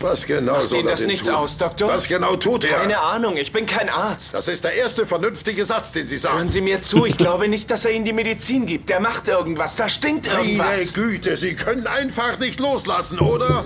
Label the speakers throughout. Speaker 1: Was genau
Speaker 2: Macht
Speaker 1: soll
Speaker 2: Ihnen
Speaker 1: er
Speaker 2: das
Speaker 1: denn
Speaker 2: nichts
Speaker 1: tun?
Speaker 2: aus, Doktor?
Speaker 1: Was genau tut er?
Speaker 2: Keine Ahnung, ich bin kein Arzt.
Speaker 1: Das ist der erste vernünftige Satz, den Sie sagen.
Speaker 2: Hören Sie mir zu, ich glaube nicht, dass er Ihnen die Medizin gibt. Der macht irgendwas, da stinkt
Speaker 1: Meine
Speaker 2: irgendwas.
Speaker 1: Güte, Sie können einfach nicht loslassen, oder?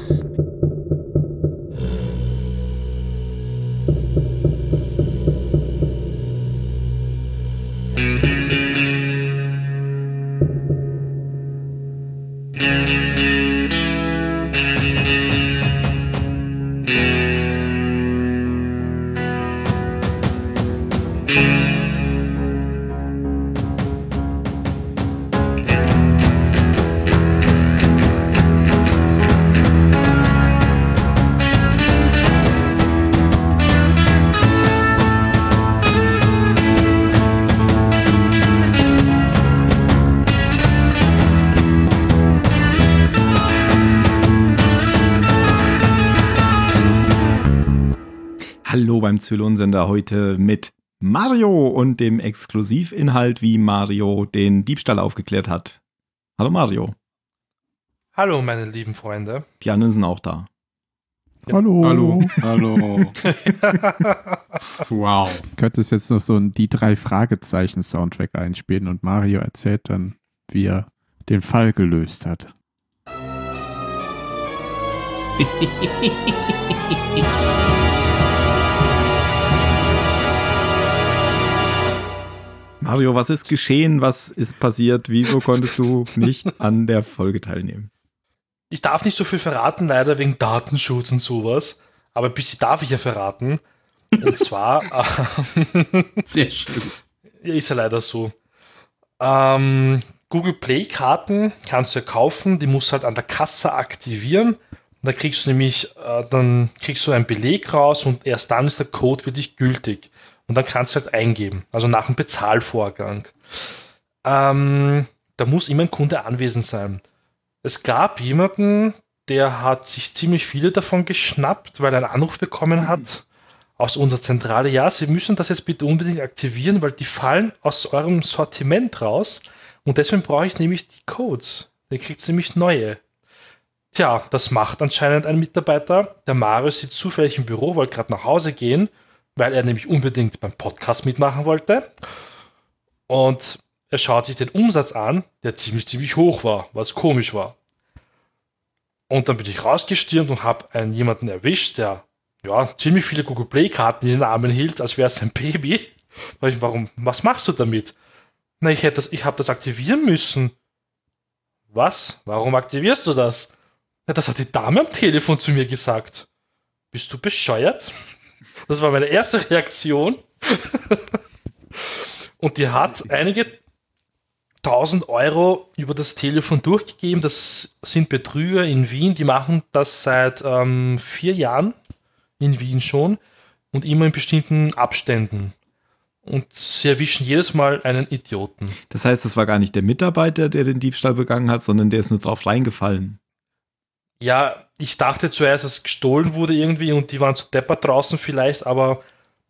Speaker 3: Hallo beim Zylonsender heute mit Mario und dem Exklusivinhalt, wie Mario den Diebstahl aufgeklärt hat. Hallo Mario.
Speaker 4: Hallo, meine lieben Freunde.
Speaker 3: Die anderen sind auch da.
Speaker 5: Hallo.
Speaker 6: Hallo. Hallo. wow.
Speaker 5: Du könntest jetzt noch so einen die drei Fragezeichen Soundtrack einspielen und Mario erzählt dann, wie er den Fall gelöst hat.
Speaker 3: Mario, was ist geschehen? Was ist passiert? Wieso konntest du nicht an der Folge teilnehmen?
Speaker 4: Ich darf nicht so viel verraten, leider wegen Datenschutz und sowas. Aber ein bisschen darf ich ja verraten. Und zwar, äh,
Speaker 6: Sehr schön.
Speaker 4: ja, ist ja leider so. Ähm, Google Play-Karten kannst du ja kaufen, die musst du halt an der Kasse aktivieren. Und da kriegst du nämlich, äh, dann kriegst du einen Beleg raus und erst dann ist der Code wirklich gültig. Und dann kannst du halt eingeben, also nach dem Bezahlvorgang. Ähm, da muss immer ein Kunde anwesend sein. Es gab jemanden, der hat sich ziemlich viele davon geschnappt, weil er einen Anruf bekommen hat aus unserer Zentrale. Ja, Sie müssen das jetzt bitte unbedingt aktivieren, weil die fallen aus eurem Sortiment raus. Und deswegen brauche ich nämlich die Codes. Dann kriegt sie nämlich neue. Tja, das macht anscheinend ein Mitarbeiter. Der Mario sitzt zufällig im Büro, wollte gerade nach Hause gehen, weil er nämlich unbedingt beim Podcast mitmachen wollte. Und er schaut sich den Umsatz an, der ziemlich, ziemlich hoch war, was komisch war. Und dann bin ich rausgestürmt und habe einen jemanden erwischt, der ja, ziemlich viele Google Play-Karten in den Armen hielt, als wäre es ein Baby. Weil ich, warum, was machst du damit? Na, ich hätte das, ich habe das aktivieren müssen. Was? Warum aktivierst du das? Na, das hat die Dame am Telefon zu mir gesagt. Bist du bescheuert? Das war meine erste Reaktion. Und die hat einige tausend Euro über das Telefon durchgegeben. Das sind Betrüger in Wien, die machen das seit ähm, vier Jahren in Wien schon und immer in bestimmten Abständen. Und sie erwischen jedes Mal einen Idioten.
Speaker 3: Das heißt, es war gar nicht der Mitarbeiter, der den Diebstahl begangen hat, sondern der ist nur drauf reingefallen.
Speaker 4: Ja, ich dachte zuerst, dass es gestohlen wurde irgendwie und die waren zu deppert draußen vielleicht, aber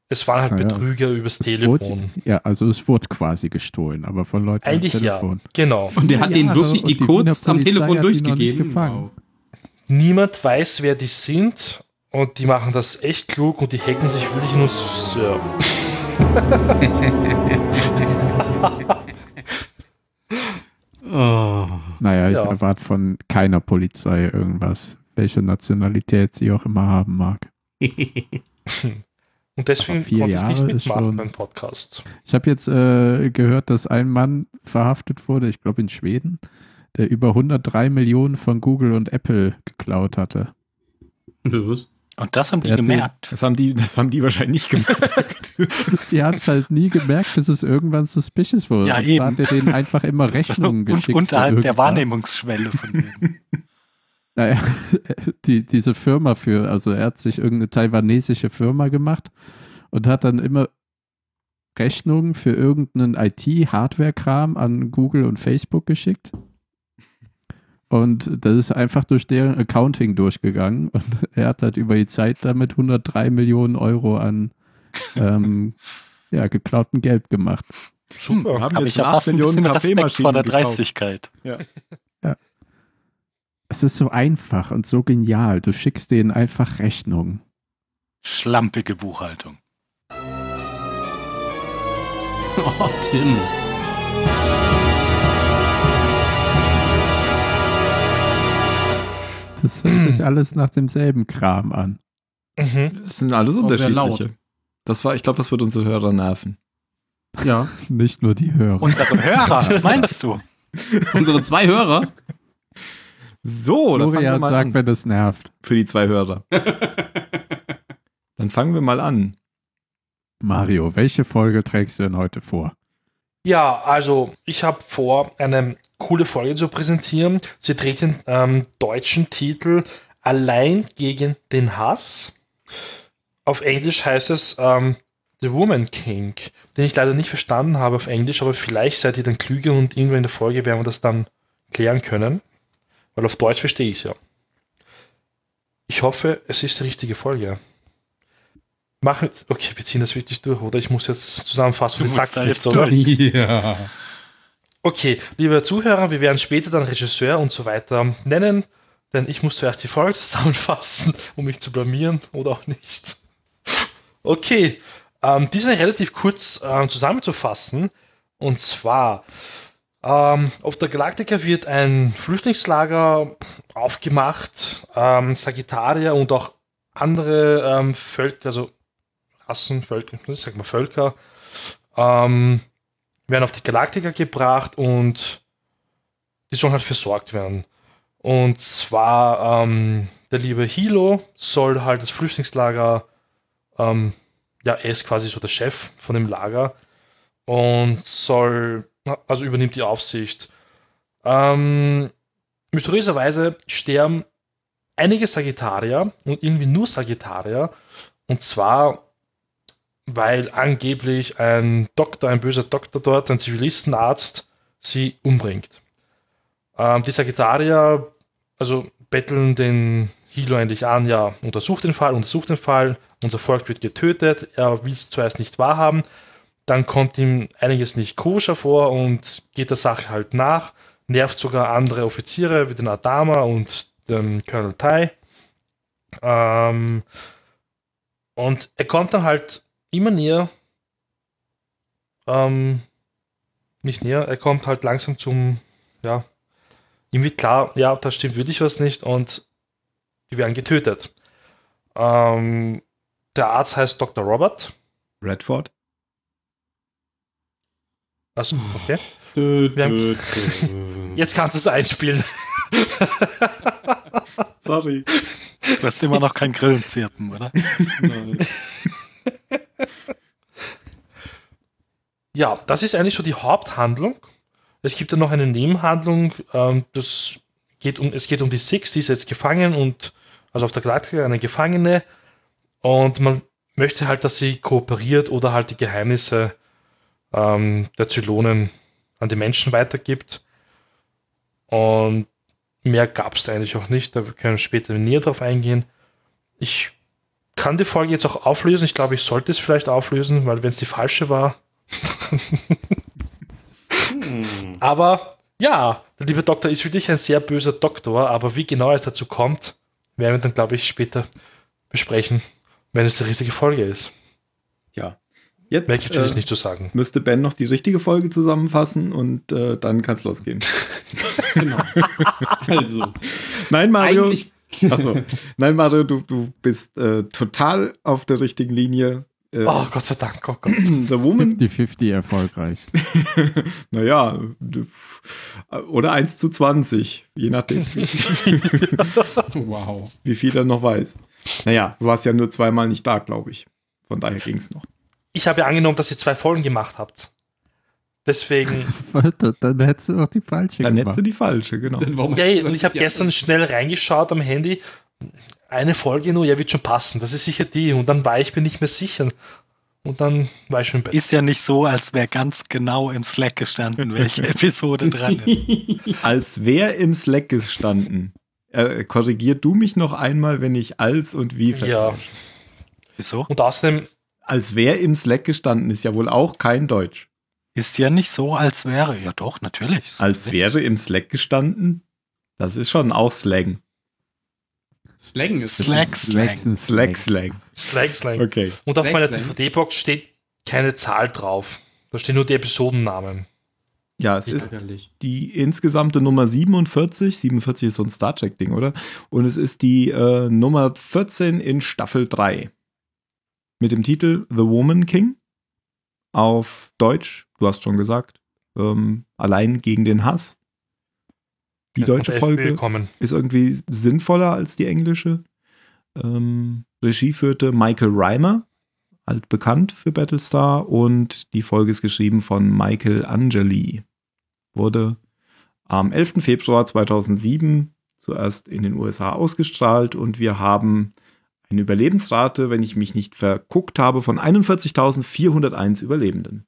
Speaker 4: es waren halt
Speaker 5: Ah ja,
Speaker 4: Betrüger übers
Speaker 5: Es
Speaker 4: Telefon.
Speaker 5: Wurde, ja, also es wurde quasi gestohlen, aber von Leuten am
Speaker 4: Eigentlich ja,
Speaker 5: Telefon.
Speaker 4: genau.
Speaker 6: Und der hat denen
Speaker 5: Ja, also
Speaker 6: wirklich
Speaker 5: und
Speaker 6: die
Speaker 5: die
Speaker 6: Codes
Speaker 5: Wiener
Speaker 6: am
Speaker 5: Polizei
Speaker 6: Telefon
Speaker 5: hat die noch nicht
Speaker 6: durchgegeben.
Speaker 5: gefangen.
Speaker 6: Wow.
Speaker 4: Niemand weiß, wer die sind und die machen das echt klug und die hacken sich wirklich nur. s- Ja.
Speaker 5: Naja, ich
Speaker 4: Ja.
Speaker 5: erwarte von keiner Polizei irgendwas, welche Nationalität sie auch immer haben mag.
Speaker 4: Und deswegen
Speaker 5: Aber vier
Speaker 4: konnte ich
Speaker 5: Jahre
Speaker 4: nicht
Speaker 5: ist
Speaker 4: mitmachen
Speaker 5: schon-
Speaker 4: beim Podcast.
Speaker 5: Ich habe jetzt äh, gehört, dass ein Mann verhaftet wurde, ich glaube in Schweden, der über 103 Millionen von Google und Apple geklaut hatte.
Speaker 6: Los.
Speaker 7: Und das haben die
Speaker 5: Ja,
Speaker 7: gemerkt.
Speaker 3: Das haben die, das haben die wahrscheinlich nicht gemerkt.
Speaker 5: Sie haben es halt nie gemerkt, dass es irgendwann suspicious wurde.
Speaker 7: Ja,
Speaker 5: und
Speaker 7: eben.
Speaker 5: Da hat er denen einfach immer Rechnungen
Speaker 7: und
Speaker 5: geschickt.
Speaker 7: unterhalb
Speaker 5: für
Speaker 7: der
Speaker 5: irgendwas.
Speaker 7: Wahrnehmungsschwelle von denen.
Speaker 5: Naja, die, diese Firma für, also er hat sich irgendeine taiwanesische Firma gemacht und hat dann immer Rechnungen für irgendeinen IT-Hardware-Kram an Google und Facebook geschickt. Und das ist einfach durch deren Accounting durchgegangen. Und er hat halt über die Zeit damit 103 Millionen Euro an ähm, ja, geklauten Geld gemacht.
Speaker 4: Super.
Speaker 3: haben
Speaker 7: Habe
Speaker 3: jetzt
Speaker 7: ich ja
Speaker 3: acht
Speaker 7: fast ein
Speaker 3: Millionen
Speaker 7: bisschen Respekt vor
Speaker 3: Kaffeemaschinen
Speaker 7: der
Speaker 3: gekauft.
Speaker 7: Dreistigkeit.
Speaker 5: Es ist so einfach und so genial. Du schickst denen einfach Rechnungen.
Speaker 7: Schlampige Buchhaltung.
Speaker 6: Oh, Tim.
Speaker 5: Das hört sich alles nach demselben Kram an.
Speaker 4: Mhm.
Speaker 3: Das sind alles
Speaker 6: Aber sehr
Speaker 3: unterschiedliche. Das war, ich glaube, das wird unsere Hörer nerven.
Speaker 6: Ja.
Speaker 5: Nicht nur die Hörer.
Speaker 7: Unsere Hörer, meinst du?
Speaker 6: Unsere zwei Hörer.
Speaker 3: So, dann fangen wir
Speaker 5: Florian
Speaker 3: mal
Speaker 5: sagt,
Speaker 3: an.
Speaker 5: wenn es nervt.
Speaker 3: Für die zwei Hörer. Dann fangen wir mal an.
Speaker 5: Mario, welche Folge trägst du denn heute vor?
Speaker 4: Ja, also ich habe vor, eine coole Folge zu präsentieren. Sie trägt den ähm, deutschen Titel Allein gegen den Hass. Auf Englisch heißt es ähm, The Woman King, den ich leider nicht verstanden habe auf Englisch, aber vielleicht seid ihr dann klüger und irgendwann in der Folge werden wir das dann klären können, weil auf Deutsch verstehe ich es ja. Ich hoffe, es ist die richtige Folge. Machen, okay, wir ziehen das wirklich durch, oder? Ich muss jetzt zusammenfassen,
Speaker 7: Du
Speaker 4: du
Speaker 7: musst
Speaker 4: sagst
Speaker 7: da
Speaker 4: nichts,
Speaker 7: jetzt
Speaker 4: oder?
Speaker 7: durch.
Speaker 6: Ja.
Speaker 4: Okay, liebe Zuhörer, wir werden später dann Regisseur und so weiter nennen, denn ich muss zuerst die Folge zusammenfassen, um mich zu blamieren oder auch nicht. Okay, ähm, diese relativ kurz ähm, zusammenzufassen. Und zwar, ähm, auf der Galaktika wird ein Flüchtlingslager aufgemacht. Ähm, Sagittaria und auch andere ähm, Völker, also Rassen, Völker, ich sag mal Völker, ähm, werden auf die Galaktika gebracht und die sollen halt versorgt werden. Und zwar ähm, der liebe Hilo soll halt das Flüchtlingslager, ähm, ja, er ist quasi so der Chef von dem Lager und soll, also übernimmt die Aufsicht. Ähm, mysteriöserweise sterben einige Sagittarier und irgendwie nur Sagittarier und zwar weil angeblich ein Doktor, ein böser Doktor dort, ein Zivilistenarzt, sie umbringt. Ähm, die Sagittarier, also betteln den Hilo endlich an, ja, untersucht den Fall, untersucht den Fall, unser Volk wird getötet, er will es zuerst nicht wahrhaben, dann kommt ihm einiges nicht koscher vor und geht der Sache halt nach, nervt sogar andere Offiziere wie den Adama und den Colonel Tai. Ähm, und er kommt dann halt immer näher, ähm, nicht näher, er kommt halt langsam zum, ja, ihm wird klar, ja, da stimmt wirklich was nicht und die werden getötet. Ähm, der Arzt heißt Dr. Robert.
Speaker 3: Redford?
Speaker 4: Also, okay.
Speaker 6: Dö,
Speaker 4: Wir
Speaker 6: dö, dö.
Speaker 4: Jetzt kannst du es einspielen.
Speaker 3: Sorry.
Speaker 7: Du hast immer noch kein Grillenzirpen, oder?
Speaker 6: Nein.
Speaker 4: Ja, das ist eigentlich so die Haupthandlung. Es gibt dann noch eine Nebenhandlung. Ähm, das geht um, es geht um die Six, die ist jetzt gefangen und also auf der Galaktika eine Gefangene. Und man möchte halt, dass sie kooperiert oder halt die Geheimnisse ähm, der Zylonen an die Menschen weitergibt. Und mehr gab es eigentlich auch nicht. Da können wir später näher drauf eingehen. Ich kann die Folge jetzt auch auflösen. Ich glaube, ich sollte es vielleicht auflösen, weil wenn es die falsche war, aber ja, der liebe Doktor ist wirklich ein sehr böser Doktor, aber wie genau es dazu kommt, werden wir dann, glaube ich, später besprechen, wenn es die richtige Folge ist.
Speaker 3: Ja. Jetzt
Speaker 4: Mehr gibt es natürlich
Speaker 3: äh,
Speaker 4: nicht zu sagen.
Speaker 3: müsste Ben noch die richtige Folge zusammenfassen und äh, dann kann's losgehen.
Speaker 6: Genau. Also,
Speaker 3: Nein, Mario.
Speaker 6: eigentlich.
Speaker 3: Achso. Nein, Mario, du, du bist äh, total auf der richtigen Linie. Äh,
Speaker 4: Oh, Gott sei Dank, oh Gott.
Speaker 3: The
Speaker 5: Hm.
Speaker 3: Woman
Speaker 5: 50-50 erfolgreich.
Speaker 3: Naja, oder 1 zu 20, je nachdem,
Speaker 6: Wow.
Speaker 3: wie viel er noch weiß. Naja, du warst ja nur zweimal nicht da, glaube ich. Von daher ging es noch.
Speaker 4: Ich habe ja angenommen, dass ihr zwei Folgen gemacht habt. Deswegen,
Speaker 5: Warte, dann hättest du auch die falsche
Speaker 3: Dann hättest
Speaker 5: gemacht.
Speaker 3: du die falsche, genau.
Speaker 6: Dann warum
Speaker 4: ja, und ich habe
Speaker 6: Ja.
Speaker 4: gestern schnell reingeschaut am Handy. Eine Folge nur, ja, wird schon passen. Das ist sicher die. Und dann war ich mir nicht mehr sicher. Und dann war ich schon im Bett.
Speaker 7: Ist ja nicht so, als wäre ganz genau im Slack gestanden, welche Episode dran ist.
Speaker 3: Als wäre im Slack gestanden. Äh, korrigier du mich noch einmal, wenn ich als und wie
Speaker 4: Ja.
Speaker 3: vertausche.
Speaker 7: Wieso?
Speaker 4: Und außerdem,
Speaker 3: Als wäre im Slack gestanden ist ja wohl auch kein Deutsch.
Speaker 7: Ist ja nicht so, als wäre. Ja, doch, natürlich.
Speaker 3: Als wäre im Slack gestanden? Das ist schon auch Slang.
Speaker 6: Slang ist
Speaker 7: Slack, Slack.
Speaker 5: Slack.
Speaker 3: Slack, Slang.
Speaker 4: Slack, Slack.
Speaker 3: Okay.
Speaker 4: Und auf
Speaker 6: Slack,
Speaker 4: meiner
Speaker 6: Slack.
Speaker 4: DVD-Box steht keine Zahl drauf. Da stehen nur die Episodennamen.
Speaker 3: Ja, es
Speaker 4: Ja.
Speaker 3: ist
Speaker 6: ärgerlich.
Speaker 3: die insgesamte Nummer 47. 47 ist so ein Star Trek-Ding, oder? Und es ist die äh, Nummer 14 in Staffel 3. Mit dem Titel The Woman King. Auf Deutsch, du hast schon gesagt, ähm, allein gegen den Hass. Die deutsche
Speaker 4: Und FPÖ
Speaker 3: Folge
Speaker 4: Kommen.
Speaker 3: ist irgendwie sinnvoller als die englische. Ähm, Regie führte Michael Reimer, altbekannt für Battlestar, und die Folge ist geschrieben von Michael Angeli. Wurde am 11. Februar 2007 zuerst in den USA ausgestrahlt und wir haben eine Überlebensrate, wenn ich mich nicht verguckt habe, von 41.401 Überlebenden.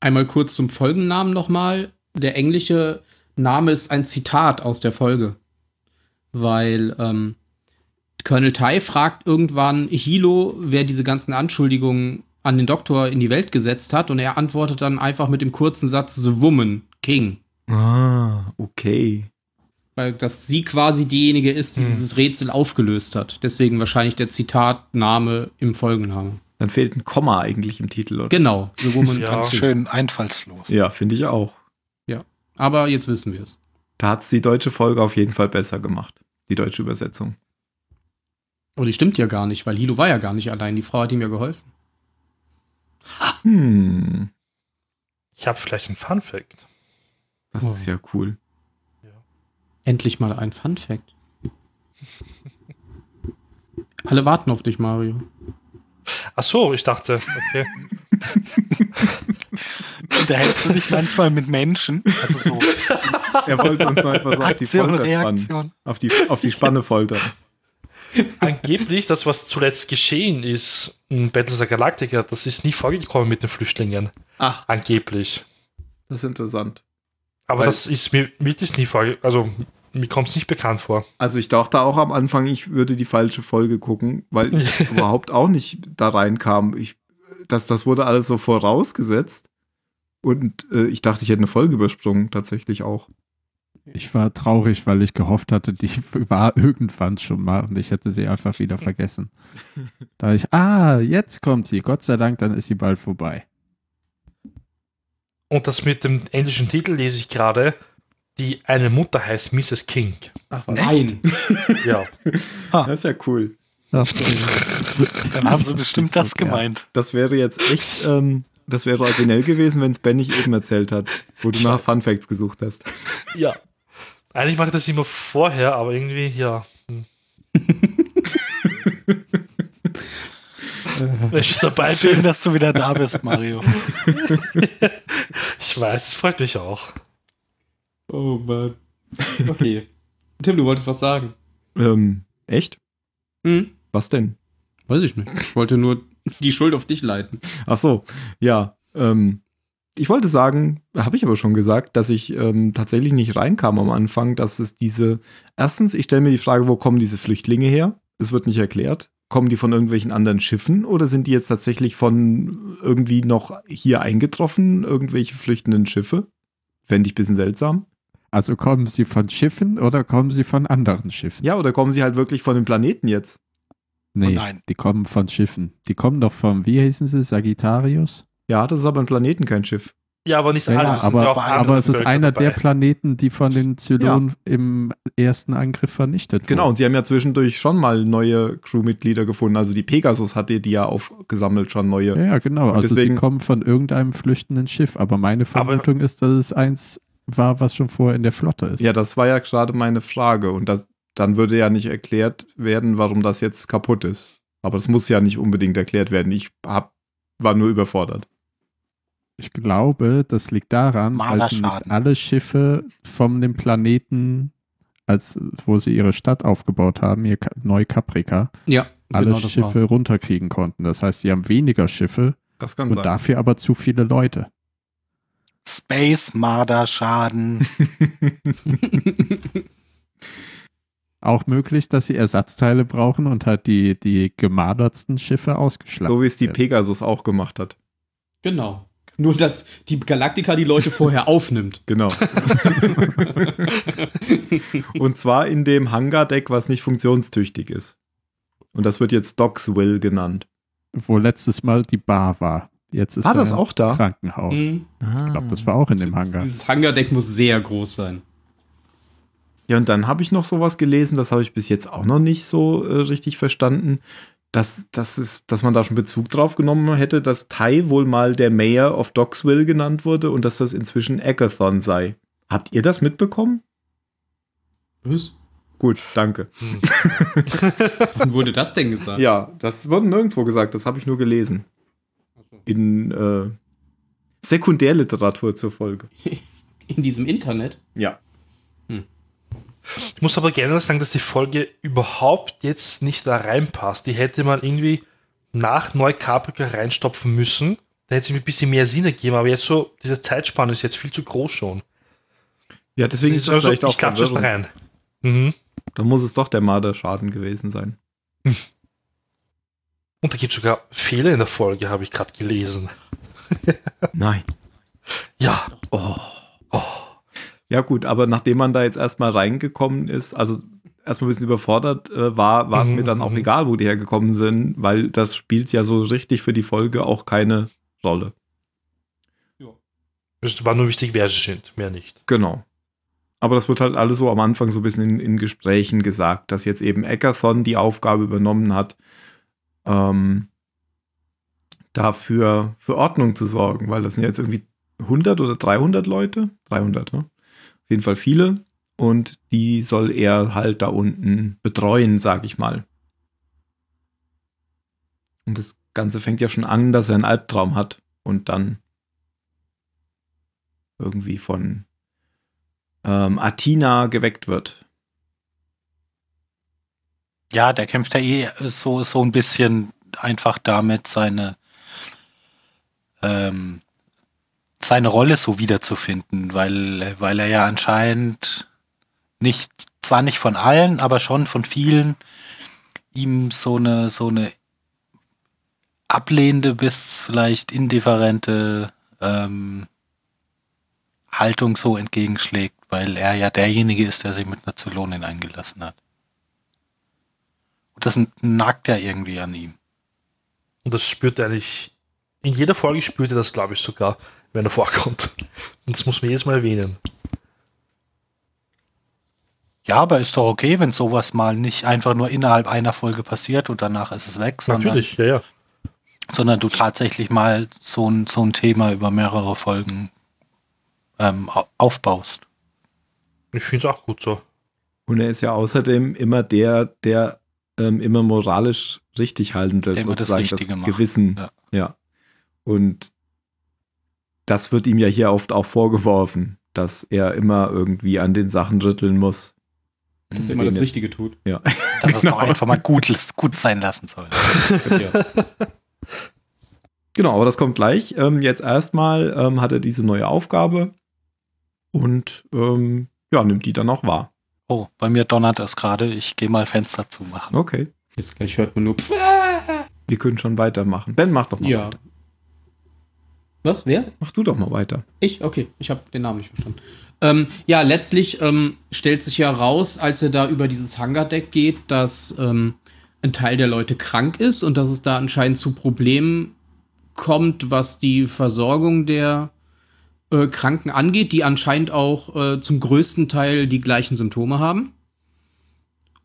Speaker 6: Einmal kurz zum Folgennamen nochmal. Der englische Name ist ein Zitat aus der Folge. Weil ähm, Colonel Tai fragt irgendwann Hilo, wer diese ganzen Anschuldigungen an den Doktor in die Welt gesetzt hat. Und er antwortet dann einfach mit dem kurzen Satz The Woman, King.
Speaker 3: Ah, okay.
Speaker 6: Weil dass sie quasi diejenige ist, die
Speaker 4: Hm.
Speaker 6: dieses Rätsel aufgelöst hat. Deswegen wahrscheinlich der Zitatname im Folgenname.
Speaker 3: Dann fehlt ein Komma eigentlich im Titel, oder?
Speaker 6: Genau, The Woman,
Speaker 4: Ja.
Speaker 6: King.
Speaker 7: Schön einfallslos.
Speaker 3: Ja, finde ich auch.
Speaker 6: Aber jetzt wissen wir es.
Speaker 3: Da hat es die deutsche Folge auf jeden Fall besser gemacht. Die deutsche Übersetzung.
Speaker 6: Oh, die stimmt ja gar nicht, weil Hilo war ja gar nicht allein. Die Frau hat ihm ja geholfen.
Speaker 3: Hm,
Speaker 4: Ich habe vielleicht einen Fun-Fact.
Speaker 3: das
Speaker 6: Oh.
Speaker 3: ist ja cool.
Speaker 6: Endlich mal ein Fun Fact. Alle warten auf dich, Mario.
Speaker 4: Ach so, ich dachte, okay.
Speaker 7: Unterhältst du dich manchmal mit Menschen? Also so
Speaker 3: Er wollte uns einfach so auf die
Speaker 7: Aktion,
Speaker 3: Folter spannen.
Speaker 7: Reaktion.
Speaker 3: Auf die, auf die Spanne foltern.
Speaker 4: Angeblich, das, was zuletzt geschehen ist in Battlestar Galactica, das ist nie vorgekommen mit den Flüchtlingen.
Speaker 3: Ach,
Speaker 4: Angeblich.
Speaker 3: das ist interessant.
Speaker 4: Aber
Speaker 3: Weil-
Speaker 4: das ist mir wirklich nie vorgekommen. Also, mir kommt es nicht bekannt vor.
Speaker 3: Also ich dachte auch am Anfang, ich würde die falsche Folge gucken, weil ich überhaupt auch nicht da reinkam. Ich, das, das wurde alles so vorausgesetzt. Und äh, ich dachte, ich hätte eine Folge übersprungen, tatsächlich auch.
Speaker 5: Ich war traurig, weil ich gehofft hatte, die war irgendwann schon mal und ich hätte sie einfach wieder vergessen. Da hab ich, ah, jetzt kommt sie. Gott sei Dank, dann ist sie bald vorbei.
Speaker 4: Und das mit dem englischen Titel lese ich gerade. Die eine Mutter heißt Mrs. King.
Speaker 3: Ach,
Speaker 6: Nein.
Speaker 4: Ja.
Speaker 7: Ah.
Speaker 3: Das ist ja cool.
Speaker 7: Dann haben sie bestimmt das
Speaker 5: Ja.
Speaker 7: gemeint.
Speaker 3: Das wäre jetzt echt, ähm, das wäre originell gewesen, wenn es Ben nicht eben erzählt hat, wo du nach Fun Facts gesucht hast.
Speaker 4: ja. Eigentlich mache ich das immer vorher, aber irgendwie, ja. Hm. Wenn ich dabei
Speaker 7: Schön,
Speaker 4: bin,
Speaker 7: dass du wieder da bist, Mario.
Speaker 4: ich weiß, es freut mich auch.
Speaker 6: Oh Mann. Okay. Tim, du wolltest was sagen.
Speaker 3: Ähm, echt?
Speaker 6: Hm?
Speaker 3: Was denn?
Speaker 6: Weiß ich nicht. Ich wollte nur die Schuld auf dich leiten.
Speaker 3: Ach so, ja. Ähm, ich wollte sagen, habe ich aber schon gesagt, dass ich ähm, tatsächlich nicht reinkam am Anfang, dass es diese. Erstens, ich stelle mir die Frage, wo kommen diese Flüchtlinge her? Es wird nicht erklärt. Kommen die von irgendwelchen anderen Schiffen oder sind die jetzt tatsächlich von irgendwie noch hier eingetroffen, irgendwelche flüchtenden Schiffe? Fände ich ein bisschen seltsam.
Speaker 5: Also kommen sie von Schiffen oder kommen sie von anderen Schiffen?
Speaker 3: Ja, oder kommen sie halt wirklich von dem Planeten jetzt?
Speaker 5: Nee,
Speaker 7: nein.
Speaker 5: die kommen von Schiffen. Die kommen doch vom, wie hießen sie, Sagittarius?
Speaker 3: Ja, das ist aber ein Planeten, kein Schiff.
Speaker 4: Ja, aber nicht
Speaker 5: Ja,
Speaker 4: alle. sind
Speaker 5: aber,
Speaker 4: auch andere
Speaker 5: aber es ist
Speaker 4: Völker
Speaker 5: einer
Speaker 4: dabei.
Speaker 5: der Planeten, die von den Zylonen im ersten Angriff vernichtet
Speaker 3: Genau,
Speaker 5: wurden.
Speaker 3: und sie haben ja zwischendurch schon mal neue Crewmitglieder gefunden. Also die Pegasus hatte die ja aufgesammelt, schon neue.
Speaker 5: Ja, genau.
Speaker 3: Und
Speaker 5: Also
Speaker 3: deswegen-
Speaker 5: sie kommen von irgendeinem flüchtenden Schiff. Aber meine Vermutung ist, dass es eins war, was schon vorher in der Flotte ist.
Speaker 3: Ja, das war ja gerade meine Frage. Und das, dann würde ja nicht erklärt werden, warum das jetzt kaputt ist. Aber das muss ja nicht unbedingt erklärt werden. Ich hab, war nur überfordert.
Speaker 5: Ich glaube, das liegt daran, weil sie nicht
Speaker 7: Marderschaden.
Speaker 5: alle Schiffe von dem Planeten, als wo sie ihre Stadt aufgebaut haben, ihr Ka- Neu-Caprica,
Speaker 6: Ja,
Speaker 5: alle
Speaker 6: Genau das
Speaker 5: Schiffe
Speaker 6: war's.
Speaker 5: runterkriegen konnten. Das heißt, sie haben weniger Schiffe
Speaker 3: Das kann
Speaker 5: und dafür aber zu viele Leute.
Speaker 7: Space Marder Schaden.
Speaker 5: Auch möglich, dass sie Ersatzteile brauchen und halt die, die gemadertsten Schiffe ausgeschlachtet
Speaker 3: so wie es die
Speaker 5: werden.
Speaker 3: Pegasus auch gemacht hat.
Speaker 6: Genau. Nur, dass die Galaktika die Leute vorher aufnimmt.
Speaker 3: Genau. und zwar in dem Hangar-Deck, was nicht funktionstüchtig ist. Und das wird jetzt Doc's Will genannt.
Speaker 5: wo letztes Mal die Bar war. Jetzt ist
Speaker 3: War das
Speaker 5: da
Speaker 3: auch da? Ah.
Speaker 5: Krankenhaus.
Speaker 6: Mhm.
Speaker 5: Ich glaube, das war auch in dem Hangar.
Speaker 6: Dieses Hangardeck muss sehr groß sein.
Speaker 3: Ja, und dann habe ich noch sowas gelesen, das habe ich bis jetzt auch noch nicht so äh, richtig verstanden, dass, dass, es, dass man da schon Bezug drauf genommen hätte, dass Tai wohl mal der Mayor of Docksville genannt wurde und dass das inzwischen Agathon sei. Habt ihr das mitbekommen?
Speaker 6: Was?
Speaker 3: Gut, danke.
Speaker 6: Wann wurde das denn gesagt?
Speaker 3: Ja, das wurde nirgendwo gesagt, das habe ich nur gelesen. In äh, Sekundärliteratur zur Folge.
Speaker 6: In diesem Internet?
Speaker 3: Ja.
Speaker 4: Ich muss aber gerne sagen, dass die Folge überhaupt jetzt nicht da reinpasst. Die hätte man irgendwie nach Neukarpica reinstopfen müssen. Da hätte es mir ein bisschen mehr Sinn ergeben, aber jetzt so, diese Zeitspanne ist jetzt viel zu groß schon.
Speaker 3: Ja, deswegen ist das
Speaker 4: Also,
Speaker 3: vielleicht auch
Speaker 4: ich klatsche es
Speaker 3: verwirrend.
Speaker 4: rein. Mhm.
Speaker 3: Dann muss es doch der Marderschaden gewesen sein.
Speaker 4: Und da gibt es sogar Fehler in der Folge, habe ich gerade gelesen.
Speaker 3: Nein.
Speaker 4: Ja,
Speaker 3: Oh. Ja, gut, aber nachdem man da jetzt erstmal reingekommen ist, also erstmal ein bisschen überfordert äh, war, war es
Speaker 4: Mhm,
Speaker 3: mir dann auch
Speaker 4: mhm.
Speaker 3: egal, wo die hergekommen sind, weil das spielt ja so richtig für die Folge auch keine Rolle.
Speaker 4: es war nur wichtig, wer sie sind, mehr nicht.
Speaker 3: Genau. Aber das wird halt alles so am Anfang so ein bisschen in, in Gesprächen gesagt, dass jetzt eben Eckerthon die Aufgabe übernommen hat, ähm, dafür für Ordnung zu sorgen, weil das sind jetzt irgendwie 100 oder 300 Leute, 300, ne? auf jeden Fall viele und die soll er halt da unten betreuen, sag ich mal. Und das Ganze fängt ja schon an, dass er einen Albtraum hat und dann irgendwie von ähm, Athena geweckt wird.
Speaker 7: Ja, der kämpft ja eh so, so ein bisschen einfach damit, seine, ähm, seine Rolle so wiederzufinden, weil, weil er ja anscheinend nicht, zwar nicht von allen, aber schon von vielen ihm so eine, so eine ablehnende bis vielleicht indifferente ähm, Haltung so entgegenschlägt, weil er ja derjenige ist, der sich mit einer Zylonin eingelassen hat. Und das nagt ja irgendwie an ihm.
Speaker 4: Und das spürt er eigentlich, in jeder Folge spürt er das, glaube ich, sogar, wenn er vorkommt. Und das muss man jedes Mal erwähnen.
Speaker 7: Ja, aber ist doch okay, wenn sowas mal nicht einfach nur innerhalb einer Folge passiert und danach ist es weg, sondern,
Speaker 4: Natürlich, ja, ja.
Speaker 7: sondern du tatsächlich mal so ein, so ein Thema über mehrere Folgen ähm, au- aufbaust.
Speaker 4: Ich finde es auch gut so.
Speaker 3: Und er ist ja außerdem immer der, der ähm, immer moralisch richtig haltend
Speaker 7: Der
Speaker 3: ist,
Speaker 7: immer das
Speaker 3: sozusagen
Speaker 7: Richtige macht.
Speaker 3: Gewissen.
Speaker 7: Ja.
Speaker 3: Ja. Und das wird ihm ja hier oft auch vorgeworfen, dass er immer irgendwie an den Sachen rütteln muss.
Speaker 6: Dass
Speaker 3: er
Speaker 6: er mal das
Speaker 3: den-
Speaker 6: Richtige tut.
Speaker 3: Ja.
Speaker 7: Dass es
Speaker 3: Genau.
Speaker 7: doch einfach mal gut, gut sein lassen soll.
Speaker 3: Genau, aber das kommt gleich. Ähm, jetzt erstmal ähm, hat er diese neue Aufgabe und ähm, ja, nimmt die dann auch wahr.
Speaker 7: Oh, bei mir donnert es gerade. Ich gehe mal Fenster zumachen.
Speaker 3: Okay,
Speaker 6: Jetzt gleich hört man nur. Pff,
Speaker 3: wir können schon weitermachen. Ben, mach doch mal
Speaker 6: ja.
Speaker 3: weiter.
Speaker 6: Was? Wer?
Speaker 3: Mach du doch mal weiter.
Speaker 6: Ich? Okay, ich habe den Namen nicht verstanden. Ähm, ja, letztlich ähm, stellt sich ja raus, als er da über dieses Hangardeck geht, dass ähm, ein Teil der Leute krank ist und dass es da anscheinend zu Problemen kommt, was die Versorgung der äh, Kranken angeht, die anscheinend auch äh, zum größten Teil die gleichen Symptome haben.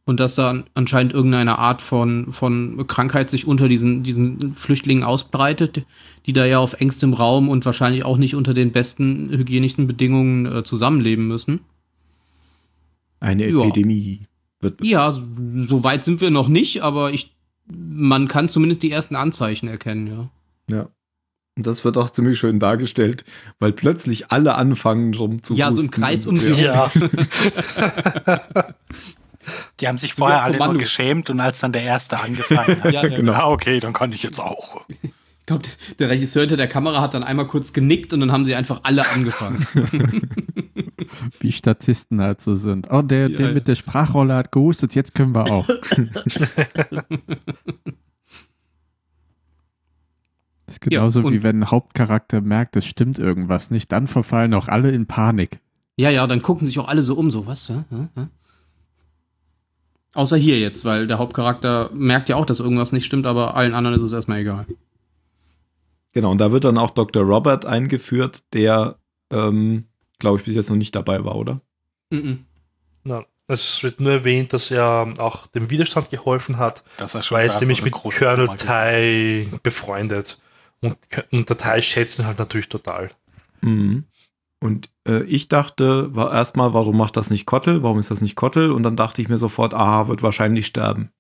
Speaker 6: Und dass da anscheinend irgendeine Art von, von Krankheit sich unter diesen, diesen Flüchtlingen ausbreitet, die da ja auf engstem Raum und wahrscheinlich auch nicht unter den besten hygienischen Bedingungen äh, zusammenleben müssen.
Speaker 3: Eine
Speaker 6: Ja.
Speaker 3: Epidemie wird
Speaker 6: Ja, so- so weit sind wir noch nicht, aber ich, man kann zumindest die ersten Anzeichen erkennen, ja.
Speaker 3: Ja. Und das wird auch ziemlich schön dargestellt, weil plötzlich alle anfangen rum zu
Speaker 6: Ja, so im
Speaker 3: husten.
Speaker 6: Kreis um
Speaker 3: ja.
Speaker 6: sich.
Speaker 4: Ja,
Speaker 7: Die haben sich
Speaker 6: So wie
Speaker 7: vorher
Speaker 6: auf
Speaker 7: alle nur
Speaker 6: Kommando.
Speaker 7: geschämt und als dann der Erste angefangen hat,
Speaker 6: Ja,
Speaker 7: ja,
Speaker 6: ja.
Speaker 7: genau. ah, okay, dann kann ich jetzt auch.
Speaker 6: Ich glaube, der Regisseur hinter der Kamera hat dann einmal kurz genickt und dann haben sie einfach alle angefangen.
Speaker 5: Wie Statisten halt so sind. Oh, der,
Speaker 3: Ja,
Speaker 5: der
Speaker 3: ja.
Speaker 5: mit der Sprachrolle hat gehustet, jetzt können wir auch. das Genauso
Speaker 6: und-
Speaker 5: wie wenn ein Hauptcharakter merkt, es stimmt irgendwas nicht, dann verfallen auch alle in Panik.
Speaker 6: Ja, ja, dann gucken sich auch alle so um, so was. Ja, ja, ja. Außer hier jetzt, weil der Hauptcharakter merkt ja auch, dass irgendwas nicht stimmt, aber allen anderen ist es erstmal egal.
Speaker 3: Genau, und da wird dann auch Dr. Robert eingeführt, der, ähm, glaube ich, bis jetzt noch nicht dabei war, oder?
Speaker 6: Mhm.
Speaker 4: Na, es wird nur erwähnt, dass er ähm, auch dem Widerstand geholfen hat,
Speaker 7: Das ist schon
Speaker 4: weil er
Speaker 7: klar,
Speaker 4: ist nämlich
Speaker 7: so eine
Speaker 4: mit
Speaker 7: große
Speaker 4: Colonel
Speaker 7: Nummer gibt.
Speaker 4: Tai befreundet. Und, und der Tai schätzt ihn halt natürlich total.
Speaker 3: Mhm. Und äh, ich dachte war erstmal, warum macht das nicht Kottel? Warum ist das nicht Kottel? Und dann dachte ich mir sofort, aha, wird wahrscheinlich sterben.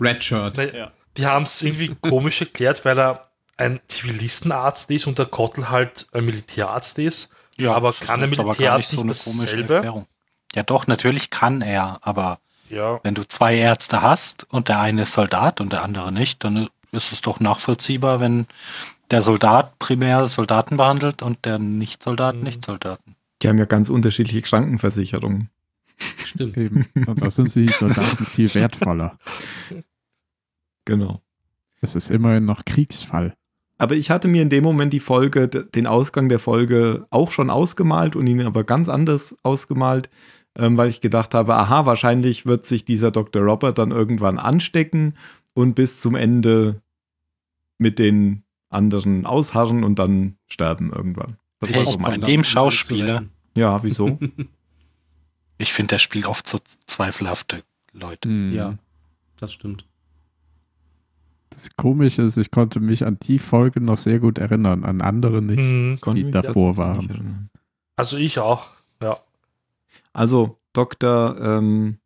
Speaker 6: Red Shirt.
Speaker 4: Weil Die haben es irgendwie komisch erklärt, weil er ein Zivilistenarzt ist und der Kottel halt ein Militärarzt ist.
Speaker 7: Ja,
Speaker 4: aber
Speaker 7: das
Speaker 4: kann
Speaker 7: ist
Speaker 4: der
Speaker 7: jetzt aber
Speaker 4: Militär
Speaker 7: gar nicht
Speaker 4: nicht
Speaker 7: so eine komische
Speaker 4: dasselbe?
Speaker 7: Erklärung. Ja, doch, natürlich kann er, aber
Speaker 4: Ja,
Speaker 7: wenn du zwei Ärzte hast und der eine ist Soldat und der andere nicht, dann ist es doch nachvollziehbar, wenn der Soldat primär Soldaten behandelt und der Nicht-Soldat
Speaker 4: Mhm.
Speaker 7: Nicht-Soldaten.
Speaker 3: Die haben ja ganz unterschiedliche Krankenversicherungen.
Speaker 6: Stimmt.
Speaker 5: Eben. Und da sind sie Soldaten viel wertvoller.
Speaker 3: Genau.
Speaker 5: Das ist immerhin noch Kriegsfall.
Speaker 3: Aber ich hatte mir in dem Moment die Folge, d- den Ausgang der Folge auch schon ausgemalt und ihn aber ganz anders ausgemalt, ähm, weil ich gedacht habe, aha, wahrscheinlich wird sich dieser Dr. Robert dann irgendwann anstecken und bis zum Ende mit den anderen ausharren und dann sterben irgendwann. Das war
Speaker 7: Echt?
Speaker 3: so mein.
Speaker 7: Von dem Schauspieler.
Speaker 3: Ja, wieso?
Speaker 7: Ich finde, der spielt oft so zweifelhafte Leute.
Speaker 6: Ja, das stimmt.
Speaker 5: Das Komische ist, ich konnte mich an die Folge noch sehr gut erinnern, an andere nicht.
Speaker 4: Mhm.
Speaker 3: Konnte
Speaker 5: Die
Speaker 3: mich
Speaker 5: davor
Speaker 3: tatsächlich
Speaker 5: waren.
Speaker 3: nicht erinnern.
Speaker 4: also ich auch. Ja.
Speaker 3: Also Dr. Ähm,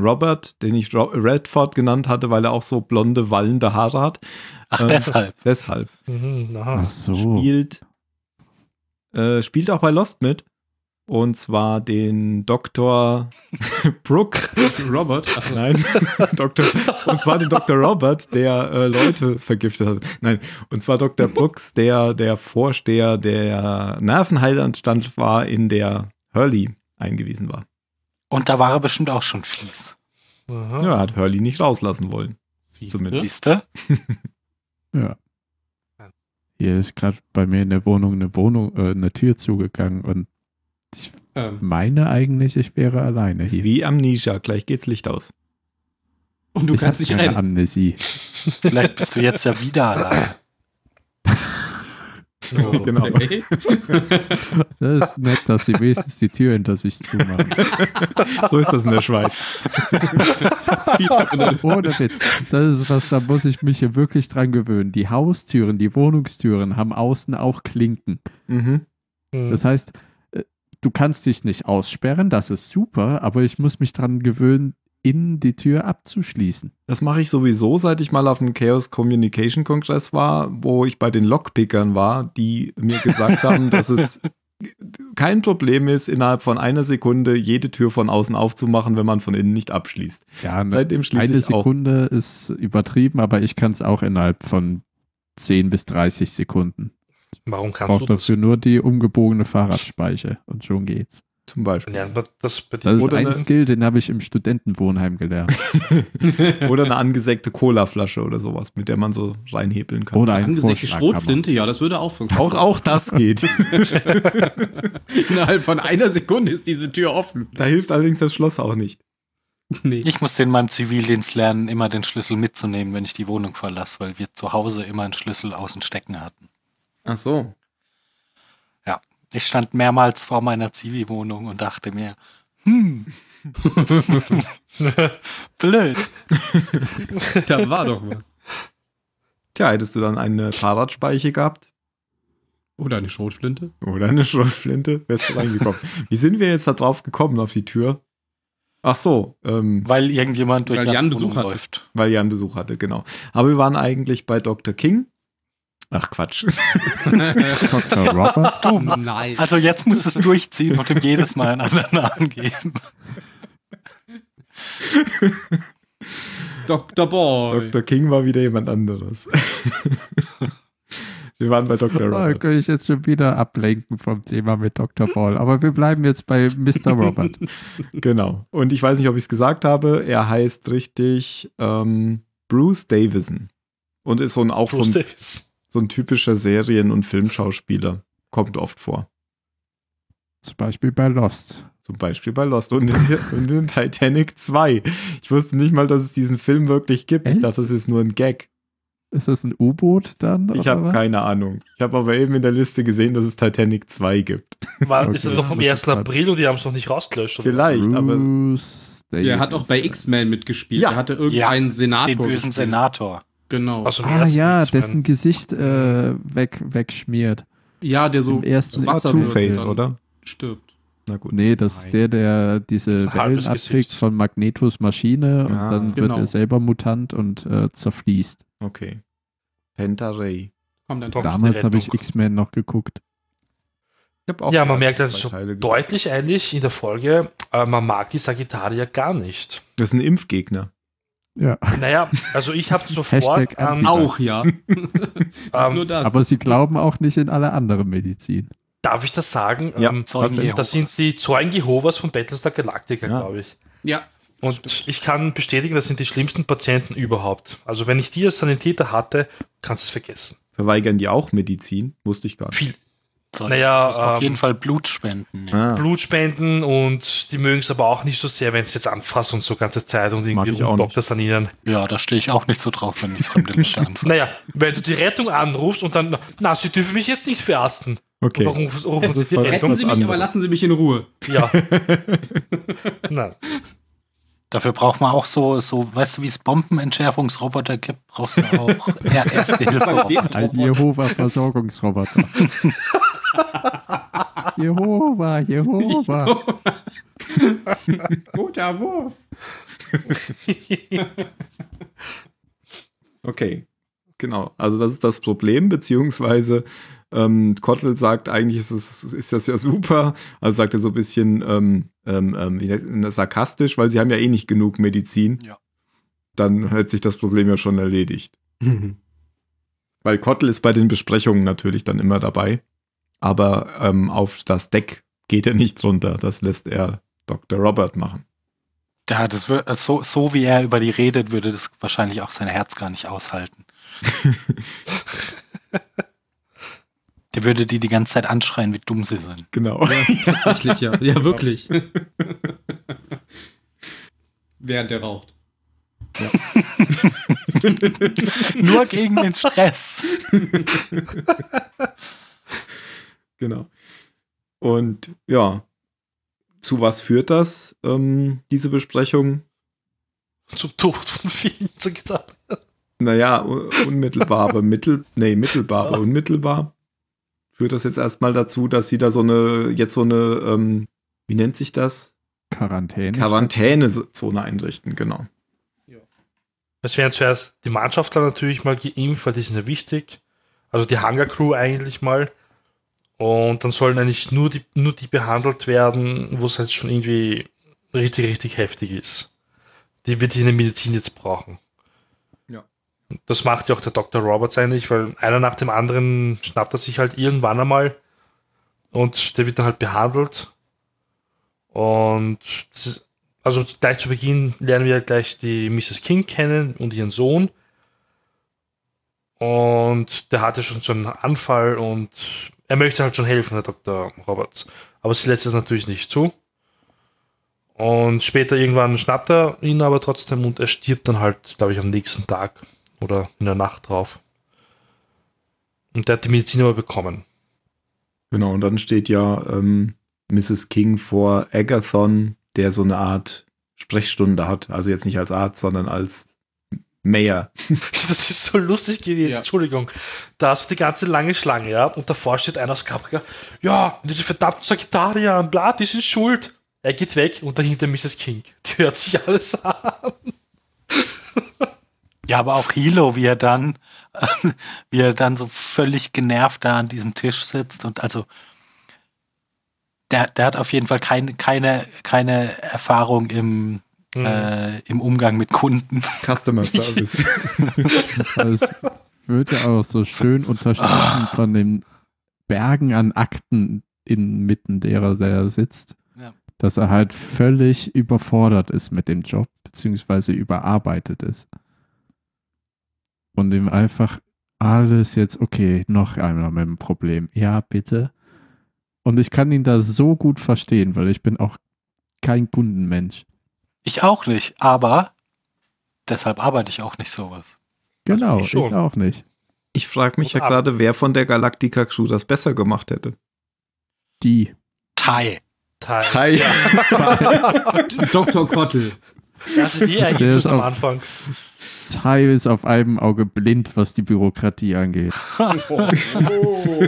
Speaker 3: Robert, den ich Ro Redford genannt hatte, weil er auch so blonde, wallende Haare hat.
Speaker 7: Ach,
Speaker 3: Ähm,
Speaker 7: deshalb.
Speaker 3: Deshalb.
Speaker 4: Mhm, aha.
Speaker 5: Ach so.
Speaker 3: spielt, äh, spielt auch bei Lost mit. Und zwar den Dr. Brooks.
Speaker 6: Robert? Ach,
Speaker 3: Nein, Dr. Und zwar den Dr. Robert, der äh, Leute vergiftet hat. Nein, und zwar Dr. Brooks, der der Vorsteher der Nervenheilanstalt war, in der Hurley eingewiesen war.
Speaker 7: Und da war er bestimmt auch schon fies.
Speaker 6: Oh.
Speaker 4: Aha.
Speaker 3: Ja, hat Hurley nicht rauslassen wollen.
Speaker 6: siehst
Speaker 3: Zumindest.
Speaker 6: du?
Speaker 7: Siehste?
Speaker 5: Ja. Hier ist gerade bei mir in der Wohnung eine Wohnung, äh, eine Tür zugegangen und
Speaker 6: Ähm,
Speaker 5: meine eigentlich, ich wäre alleine
Speaker 3: Ist
Speaker 5: hier.
Speaker 3: wie Amnesia, gleich geht's Licht aus.
Speaker 6: und du
Speaker 5: ich
Speaker 6: kannst
Speaker 5: hab
Speaker 6: dich
Speaker 5: keine
Speaker 6: rennen.
Speaker 5: Amnesie.
Speaker 7: Vielleicht bist du jetzt ja wieder allein.
Speaker 6: Oh.
Speaker 4: So.
Speaker 3: Genau.
Speaker 6: Okay.
Speaker 5: Das ist nett, dass sie wenigstens die Tür hinter sich zumachen.
Speaker 3: So ist das in der Schweiz.
Speaker 6: genau.
Speaker 5: Ohne Witz. Das ist was, da muss ich mich hier wirklich dran gewöhnen. Die Haustüren, die Wohnungstüren haben außen auch Klinken.
Speaker 3: Mhm.
Speaker 4: Mhm.
Speaker 5: Das heißt, äh, du kannst dich nicht aussperren, das ist super, aber ich muss mich dran gewöhnen, innen die Tür abzuschließen.
Speaker 3: Das mache ich sowieso, seit ich mal auf dem Chaos Communication Kongress war, wo ich bei den Lockpickern war, die mir gesagt haben, dass es kein Problem ist, innerhalb von einer Sekunde jede Tür von außen aufzumachen, wenn man von innen nicht abschließt.
Speaker 5: Ja, ne,
Speaker 3: Seitdem schließe
Speaker 5: Eine
Speaker 3: ich auch.
Speaker 5: Sekunde ist übertrieben, aber ich kann es auch innerhalb von 10 bis 30 Sekunden.
Speaker 4: Warum kannst
Speaker 5: Brauche
Speaker 4: du das?
Speaker 5: dafür nur die umgebogene Fahrradspeiche und schon geht's.
Speaker 3: Zum Beispiel.
Speaker 4: Lernt man das bei dir?
Speaker 5: Das ist
Speaker 3: Oder
Speaker 5: ein
Speaker 3: eine-
Speaker 5: Skill, den habe ich im Studentenwohnheim gelernt.
Speaker 3: Oder eine angesägte Colaflasche oder sowas, mit der man so reinhebeln kann.
Speaker 5: Oder ein
Speaker 6: Angesägte
Speaker 5: Vorschlaghammer.
Speaker 6: Schrotflinte, ja, das würde auch funktionieren.
Speaker 3: Auch, auch das geht.
Speaker 6: Innerhalb von einer Sekunde ist diese Tür offen.
Speaker 3: da hilft allerdings das Schloss auch nicht.
Speaker 6: Nee.
Speaker 7: Ich muss in meinem Zivildienst lernen, immer den Schlüssel mitzunehmen, wenn ich die Wohnung verlasse, weil wir zu Hause immer einen Schlüssel außen stecken hatten.
Speaker 3: Ach so.
Speaker 7: Ich stand mehrmals vor meiner Zivi-Wohnung und dachte mir, hm, blöd.
Speaker 6: Da war doch was.
Speaker 3: Tja, hättest du dann eine Fahrradspeiche gehabt?
Speaker 6: Oder eine Schrotflinte?
Speaker 3: Oder eine Schrotflinte? Wärst du reingekommen. Wie sind wir jetzt da drauf gekommen auf die Tür? Ach so, ähm,
Speaker 7: Weil irgendjemand durch
Speaker 6: Weil
Speaker 7: Jans
Speaker 6: Jan Besuch
Speaker 7: Wohnung
Speaker 6: hat.
Speaker 7: läuft.
Speaker 3: weil Jan Besuch hatte, genau. Aber wir waren eigentlich bei Dr. King. Ach Quatsch.
Speaker 5: Dr. Robert?
Speaker 6: Du, nein.
Speaker 7: Also jetzt muss es durchziehen und ihm jedes Mal einen anderen Namen geben.
Speaker 6: Dr. Boy.
Speaker 3: Dr. King war wieder jemand anderes. wir waren bei Dr.
Speaker 6: Ah,
Speaker 5: Oh, da
Speaker 3: Robert.
Speaker 5: kann ich jetzt schon wieder ablenken vom Thema mit Dr. Ball. Aber wir bleiben jetzt bei Mr. Robert.
Speaker 3: Genau. Und ich weiß nicht, ob ich es gesagt habe. Er heißt richtig ähm, Bruce Davison. Und ist so ein, auch so
Speaker 4: Bruce
Speaker 3: ein,
Speaker 4: Davis.
Speaker 3: so ein typischer Serien- und Filmschauspieler. Kommt oft vor.
Speaker 5: Zum Beispiel bei Lost.
Speaker 3: Zum Beispiel bei Lost und in, und in Titanic 2. Ich wusste nicht mal, dass es diesen Film wirklich gibt. Ich
Speaker 5: Echt?
Speaker 3: dachte, das ist nur ein Gag.
Speaker 5: Ist das ein U-Boot dann?
Speaker 3: Ich
Speaker 5: oder
Speaker 3: habe
Speaker 5: was?
Speaker 3: keine Ahnung. Ich habe aber eben in der Liste gesehen, dass es Titanic 2 gibt.
Speaker 4: War,
Speaker 5: Okay.
Speaker 4: Ist das noch vom
Speaker 5: Ja,
Speaker 4: 1.
Speaker 5: das ist
Speaker 4: April und die haben es noch nicht rausgelöscht? oder?
Speaker 3: Vielleicht,
Speaker 5: Mm,
Speaker 3: aber
Speaker 5: Bruce Davis.
Speaker 6: Der hat auch bei X-Men mitgespielt.
Speaker 3: Ja.
Speaker 6: Der hatte irgendeinen Senator.
Speaker 7: Den bösen
Speaker 6: gespielt.
Speaker 7: Senator.
Speaker 6: Genau.
Speaker 4: Also im
Speaker 5: Ah
Speaker 4: ersten
Speaker 5: ja,
Speaker 4: X-Men.
Speaker 5: dessen Gesicht äh, weg, wegschmiert.
Speaker 6: ja, der so
Speaker 5: Im ersten
Speaker 6: zu
Speaker 3: war
Speaker 6: Wasser
Speaker 3: Two-Face,
Speaker 6: wird und
Speaker 3: oder?
Speaker 6: stirbt.
Speaker 3: Na gut.
Speaker 5: Nee, das ist der, der
Speaker 4: Das
Speaker 5: diese
Speaker 4: ist ein
Speaker 5: Wellen
Speaker 4: halbes
Speaker 5: abkriegt
Speaker 4: Gesicht.
Speaker 5: von Magnetos Maschine und
Speaker 3: Ah,
Speaker 5: dann
Speaker 6: genau.
Speaker 5: wird er selber mutant und äh, zerfließt.
Speaker 3: Okay. Penta Ray.
Speaker 6: Kommt dann
Speaker 4: Doch. Brauchst
Speaker 5: Damals
Speaker 4: eine
Speaker 5: habe ich
Speaker 4: Rettung.
Speaker 5: X-Men noch geguckt.
Speaker 3: Ich hab auch
Speaker 4: Ja, man
Speaker 3: gedacht,
Speaker 4: merkt,
Speaker 3: dass
Speaker 4: das
Speaker 3: es
Speaker 4: ist
Speaker 3: zwei Teile gibt.
Speaker 4: Deutlich eigentlich in der Folge, äh, man mag die Sagittarier gar nicht.
Speaker 3: Das ist ein Impfgegner.
Speaker 5: Ja,
Speaker 4: Naja, also ich habe sofort
Speaker 5: Hashtag
Speaker 4: an,
Speaker 5: Anti-
Speaker 6: auch, ja.
Speaker 4: Ähm,
Speaker 6: Nur das.
Speaker 5: aber sie glauben auch nicht in alle andere Medizin.
Speaker 4: darf ich das sagen?
Speaker 3: Ja,
Speaker 4: Ähm,
Speaker 7: Zeugen
Speaker 3: Was denn?
Speaker 7: Jehovas.
Speaker 4: das sind die Zeugen Jehovas von Battlestar Galactica,
Speaker 3: Ja.
Speaker 4: glaube ich.
Speaker 6: ja.
Speaker 4: Und ich kann bestätigen, das sind die schlimmsten Patienten überhaupt. Also wenn ich die als Sanitäter hatte, kannst du es vergessen.
Speaker 3: Verweigern die auch Medizin? Wusste ich gar nicht.
Speaker 4: Viel
Speaker 7: Soll
Speaker 4: Naja,
Speaker 7: muss auf
Speaker 4: ähm,
Speaker 7: jeden Fall Blut spenden. ja.
Speaker 3: Ah,
Speaker 4: Blut spenden und die mögen es aber auch nicht so sehr, wenn es jetzt anfasst und so ganze Zeit und
Speaker 3: Mag
Speaker 4: irgendwie
Speaker 3: ich auch
Speaker 4: rumdokterst an ihnen.
Speaker 7: Ja, da stehe ich auch nicht so drauf, wenn ich fremde Menschen anfange.
Speaker 4: Naja, wenn du die Rettung anrufst und dann, na, sie dürfen mich jetzt nicht verarzten.
Speaker 3: okay.
Speaker 4: Warum rufen, rufen
Speaker 3: Das
Speaker 4: sie die
Speaker 3: war-
Speaker 4: Rettung?
Speaker 6: Retten Sie mich,
Speaker 3: anderes.
Speaker 6: aber lassen Sie mich in Ruhe.
Speaker 4: Ja. Nein.
Speaker 7: Dafür braucht man auch so, so weißt du, wie es Bombenentschärfungsroboter gibt, brauchst du auch ja, erste Hilfe.
Speaker 5: Ein Jehova-Versorgungsroboter. Jehova, Jehova.
Speaker 6: Guter Wurf.
Speaker 3: Okay. Genau. Also das ist das Problem, beziehungsweise ähm, Kottel sagt, eigentlich ist, es, ist das ja super. Also sagt er so ein bisschen ähm, ähm, ähm, wie heißt- na, sarkastisch, weil sie haben ja eh nicht genug Medizin.
Speaker 7: Ja.
Speaker 3: Dann hat sich das Problem ja schon erledigt. Weil Kottel ist bei den Besprechungen natürlich dann immer dabei. Aber ähm, auf das Deck geht er nicht runter. Das lässt er Dr. Robert machen.
Speaker 7: Ja, das wird, so, so wie er über die redet, würde das wahrscheinlich auch sein Herz gar nicht aushalten. Der würde die die ganze Zeit anschreien, wie dumm sie sind.
Speaker 3: Genau.
Speaker 6: Tatsächlich, ja. Ja, wirklich. Während er raucht.
Speaker 7: Nur gegen den Stress.
Speaker 3: Genau. Und ja, zu was führt das, ähm, diese Besprechung?
Speaker 4: Zum Tod von vielen Sagittariern.
Speaker 3: Naja, un- unmittelbar, aber mittel, nee, mittelbar, aber unmittelbar führt das jetzt erstmal dazu, dass sie da so eine, jetzt so eine, ähm, wie nennt sich das?
Speaker 5: Quarantäne.
Speaker 3: Quarantänezone einrichten, genau.
Speaker 4: Es werden zuerst die Mannschaftler natürlich mal geimpft, weil die sind ja wichtig. Also die Hunger Crew eigentlich mal. Und dann sollen eigentlich nur die, nur die behandelt werden, wo es halt schon irgendwie richtig, richtig heftig ist. Die wird die in der Medizin jetzt brauchen.
Speaker 3: Ja.
Speaker 4: Und Das macht ja auch der Dr. Roberts eigentlich, weil einer nach dem anderen schnappt er sich halt irgendwann einmal und der wird dann halt behandelt. Und das ist also gleich zu Beginn lernen wir gleich die Mrs. King kennen und ihren Sohn. Und der hatte schon so einen Anfall und er möchte halt schon helfen, der Dr. Roberts. Aber sie lässt es natürlich nicht zu. Und später irgendwann schnappt er ihn aber trotzdem und er stirbt dann halt, glaube ich, am nächsten Tag oder in der Nacht drauf. Und der hat die Medizin aber bekommen.
Speaker 3: Genau, und dann steht ja ähm, Mrs. King vor Agathon, der so eine Art Sprechstunde hat. Also jetzt nicht als Arzt, sondern als Mayor.
Speaker 4: Das ist so lustig gewesen,
Speaker 6: Ja.
Speaker 4: Entschuldigung. Da hast du die ganze lange Schlange, ja, und davor steht einer aus Caprica, ja, diese verdammten Sagittarier, bla, die sind schuld. Er geht weg und dahinter Mrs. King. Die hört sich alles an.
Speaker 7: Ja, aber auch Hilo, wie er dann, wie er dann so völlig genervt da an diesem Tisch sitzt und also der, der hat auf jeden Fall keine, keine, keine Erfahrung im,
Speaker 4: Hm.
Speaker 7: äh, im Umgang mit Kunden.
Speaker 3: Customer Service.
Speaker 5: Das wird ja auch so schön unterstrichen von den Bergen an Akten inmitten derer der sitzt,
Speaker 7: Ja.
Speaker 5: dass er halt völlig überfordert ist mit dem Job, beziehungsweise überarbeitet ist. und ihm einfach alles jetzt, okay, noch einmal mit dem Problem. Ja, bitte. Und ich kann ihn da so gut verstehen, weil ich bin auch kein Kundenmensch.
Speaker 7: Ich auch nicht, aber deshalb arbeite ich auch nicht sowas.
Speaker 5: Genau, ich
Speaker 4: schon.
Speaker 5: auch nicht.
Speaker 3: Ich frage mich
Speaker 4: Gut
Speaker 3: ja
Speaker 4: ab.
Speaker 3: gerade, wer von der Galactica Crew das besser gemacht hätte.
Speaker 5: Die.
Speaker 7: Tai.
Speaker 4: Teil.
Speaker 3: Hi.
Speaker 6: Dr. Kottel.
Speaker 4: Das ist ihr
Speaker 5: Der ist
Speaker 4: Ergebnis am
Speaker 5: auch-
Speaker 4: Anfang.
Speaker 5: Tai ist auf einem Auge blind, was die Bürokratie angeht.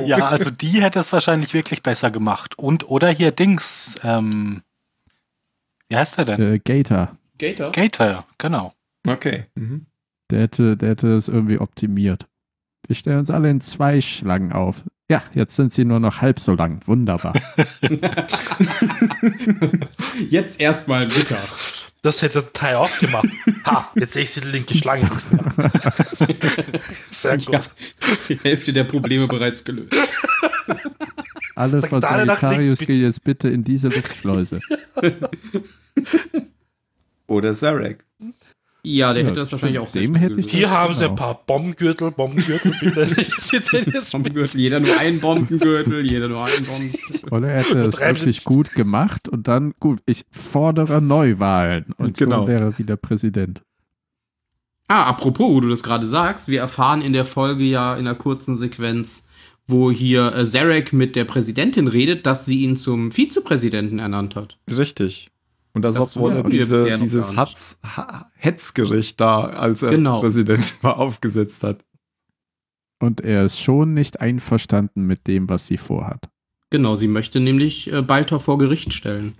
Speaker 7: Ja, also die hätte es wahrscheinlich wirklich besser gemacht. Und oder hier Dings. Ähm, wie heißt er denn?
Speaker 5: Äh, Gator,
Speaker 6: Gator?
Speaker 7: Gator, genau.
Speaker 3: Okay. Mhm.
Speaker 5: der hätte, der hätte es irgendwie optimiert. Wir stellen uns alle in zwei Schlangen auf. Ja, jetzt sind sie nur noch halb so lang. Wunderbar.
Speaker 6: Jetzt erstmal Mittag.
Speaker 4: Das hätte Teil auch gemacht. Ha, jetzt sehe ich die linke Schlange nicht mehr. Sehr gut.
Speaker 6: Ja, die Hälfte der Probleme bereits gelöst.
Speaker 5: Alles
Speaker 4: Sag
Speaker 5: von
Speaker 4: da nach
Speaker 5: Sagittarius
Speaker 4: links, bitte.
Speaker 5: geht jetzt bitte in diese Luftschleuse.
Speaker 3: Oder Zarek.
Speaker 6: Ja, der
Speaker 5: Ja,
Speaker 6: hätte das
Speaker 5: stimmt.
Speaker 6: wahrscheinlich auch
Speaker 5: Dem
Speaker 6: selbst
Speaker 5: hätte ich-
Speaker 4: Hier haben sie
Speaker 5: Genau.
Speaker 4: ein paar Bombengürtel, Bombengürtel, bitte nehmen Sie den jetzt mit.
Speaker 6: Bombengürtel, jeder nur einen Bombengürtel, jeder nur einen Bombengürtel.
Speaker 5: Oder er hätte es
Speaker 4: Übertreiben Sie
Speaker 5: wirklich
Speaker 4: nicht.
Speaker 5: gut gemacht und dann, gut, ich fordere Neuwahlen. Und
Speaker 3: Genau.
Speaker 5: so wäre er wieder Präsident.
Speaker 6: Ah, apropos, wo du das gerade sagst, wir erfahren in der Folge ja in einer kurzen Sequenz, wo hier äh, Zarek mit der Präsidentin redet, dass sie ihn zum Vizepräsidenten ernannt hat.
Speaker 3: Richtig. Und das,
Speaker 6: Das
Speaker 3: wurde
Speaker 6: wussten wir bisher
Speaker 3: diese,
Speaker 6: noch
Speaker 3: dieses
Speaker 6: gar nicht.
Speaker 3: Hatz, Ha- Hetzgericht da, als er
Speaker 6: Genau.
Speaker 3: Präsident war, aufgesetzt hat.
Speaker 5: Und er ist schon nicht einverstanden mit dem, was sie vorhat.
Speaker 6: Genau, sie möchte nämlich äh, Baltor vor Gericht stellen.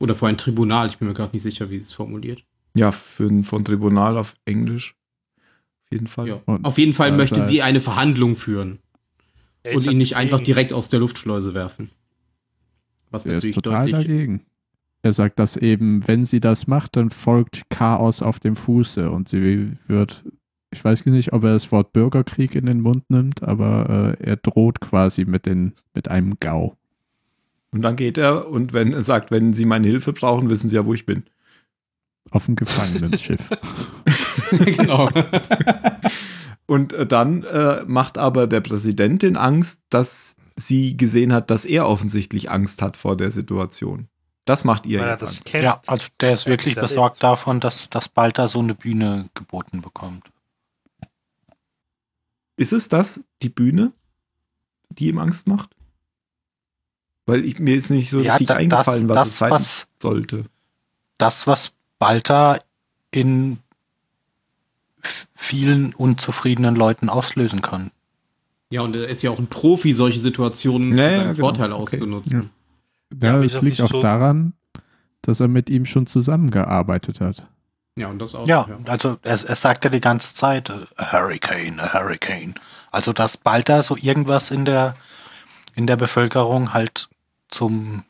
Speaker 6: Oder vor ein Tribunal, ich bin mir gerade nicht sicher, wie sie es formuliert.
Speaker 3: Ja, für ein von Tribunal auf Englisch. Auf jeden Fall.
Speaker 6: Ja.
Speaker 5: Und-
Speaker 6: Auf jeden Fall
Speaker 5: Ja,
Speaker 6: möchte
Speaker 5: klar.
Speaker 6: sie eine Verhandlung führen
Speaker 4: Ja,
Speaker 6: und
Speaker 4: ich hab
Speaker 6: ihn nicht einfach
Speaker 4: gesehen.
Speaker 6: direkt aus der Luftschleuse werfen. Was
Speaker 5: Er ist
Speaker 6: natürlich
Speaker 5: total
Speaker 6: deutlich
Speaker 5: dagegen. Er sagt, dass eben, wenn sie das macht, dann folgt Chaos auf dem Fuße und sie wird, ich weiß gar nicht, ob er das Wort Bürgerkrieg in den Mund nimmt, aber äh, er droht quasi mit, den, mit einem GAU.
Speaker 3: Und dann geht er und wenn er sagt, wenn Sie meine Hilfe brauchen, wissen Sie ja, wo ich bin.
Speaker 5: Auf dem Gefangenenschiff.
Speaker 6: genau.
Speaker 3: Und äh, dann äh, macht aber der Präsidentin Angst, dass sie gesehen hat, dass er offensichtlich Angst hat vor der Situation. Das macht ihr
Speaker 4: Weil er
Speaker 3: jetzt
Speaker 4: das
Speaker 3: Angst.
Speaker 4: kennt.
Speaker 7: Ja, also der ist
Speaker 4: Ja,
Speaker 7: wirklich
Speaker 4: klar.
Speaker 7: besorgt davon, dass, dass bald da so eine Bühne geboten bekommt.
Speaker 3: Ist es das, die Bühne, die ihm Angst macht? Weil ich, mir ist nicht so
Speaker 7: Ja,
Speaker 3: richtig
Speaker 7: da- das-
Speaker 3: eingefallen, was
Speaker 7: das,
Speaker 3: es sein
Speaker 7: was-
Speaker 3: sollte.
Speaker 7: Das, was Balta in f- vielen unzufriedenen Leuten auslösen kann.
Speaker 6: ja, und er ist ja auch ein Profi, solche
Speaker 3: Ja,
Speaker 6: Situationen zu
Speaker 3: ja,
Speaker 6: seinem
Speaker 3: genau.
Speaker 6: Vorteil
Speaker 3: Okay.
Speaker 6: auszunutzen.
Speaker 5: ja,
Speaker 4: aber ist
Speaker 5: das
Speaker 4: doch
Speaker 5: liegt
Speaker 4: nicht
Speaker 5: auch
Speaker 4: so-
Speaker 5: daran, dass er mit ihm schon zusammengearbeitet hat.
Speaker 6: Ja, und das auch.
Speaker 7: Ja,
Speaker 6: ja.
Speaker 7: also er, er sagt ja die ganze Zeit, äh, a Hurricane, a Hurricane. Also dass bald da so irgendwas in der, in der Bevölkerung halt zum,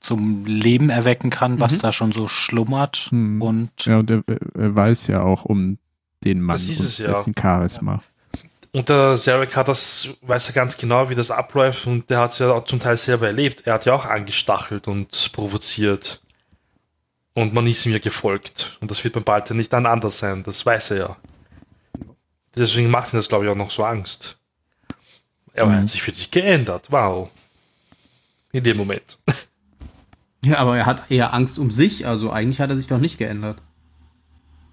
Speaker 7: zum Leben erwecken kann, was da schon so schlummert.
Speaker 5: Mhm. Hm.
Speaker 7: Und
Speaker 5: Ja, und er, er weiß ja auch um den Mann
Speaker 4: Das ist es
Speaker 5: und
Speaker 4: ja.
Speaker 5: dessen Charisma.
Speaker 4: Und der Zarek hat das, weiß er ganz genau, wie das abläuft und der hat es ja auch zum Teil selber erlebt. Er hat ja auch angestachelt und provoziert. Und man ist ihm ja gefolgt. Und das wird beim Balter nicht dann anders sein, das weiß er ja. Deswegen macht ihm das, glaube ich, auch noch so Angst. Aber er
Speaker 5: Mhm.
Speaker 4: hat sich für dich geändert, wow. In dem Moment.
Speaker 6: ja, aber er hat eher Angst um sich, also eigentlich hat er sich doch nicht geändert.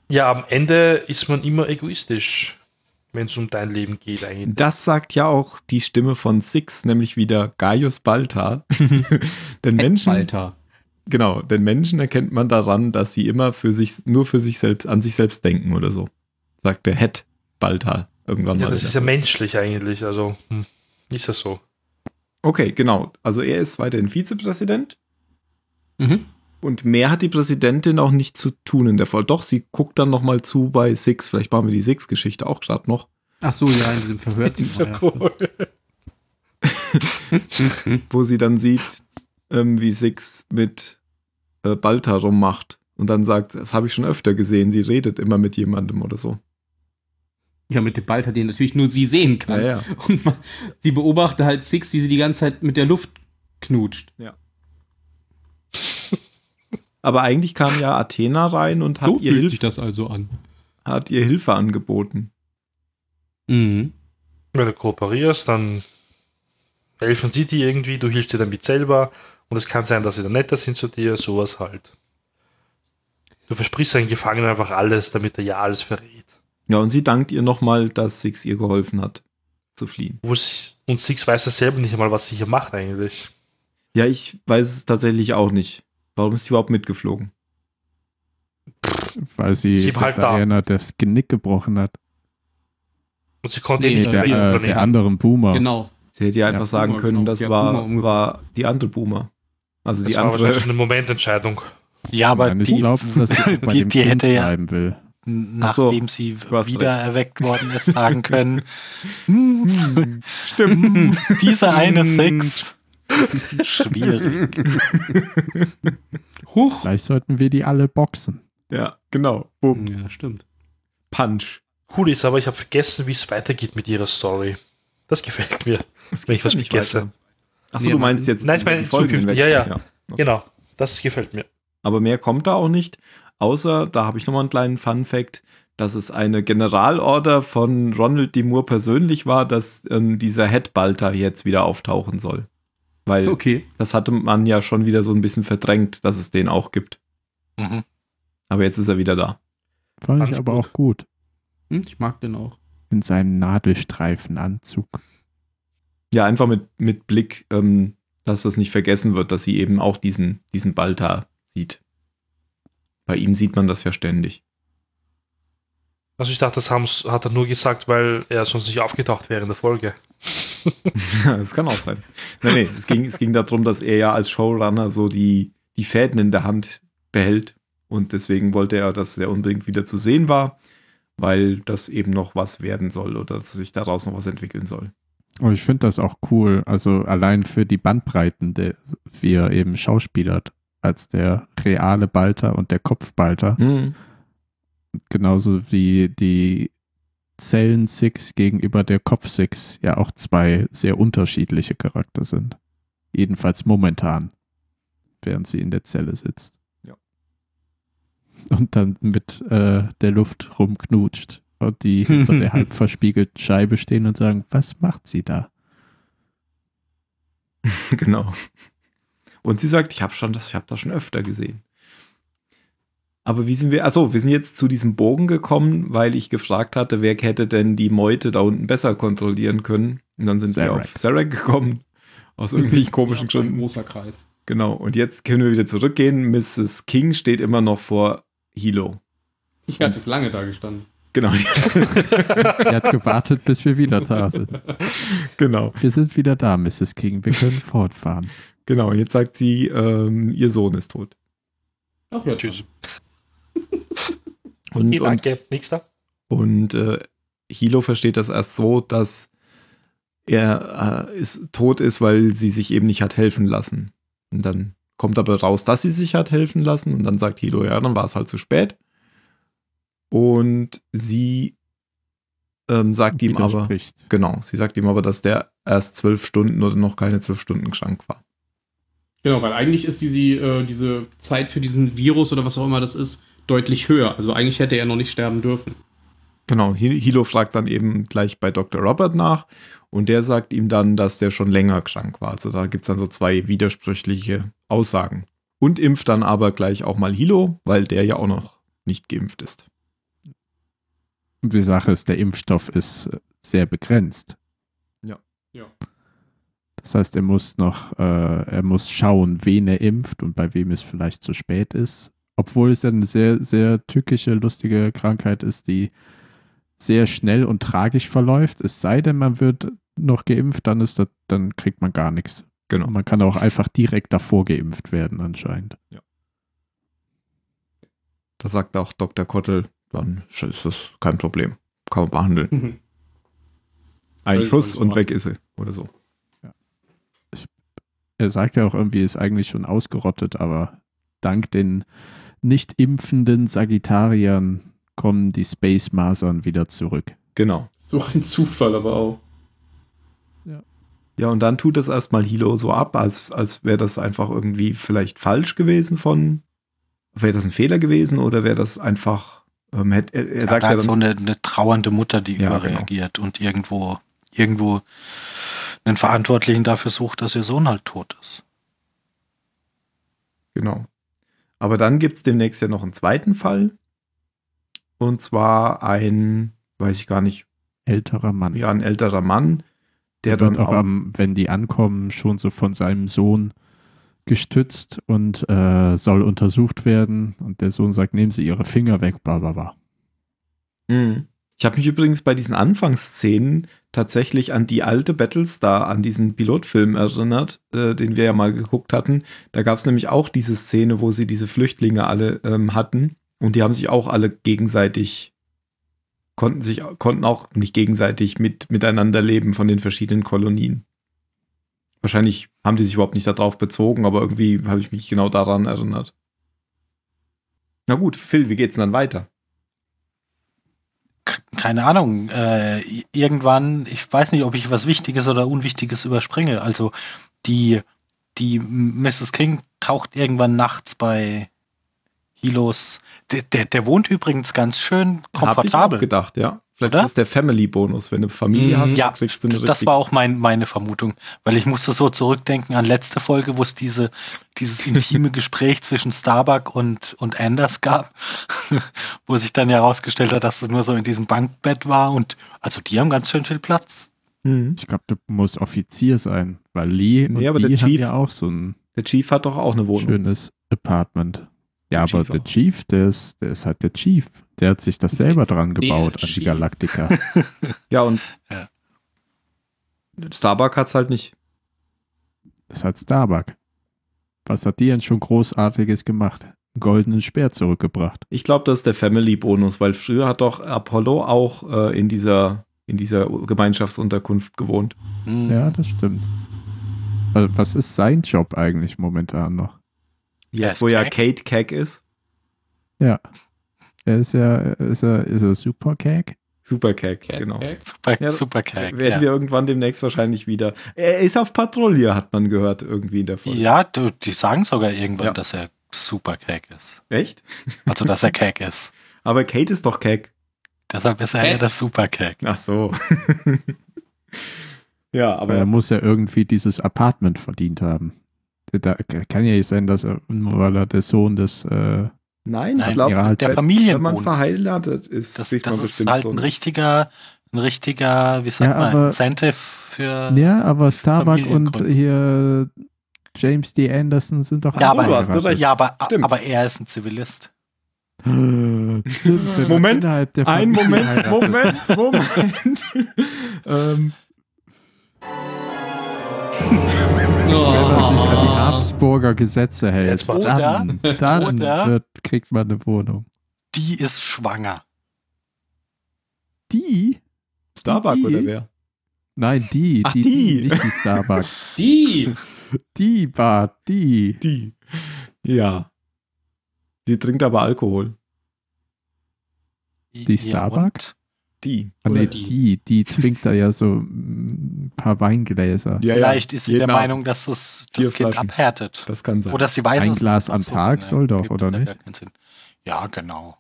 Speaker 4: Ja, am Ende ist man immer egoistisch, wenn es um dein Leben geht eigentlich.
Speaker 3: Das sagt ja auch die Stimme von Six, nämlich wieder Gaius Balta. denn Menschen,
Speaker 6: Alter.
Speaker 3: genau, denn Menschen erkennt man daran, dass sie immer für sich, nur für sich selbst, an sich selbst denken oder so. Sagt der Het Balta irgendwann
Speaker 4: Ja,
Speaker 3: mal.
Speaker 4: das
Speaker 3: wieder.
Speaker 4: ist ja menschlich eigentlich, also hm, ist das so.
Speaker 3: Okay, genau. Also er ist weiterhin Vizepräsident
Speaker 6: Mhm.
Speaker 3: Und mehr hat die Präsidentin auch nicht zu tun in der Folge. Doch, sie guckt dann nochmal zu bei Six. Vielleicht machen wir die Six-Geschichte auch gerade noch.
Speaker 6: Ach so, ja, in diesem Verhör.
Speaker 4: Ist ja cool.
Speaker 3: Wo sie dann sieht, ähm, wie Six mit äh, Balta rummacht. Und dann sagt, das habe ich schon öfter gesehen, sie redet immer mit jemandem oder so.
Speaker 6: Ja, mit dem Balter, den natürlich nur sie sehen kann.
Speaker 3: Naja.
Speaker 6: Und man, sie beobachtet halt Six, wie sie die ganze Zeit mit der Luft knutscht.
Speaker 3: Aber eigentlich kam ja Athena rein und hat, ihr Hilf,
Speaker 6: das also an.
Speaker 3: hat ihr Hilfe angeboten.
Speaker 6: Mhm.
Speaker 4: Wenn du kooperierst, dann helfen sie dir irgendwie, du hilfst dir damit selber und es kann sein, dass sie dann netter sind zu dir, sowas halt. Du versprichst einem Gefangenen einfach alles, damit er ja alles verrät.
Speaker 3: Ja, und sie dankt ihr nochmal, dass Six ihr geholfen hat, zu fliehen.
Speaker 4: Obwohl s- Und Six weiß ja selber nicht einmal, was sie hier macht eigentlich.
Speaker 3: Ja, ich weiß es tatsächlich auch nicht. Warum ist sie überhaupt mitgeflogen?
Speaker 5: Weil sie
Speaker 4: Sie war halt da.
Speaker 5: Diana das Genick gebrochen hat.
Speaker 4: Und sie konnte eh
Speaker 6: Nee,
Speaker 4: nicht
Speaker 5: Der,
Speaker 4: über ihren
Speaker 5: äh,
Speaker 4: Planeten.
Speaker 5: der anderen Boomer.
Speaker 6: Genau.
Speaker 3: Sie hätte ja
Speaker 5: Ja,
Speaker 3: einfach sagen
Speaker 6: Boomer,
Speaker 3: können,
Speaker 6: genau.
Speaker 3: das
Speaker 6: Die hat Boomer
Speaker 3: war,
Speaker 6: umgebracht.
Speaker 3: war die andere Boomer. Also
Speaker 4: Das
Speaker 3: die
Speaker 4: war wahrscheinlich
Speaker 3: andere.
Speaker 4: schon eine Momententscheidung.
Speaker 7: Ja, aber
Speaker 5: Nein, ich
Speaker 7: die,
Speaker 5: glaube, dass sie auch bei
Speaker 7: die,
Speaker 5: dem
Speaker 7: die
Speaker 5: kind
Speaker 7: hätte ja,
Speaker 5: bleiben will.
Speaker 3: so,
Speaker 7: nachdem sie
Speaker 3: du hast
Speaker 7: wieder
Speaker 3: recht.
Speaker 7: erweckt worden ist, sagen können, "Hm, hm, dieser eine Six, Mm." schwierig.
Speaker 6: Huch.
Speaker 5: Vielleicht sollten wir die alle boxen.
Speaker 3: Ja, genau. Boom.
Speaker 4: Hm.
Speaker 6: Ja, stimmt.
Speaker 3: Punch.
Speaker 4: Cool ist aber, ich habe vergessen, wie es weitergeht mit ihrer Story. Das gefällt mir.
Speaker 3: Das
Speaker 4: Wenn ich was vergesse.
Speaker 3: Achso,
Speaker 6: Nee,
Speaker 3: du
Speaker 6: aber-
Speaker 3: meinst jetzt.
Speaker 4: Nein, ich meine
Speaker 3: die Folgen
Speaker 4: zukünftig,
Speaker 3: hinweg.
Speaker 4: ja, ja. Genau, das gefällt mir.
Speaker 3: Aber mehr kommt da auch nicht. Außer, da habe ich nochmal einen kleinen Fun-Fact, dass es eine Generalorder von Ronald D. Moore persönlich war, dass ähm, dieser Headbalter jetzt wieder auftauchen soll. Weil
Speaker 6: Okay.
Speaker 3: das hatte man ja schon wieder so ein bisschen verdrängt, dass es den auch gibt.
Speaker 7: Mhm.
Speaker 3: Aber jetzt ist er wieder da.
Speaker 5: Fand
Speaker 4: Fand
Speaker 5: ich
Speaker 4: ich
Speaker 5: aber
Speaker 4: gut.
Speaker 5: auch gut.
Speaker 6: Hm, ich mag den auch.
Speaker 5: In seinem Nadelstreifenanzug.
Speaker 3: Ja, einfach mit, mit Blick, ähm, dass das nicht vergessen wird, dass sie eben auch diesen, diesen Balta sieht. Bei ihm sieht man das ja ständig.
Speaker 4: Also ich dachte, das haben's- hat er nur gesagt, weil er sonst nicht aufgetaucht wäre in der Folge.
Speaker 3: das kann auch sein. Nein, nee, es ging, es ging darum, dass er ja als Showrunner so die, die Fäden in der Hand behält. Und deswegen wollte er, dass er unbedingt wieder zu sehen war, weil das eben noch was werden soll oder dass sich daraus noch was entwickeln soll.
Speaker 5: Und ich finde das auch cool. Also allein für die Bandbreiten, der, wie er eben schauspielert. Als der reale Balter und der
Speaker 7: Mhm.
Speaker 5: Kopfbalter. Genauso wie die Zellen Six gegenüber der Kopf Six ja auch zwei sehr unterschiedliche Charakter sind. Jedenfalls momentan, während sie in der Zelle sitzt.
Speaker 3: Ja.
Speaker 5: Und dann mit äh, der Luft rumknutscht und die hinter der halb verspiegelten Scheibe stehen und sagen, was macht sie da?
Speaker 3: Genau. Und sie sagt, ich habe schon das, ich habe das schon öfter gesehen. Aber wie sind wir? Achso, wir sind jetzt zu diesem Bogen gekommen, weil ich gefragt hatte, wer hätte denn die Meute da unten besser kontrollieren können. Und dann sind wir
Speaker 5: Zarek.
Speaker 3: auf Sarek gekommen. Aus irgendwelchen komischen
Speaker 6: schon ein
Speaker 3: Gründen.
Speaker 6: großer Kreis.
Speaker 3: Genau. Und jetzt können wir wieder zurückgehen. Mrs. King steht immer noch vor Hilo.
Speaker 6: Ich hatte es lange da gestanden.
Speaker 3: Genau,
Speaker 5: Er hat gewartet, bis wir wieder da sind.
Speaker 3: genau,
Speaker 5: Wir sind wieder da, Mrs. King. Wir können fortfahren.
Speaker 3: genau. Und Jetzt sagt sie, ähm, ihr Sohn ist tot.
Speaker 6: Ach ja,
Speaker 4: Tschüss.
Speaker 3: Und,
Speaker 4: Nee,
Speaker 3: und
Speaker 4: danke, nächster.
Speaker 3: Und äh, Hilo versteht das erst so, dass er äh, ist, tot ist, weil sie sich eben nicht hat helfen lassen. Und dann kommt aber raus, dass sie sich hat helfen lassen. Und dann sagt Hilo, ja, dann war es halt zu spät. Und sie ähm, sagt ihm aber,
Speaker 5: Widerspricht.
Speaker 3: genau, sie sagt ihm aber, dass der erst zwölf Stunden oder noch keine zwölf Stunden krank war.
Speaker 6: Genau, weil eigentlich ist diese, äh, diese Zeit für diesen Virus oder was auch immer das ist, deutlich höher. Also eigentlich hätte er noch nicht sterben dürfen.
Speaker 3: Genau, Hi- Hilo fragt dann eben gleich bei Dr. Robert nach und der sagt ihm dann, dass der schon länger krank war. Also da gibt es dann so zwei widersprüchliche Aussagen. Und impft dann aber gleich auch mal Hilo, weil der ja auch noch nicht geimpft ist.
Speaker 5: Die Sache ist, der Impfstoff ist äh, sehr begrenzt.
Speaker 3: Ja.
Speaker 6: Ja.
Speaker 5: Das heißt, er muss noch, äh, er muss schauen, wen er impft und bei wem es vielleicht zu spät ist. Obwohl es eine sehr, sehr tückische, lustige Krankheit ist, die sehr schnell und tragisch verläuft. Es sei denn, man wird noch geimpft, dann ist das, dann kriegt man gar nichts.
Speaker 3: Genau.
Speaker 5: Und man kann auch einfach direkt davor geimpft werden, anscheinend.
Speaker 3: Da sagt auch Dr. Kottel, dann ist das kein Problem. Kann man behandeln. Ein
Speaker 6: Völlig
Speaker 3: Schuss und
Speaker 6: unschuldig.
Speaker 3: weg ist sie oder so.
Speaker 5: er sagt ja auch irgendwie, ist eigentlich schon ausgerottet, aber dank den nicht impfenden Sagittariern kommen die Space Masern wieder zurück.
Speaker 3: Genau.
Speaker 6: So ein Zufall aber auch.
Speaker 3: Ja, und dann tut das erstmal Hilo so ab, als, als wäre das einfach irgendwie vielleicht falsch gewesen von. Wäre das ein Fehler gewesen oder wäre das einfach Ähm, hätt- er, er
Speaker 7: Er
Speaker 3: sagt
Speaker 7: sagt da
Speaker 3: ja
Speaker 7: hat so
Speaker 3: dann,
Speaker 7: eine, eine trauernde Mutter, die
Speaker 3: Ja,
Speaker 7: überreagiert und irgendwo, irgendwo einen Verantwortlichen dafür sucht, dass ihr Sohn halt tot ist.
Speaker 3: genau. Aber dann gibt es demnächst ja noch einen zweiten Fall. Und zwar ein, weiß ich gar nicht,
Speaker 5: Älterer Mann.
Speaker 3: ja, ein älterer Mann, der
Speaker 5: Der
Speaker 3: dann
Speaker 5: wird auch, am, wenn die ankommen, schon so von seinem Sohn gestützt und äh, soll untersucht werden. Und der Sohn sagt, nehmen Sie Ihre Finger weg, bla bla bla.
Speaker 3: Mhm. Ich habe mich übrigens bei diesen Anfangsszenen tatsächlich an die alte Battlestar, an diesen Pilotfilm erinnert, äh, den wir ja mal geguckt hatten. Da gab es nämlich auch diese Szene, wo sie diese Flüchtlinge alle ähm, hatten und die haben sich auch alle gegenseitig konnten sich konnten auch nicht gegenseitig mit miteinander leben von den verschiedenen Kolonien. Wahrscheinlich haben die sich überhaupt nicht darauf bezogen, aber irgendwie habe ich mich genau daran erinnert. Na gut, Phil, wie geht's denn dann weiter?
Speaker 7: K- Keine Ahnung, äh, i- irgendwann, ich weiß nicht, ob ich was Wichtiges oder Unwichtiges überspringe. Also die, die Mrs. King taucht irgendwann nachts bei Hilos. Der, der, der wohnt übrigens ganz
Speaker 3: Hab
Speaker 7: schön
Speaker 3: ich auch
Speaker 7: komfortabel.
Speaker 3: gedacht, ja. Vielleicht
Speaker 7: Oder?
Speaker 3: ist es der Family-Bonus. Wenn du Familie
Speaker 6: Mhm.
Speaker 3: hast,
Speaker 7: Ja,
Speaker 3: Hm? kriegst du eine
Speaker 7: das war auch mein, meine Vermutung, weil ich musste so zurückdenken an letzte Folge, wo es diese, dieses intime Gespräch zwischen Starbuck und, und Anders gab, wo sich dann ja herausgestellt hat, dass es nur so in diesem Bankbett war und also die haben ganz schön viel Platz.
Speaker 3: Mhm.
Speaker 5: Ich glaube, du musst Offizier sein, weil Lee und
Speaker 3: Nee, aber der
Speaker 5: Lee haben
Speaker 3: Chief-
Speaker 5: ja auch so ein
Speaker 3: Der Chief hat doch auch eine Wohnung.
Speaker 5: schönes Apartment. Ja,
Speaker 3: Der
Speaker 5: aber
Speaker 3: Chief
Speaker 5: der
Speaker 3: auch.
Speaker 5: Chief, der ist, der ist halt der Chief. Der hat sich das
Speaker 6: Der
Speaker 5: selber
Speaker 6: ist
Speaker 5: dran
Speaker 6: der
Speaker 5: gebaut an die
Speaker 6: Chief.
Speaker 5: Galaktika.
Speaker 3: Ja, und
Speaker 7: Ja.
Speaker 3: Starbuck hat's halt nicht.
Speaker 5: Das hat Starbuck. Was hat die denn schon Großartiges gemacht? Einen goldenen Speer zurückgebracht.
Speaker 3: Ich glaube, das ist der Family-Bonus, weil früher hat doch Apollo auch äh, in, dieser, in dieser Gemeinschaftsunterkunft gewohnt. Mhm.
Speaker 7: Hm.
Speaker 5: Ja, das stimmt. Also, Was ist sein Job eigentlich momentan noch?
Speaker 7: Er
Speaker 3: Jetzt,
Speaker 7: ist
Speaker 3: wo ja
Speaker 7: Cack.
Speaker 3: Kate Keck ist.
Speaker 5: Er ist ja, ist er, ist er super Cake?
Speaker 3: Super Keck, genau.
Speaker 7: Super,
Speaker 3: Ja,
Speaker 7: super Kerl.
Speaker 3: Werden wir irgendwann demnächst wahrscheinlich wieder. Er ist auf Patrouille, hat man gehört, irgendwie in der
Speaker 7: Ja,
Speaker 3: Folge.
Speaker 7: ja du, die sagen sogar irgendwann,
Speaker 3: Ja.
Speaker 7: dass er super Cake ist.
Speaker 3: Echt?
Speaker 7: Also, dass er Cake ist.
Speaker 3: Aber Kate ist doch Keck.
Speaker 7: Deshalb ist er ja
Speaker 6: Cake.
Speaker 7: der Super Cake.
Speaker 3: Ach so. ja, aber
Speaker 5: Weil er muss ja irgendwie dieses Apartment verdient haben. Da kann ja nicht sein, dass er, nur weil er der Sohn des, äh,
Speaker 3: Nein, ich
Speaker 7: Nein,
Speaker 3: glaube,
Speaker 5: ja, der
Speaker 3: wenn- wenn man
Speaker 7: Familienbonus.
Speaker 3: verheiratet ist,
Speaker 7: Das,
Speaker 3: kriegt
Speaker 7: das
Speaker 3: man
Speaker 7: ist
Speaker 3: bestimmt
Speaker 7: halt
Speaker 3: so
Speaker 7: ein
Speaker 3: eine-
Speaker 7: richtiger, ein richtiger, wie sagt
Speaker 5: Ja,
Speaker 7: man,
Speaker 5: aber-
Speaker 7: Incentive für.
Speaker 5: ja, aber Starbuck und
Speaker 7: Familiengrund.
Speaker 5: hier James D. Anderson sind doch
Speaker 7: Ja,
Speaker 5: auch
Speaker 7: aber- Du
Speaker 3: hast recht.
Speaker 7: Ja, aber,
Speaker 3: Stimmt.
Speaker 7: aber er ist ein Zivilist.
Speaker 5: Stimmt, wenn man
Speaker 3: Moment,
Speaker 5: innerhalb der
Speaker 3: Ein
Speaker 5: Familie
Speaker 3: Moment, Moment,
Speaker 5: heiratet.
Speaker 3: Moment. ähm,
Speaker 5: Wenn man sich an die
Speaker 6: Oh.
Speaker 5: Habsburger Gesetze hält,
Speaker 4: Jetzt macht's.
Speaker 5: dann, dann
Speaker 7: Oder-
Speaker 5: wird, kriegt man eine Wohnung.
Speaker 7: Die ist schwanger.
Speaker 5: Die?
Speaker 3: Starbuck
Speaker 5: Die?
Speaker 3: oder wer?
Speaker 5: Nein, die.
Speaker 3: Ach,
Speaker 5: die,
Speaker 3: die.
Speaker 5: Nicht die Starbuck.
Speaker 6: Die!
Speaker 5: die Bart, die.
Speaker 3: Die. Ja. Die trinkt aber Alkohol.
Speaker 5: Die Starbuck?
Speaker 7: und?
Speaker 3: Die.
Speaker 5: Ah,
Speaker 6: Oder
Speaker 5: nee,
Speaker 6: die.
Speaker 5: die. die. trinkt da ja so mm, ein paar Weingläser.
Speaker 3: Ja,
Speaker 7: Vielleicht ist sie
Speaker 3: Jeden
Speaker 7: der
Speaker 3: Abend.
Speaker 7: Meinung, dass das,
Speaker 3: Vier
Speaker 7: das Kind
Speaker 3: Flaschen.
Speaker 7: abhärtet.
Speaker 3: Das äh, kann sein.
Speaker 7: Oder sie weiß
Speaker 5: Ein
Speaker 7: es
Speaker 5: Glas
Speaker 7: nicht.
Speaker 5: am
Speaker 7: Ach so,
Speaker 5: Tag soll doch,
Speaker 7: Gibt
Speaker 5: oder
Speaker 7: ja
Speaker 5: nicht?
Speaker 7: gar keinen Sinn. Ja, genau.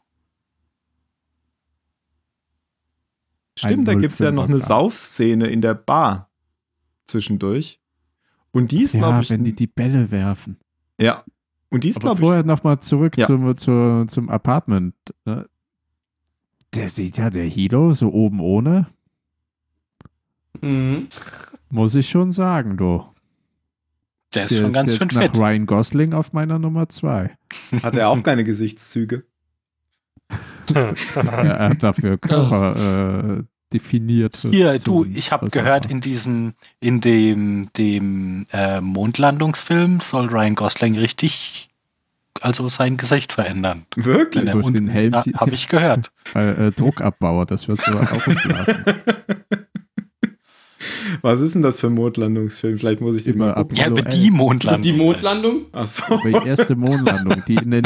Speaker 3: Stimmt, da gibt es ja noch eine
Speaker 5: 105er.
Speaker 3: Saufszene in der Bar zwischendurch. Und die ist, glaube
Speaker 5: ja,
Speaker 3: ich.
Speaker 5: wenn die die Bälle werfen.
Speaker 3: ja. Und die ist,
Speaker 5: Aber
Speaker 3: glaube
Speaker 5: vorher nochmal zurück
Speaker 3: Ja.
Speaker 5: zum, zur, zum Apartment. Ne? Der sieht ja der Hilo so oben ohne.
Speaker 6: Mhm.
Speaker 5: Muss ich schon sagen, du.
Speaker 7: Der ist
Speaker 5: Der
Speaker 7: schon ganz
Speaker 5: jetzt
Speaker 7: schön
Speaker 5: nach
Speaker 7: fit.
Speaker 5: Ryan Gosling auf meiner Nummer 2.
Speaker 3: ich, hat er auch keine Gesichtszüge.
Speaker 4: Hm.
Speaker 5: er hat dafür Körper äh, definiert.
Speaker 7: Hier, du, ich habe gehört, in diesem, in dem, dem äh, Mondlandungsfilm soll Ryan Gosling richtig, also sein Gesicht verändern.
Speaker 3: Wirklich?
Speaker 7: Wenn er
Speaker 5: durch
Speaker 7: unten-
Speaker 5: den Helm
Speaker 7: Ja,
Speaker 5: sieht-
Speaker 7: habe ich gehört.
Speaker 5: äh, äh, Druckabbauer, das wird sogar auch entlassen.
Speaker 3: Was ist denn das für ein Mondlandungsfilm? Vielleicht muss ich den
Speaker 5: Immer
Speaker 3: mal gucken.
Speaker 5: ab-
Speaker 7: Ja,
Speaker 5: Hallo,
Speaker 7: über
Speaker 5: ey.
Speaker 7: die Mondlandung.
Speaker 6: Die Mondlandung?
Speaker 3: Ach so.
Speaker 5: Aber die erste Mondlandung, die in den.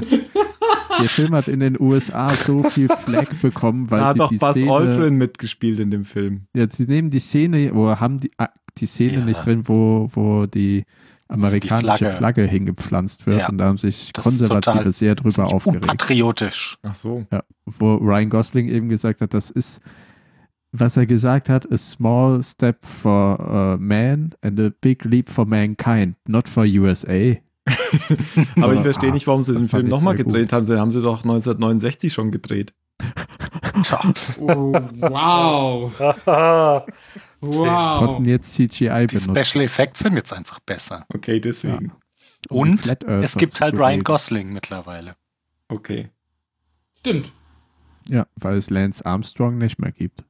Speaker 5: Der Film hat in den USA so viel Fleck bekommen, weil
Speaker 3: Da hat
Speaker 5: sie
Speaker 3: doch
Speaker 5: die
Speaker 3: Buzz
Speaker 5: Szene,
Speaker 3: Aldrin mitgespielt in dem Film.
Speaker 5: Ja, sie nehmen die Szene, oder haben die, ah, die Szene
Speaker 7: Ja.
Speaker 5: nicht drin, wo, wo die amerikanische
Speaker 7: Flagge.
Speaker 5: Flagge. hingepflanzt wird.
Speaker 7: Ja.
Speaker 5: Und da haben sich
Speaker 7: Das ist total-
Speaker 5: Konservative sehr drüber aufgeregt.
Speaker 7: Unpatriotisch.
Speaker 3: Ach so.
Speaker 5: Ja, wo Ryan Gosling eben gesagt hat, das ist, was er gesagt hat, a small step for uh, man and a big leap for mankind, not for USA.
Speaker 3: Aber ich
Speaker 5: Ah,
Speaker 3: verstehe nicht, warum sie
Speaker 5: das
Speaker 3: den
Speaker 5: fand
Speaker 3: Film
Speaker 5: ich
Speaker 3: nochmal
Speaker 5: sehr gut.
Speaker 3: gedreht haben. Sie haben sie doch 1969 schon gedreht.
Speaker 7: Tja,
Speaker 6: Oh, wow.
Speaker 4: Haha.
Speaker 5: Konnten
Speaker 6: Wow.
Speaker 5: jetzt CGI
Speaker 7: die
Speaker 5: benutzen.
Speaker 7: Special Effects sind jetzt einfach besser.
Speaker 3: Okay, deswegen.
Speaker 7: Und
Speaker 5: Flat Earthers
Speaker 7: es gibt
Speaker 5: zu
Speaker 7: halt
Speaker 5: bewegen.
Speaker 7: Ryan Gosling mittlerweile.
Speaker 3: Okay.
Speaker 6: Stimmt.
Speaker 5: Ja, weil es Lance Armstrong nicht mehr gibt.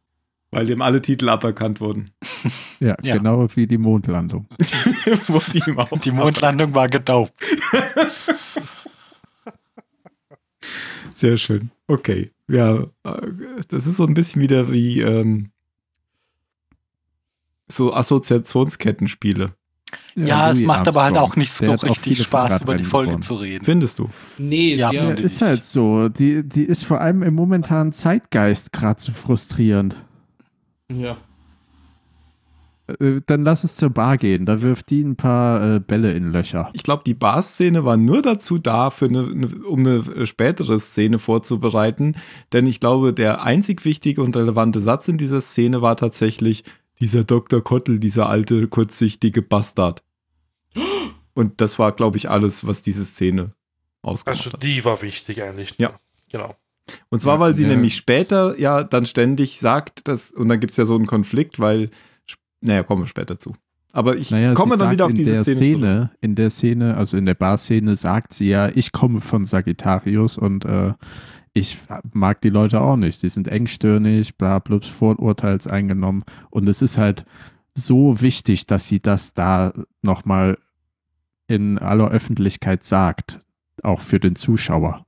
Speaker 3: Weil dem alle Titel aberkannt wurden.
Speaker 5: Ja,
Speaker 7: Ja.
Speaker 5: genau wie die Mondlandung.
Speaker 3: Wurde ihm auch.
Speaker 7: Die Mondlandung war gedopt.
Speaker 3: Sehr schön. Okay. Ja, äh, das ist so ein bisschen wieder wie ähm, so Assoziationskettenspiele.
Speaker 7: Ja, es
Speaker 5: Äh, Louis
Speaker 7: macht aber halt
Speaker 5: Armstrong.
Speaker 7: auch nicht so
Speaker 5: Der hat auch
Speaker 7: richtig
Speaker 5: viele
Speaker 7: Spaß, über
Speaker 5: Fahrradrennen
Speaker 7: die Folge
Speaker 5: gewonnen.
Speaker 7: zu reden.
Speaker 3: Findest du?
Speaker 6: Nee,
Speaker 7: Ja,
Speaker 6: ja,
Speaker 5: Ja,
Speaker 7: finde
Speaker 5: ist
Speaker 7: ich.
Speaker 5: halt so. Die, die ist vor allem im momentanen Zeitgeist gerade so frustrierend.
Speaker 6: ja.
Speaker 5: Äh, Dann lass es zur Bar gehen. Da wirft die ein paar äh, Bälle in Löcher.
Speaker 3: Ich glaube, die Bar-Szene war nur dazu da, für eine, eine, um eine spätere Szene vorzubereiten. Denn ich glaube, der einzig wichtige und relevante Satz in dieser Szene war tatsächlich dieser Dr. Kottel, dieser alte, kurzsichtige Bastard. Und das war, glaube ich, alles, was diese Szene ausgemacht
Speaker 4: Also
Speaker 3: hat.
Speaker 4: die war wichtig eigentlich.
Speaker 3: Ja.
Speaker 4: Genau.
Speaker 3: Und zwar,
Speaker 5: Ja,
Speaker 3: weil sie
Speaker 5: ja.
Speaker 3: nämlich später ja dann ständig sagt, dass, und dann gibt es ja so einen Konflikt, weil, sp- naja, kommen wir später zu. Aber ich
Speaker 5: Naja,
Speaker 3: komme
Speaker 5: sie
Speaker 3: dann
Speaker 5: sagt
Speaker 3: wieder auf
Speaker 5: in
Speaker 3: diese
Speaker 5: der
Speaker 3: Szene.
Speaker 5: Szene.
Speaker 3: zurück.
Speaker 5: in der Szene, also in der Bar-Szene, sagt sie ja, ich komme von Sagittarius und äh, ich mag die Leute auch nicht. Die sind engstirnig, bla blups, Vorurteils eingenommen. Und es ist halt so wichtig, dass sie das da nochmal in aller Öffentlichkeit sagt, auch für den Zuschauer.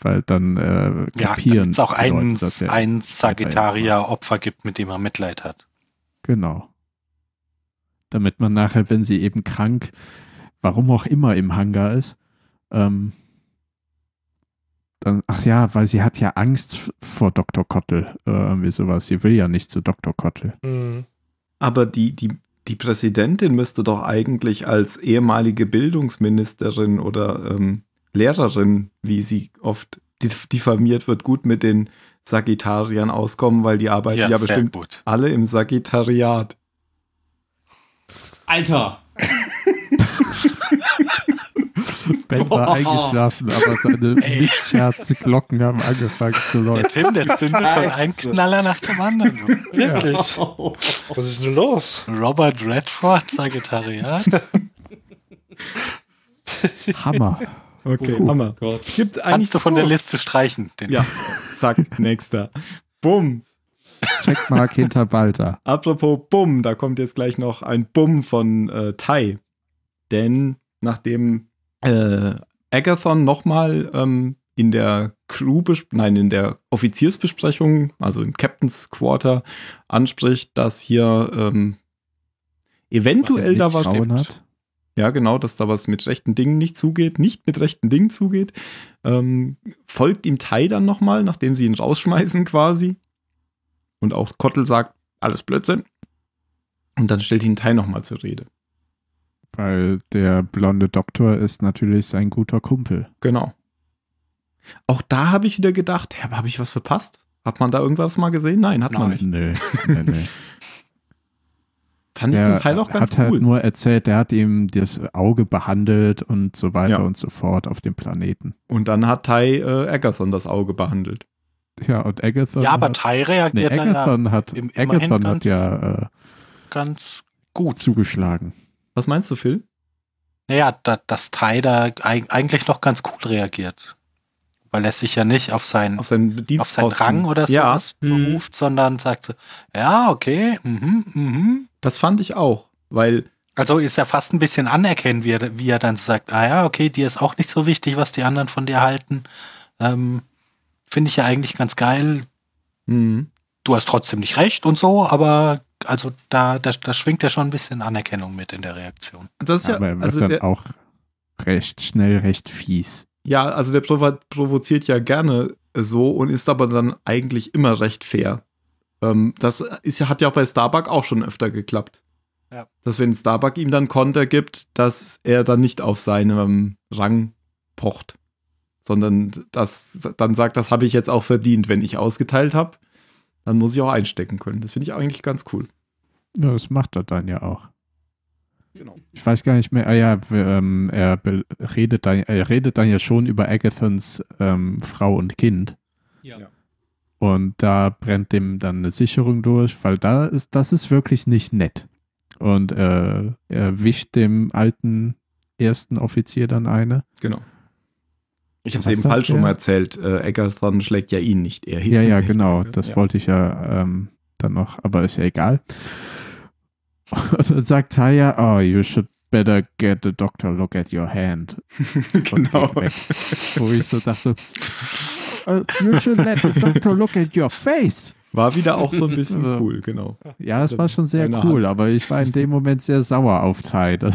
Speaker 5: Weil dann äh,
Speaker 7: Ja,
Speaker 5: kapieren.
Speaker 7: es auch
Speaker 5: die Leute,
Speaker 7: einen,
Speaker 5: dass er-
Speaker 7: einen Sagittarier-Opfer gibt, mit dem er Mitleid hat.
Speaker 5: Genau. Damit man nachher, wenn sie eben krank, warum auch immer im Hangar ist, ähm, dann, ach ja, weil sie hat ja Angst f- vor Dr. Kottel, äh, irgendwie sowas. Sie will ja nicht zu Dr. Kottel.
Speaker 4: Mhm.
Speaker 3: Aber die, die, die Präsidentin müsste doch eigentlich als ehemalige Bildungsministerin oder ähm, Lehrerin, wie sie oft dif- diffamiert wird, gut mit den Sagittariern auskommen, weil die arbeiten ja,
Speaker 7: sehr
Speaker 3: bestimmt
Speaker 7: gut.
Speaker 3: alle im Sagittariat.
Speaker 6: Alter.
Speaker 5: Ben war
Speaker 6: Boah.
Speaker 5: eingeschlafen, aber seine Lichtscherz-Glocken haben angefangen zu
Speaker 7: Der
Speaker 5: läuten.
Speaker 7: Tim, der zündet halt einen Knaller nach dem anderen.
Speaker 4: Wirklich? Was ist denn los?
Speaker 7: Robert Redford, Sagittariat.
Speaker 5: Hammer.
Speaker 3: Okay,
Speaker 7: Uh.
Speaker 3: Hammer.
Speaker 6: Gott.
Speaker 3: Es gibt eigentlich
Speaker 7: Kannst du von der Liste streichen. Den
Speaker 3: Ja, zack, nächster. Bumm.
Speaker 5: Checkmark hinter Balta.
Speaker 3: Apropos Bumm, da kommt jetzt gleich noch ein Bumm von äh, Tai. Denn nachdem äh, Agathon nochmal ähm, in der Crew, nein, in der Offiziersbesprechung, also im Captain's Quarter, anspricht, dass hier ähm, eventuell da was.
Speaker 5: Frauen hat.
Speaker 3: Ja, genau, dass da was mit rechten Dingen nicht zugeht, nicht mit rechten Dingen zugeht. Ähm, folgt ihm Tai dann nochmal, nachdem sie ihn rausschmeißen quasi. Und auch Kottel sagt, alles Blödsinn. Und dann stellt ihn Tai nochmal zur Rede.
Speaker 5: Weil der blonde Doktor ist natürlich sein guter Kumpel.
Speaker 3: Genau. Auch da habe ich wieder gedacht, hä, habe ich was verpasst? Hat man da irgendwas mal gesehen? Nein, hat man
Speaker 7: Nein.
Speaker 3: nicht.
Speaker 5: Nö, nö, nö.
Speaker 3: Fand ich zum Teil auch ganz
Speaker 5: hat halt
Speaker 3: cool.
Speaker 5: nur erzählt, der hat ihm das Auge behandelt und so weiter
Speaker 3: Ja.
Speaker 5: und so fort auf dem Planeten.
Speaker 3: Und dann hat Tai äh, Agathon das Auge behandelt.
Speaker 5: Ja, und Agathon
Speaker 7: ja, aber
Speaker 5: hat,
Speaker 7: Tai
Speaker 5: nee,
Speaker 7: reagiert dann ja
Speaker 5: Agathon hat,
Speaker 7: Im- immerhin
Speaker 5: Agathon
Speaker 7: ganz-
Speaker 5: hat ja äh,
Speaker 7: ganz gut.
Speaker 5: zugeschlagen.
Speaker 3: Was meinst du, Phil?
Speaker 7: Naja, da, dass Tai da eig- eigentlich noch ganz cool reagiert. Weil er sich ja nicht auf seinen,
Speaker 3: Auf
Speaker 7: auf,
Speaker 3: seinen Dienst
Speaker 7: seinen Rang oder Mhm. so
Speaker 3: Ja, Mhm.
Speaker 6: Hm.
Speaker 7: beruft, sondern sagt so, ja, okay, mhm, mhm.
Speaker 3: das fand ich auch. Weil
Speaker 7: Also ist ja fast ein bisschen anerkennen, wie er, wie er dann so sagt, ah ja, okay, dir ist auch nicht so wichtig, was die anderen von dir halten. Ähm, Finde ich ja eigentlich ganz geil.
Speaker 3: Mhm.
Speaker 7: Du hast trotzdem nicht recht und so, aber also da, da, da schwingt ja schon ein bisschen Anerkennung mit in der Reaktion.
Speaker 3: Das ist ja,
Speaker 5: aber er wird
Speaker 3: also
Speaker 5: dann
Speaker 3: der,
Speaker 5: auch recht schnell recht fies.
Speaker 3: ja, also der provo provoziert ja gerne so und ist aber dann eigentlich immer recht fair. Ähm, das ist, ja- hat ja auch bei Starbuck auch schon öfter geklappt.
Speaker 4: Ja.
Speaker 3: Dass wenn Starbuck ihm dann Konter gibt, dass er dann nicht auf seinem Rang pocht, sondern das dann sagt, das habe ich jetzt auch verdient. Wenn ich ausgeteilt habe, dann muss ich auch einstecken können. Das finde ich eigentlich ganz cool.
Speaker 5: Ja, das macht er dann ja auch.
Speaker 3: Genau.
Speaker 5: Ich weiß gar nicht mehr. Ah ja, wir, ähm, er be- redet dann, er redet dann ja schon über Agathons ähm, Frau und Kind.
Speaker 6: Ja.
Speaker 3: Ja.
Speaker 5: Und da brennt dem dann eine Sicherung durch, weil da ist, das ist wirklich nicht nett. Und äh, er wischt dem alten ersten Offizier dann eine.
Speaker 3: Genau. Ich habe es
Speaker 5: Was
Speaker 3: eben
Speaker 5: sagt
Speaker 3: falsch rum
Speaker 5: er?
Speaker 3: erzählt. Äh, Eggerson schlägt ja ihn nicht, er
Speaker 5: Ja, ja,
Speaker 3: ihn.
Speaker 5: genau. Das
Speaker 3: Ja.
Speaker 5: wollte ich ja ähm, dann noch, aber ist ja egal. Und dann sagt Taya, oh, you should better get the doctor look at your hand.
Speaker 3: genau.
Speaker 5: Und geht weg. Wo ich so dachte, "Uh, you should let the doctor look at your face.
Speaker 3: War wieder auch so ein bisschen
Speaker 5: Also-
Speaker 3: cool, genau.
Speaker 5: Ja, es war schon sehr
Speaker 3: Eine Hand.
Speaker 5: cool, aber ich war in dem Moment sehr sauer auf Tai. Das,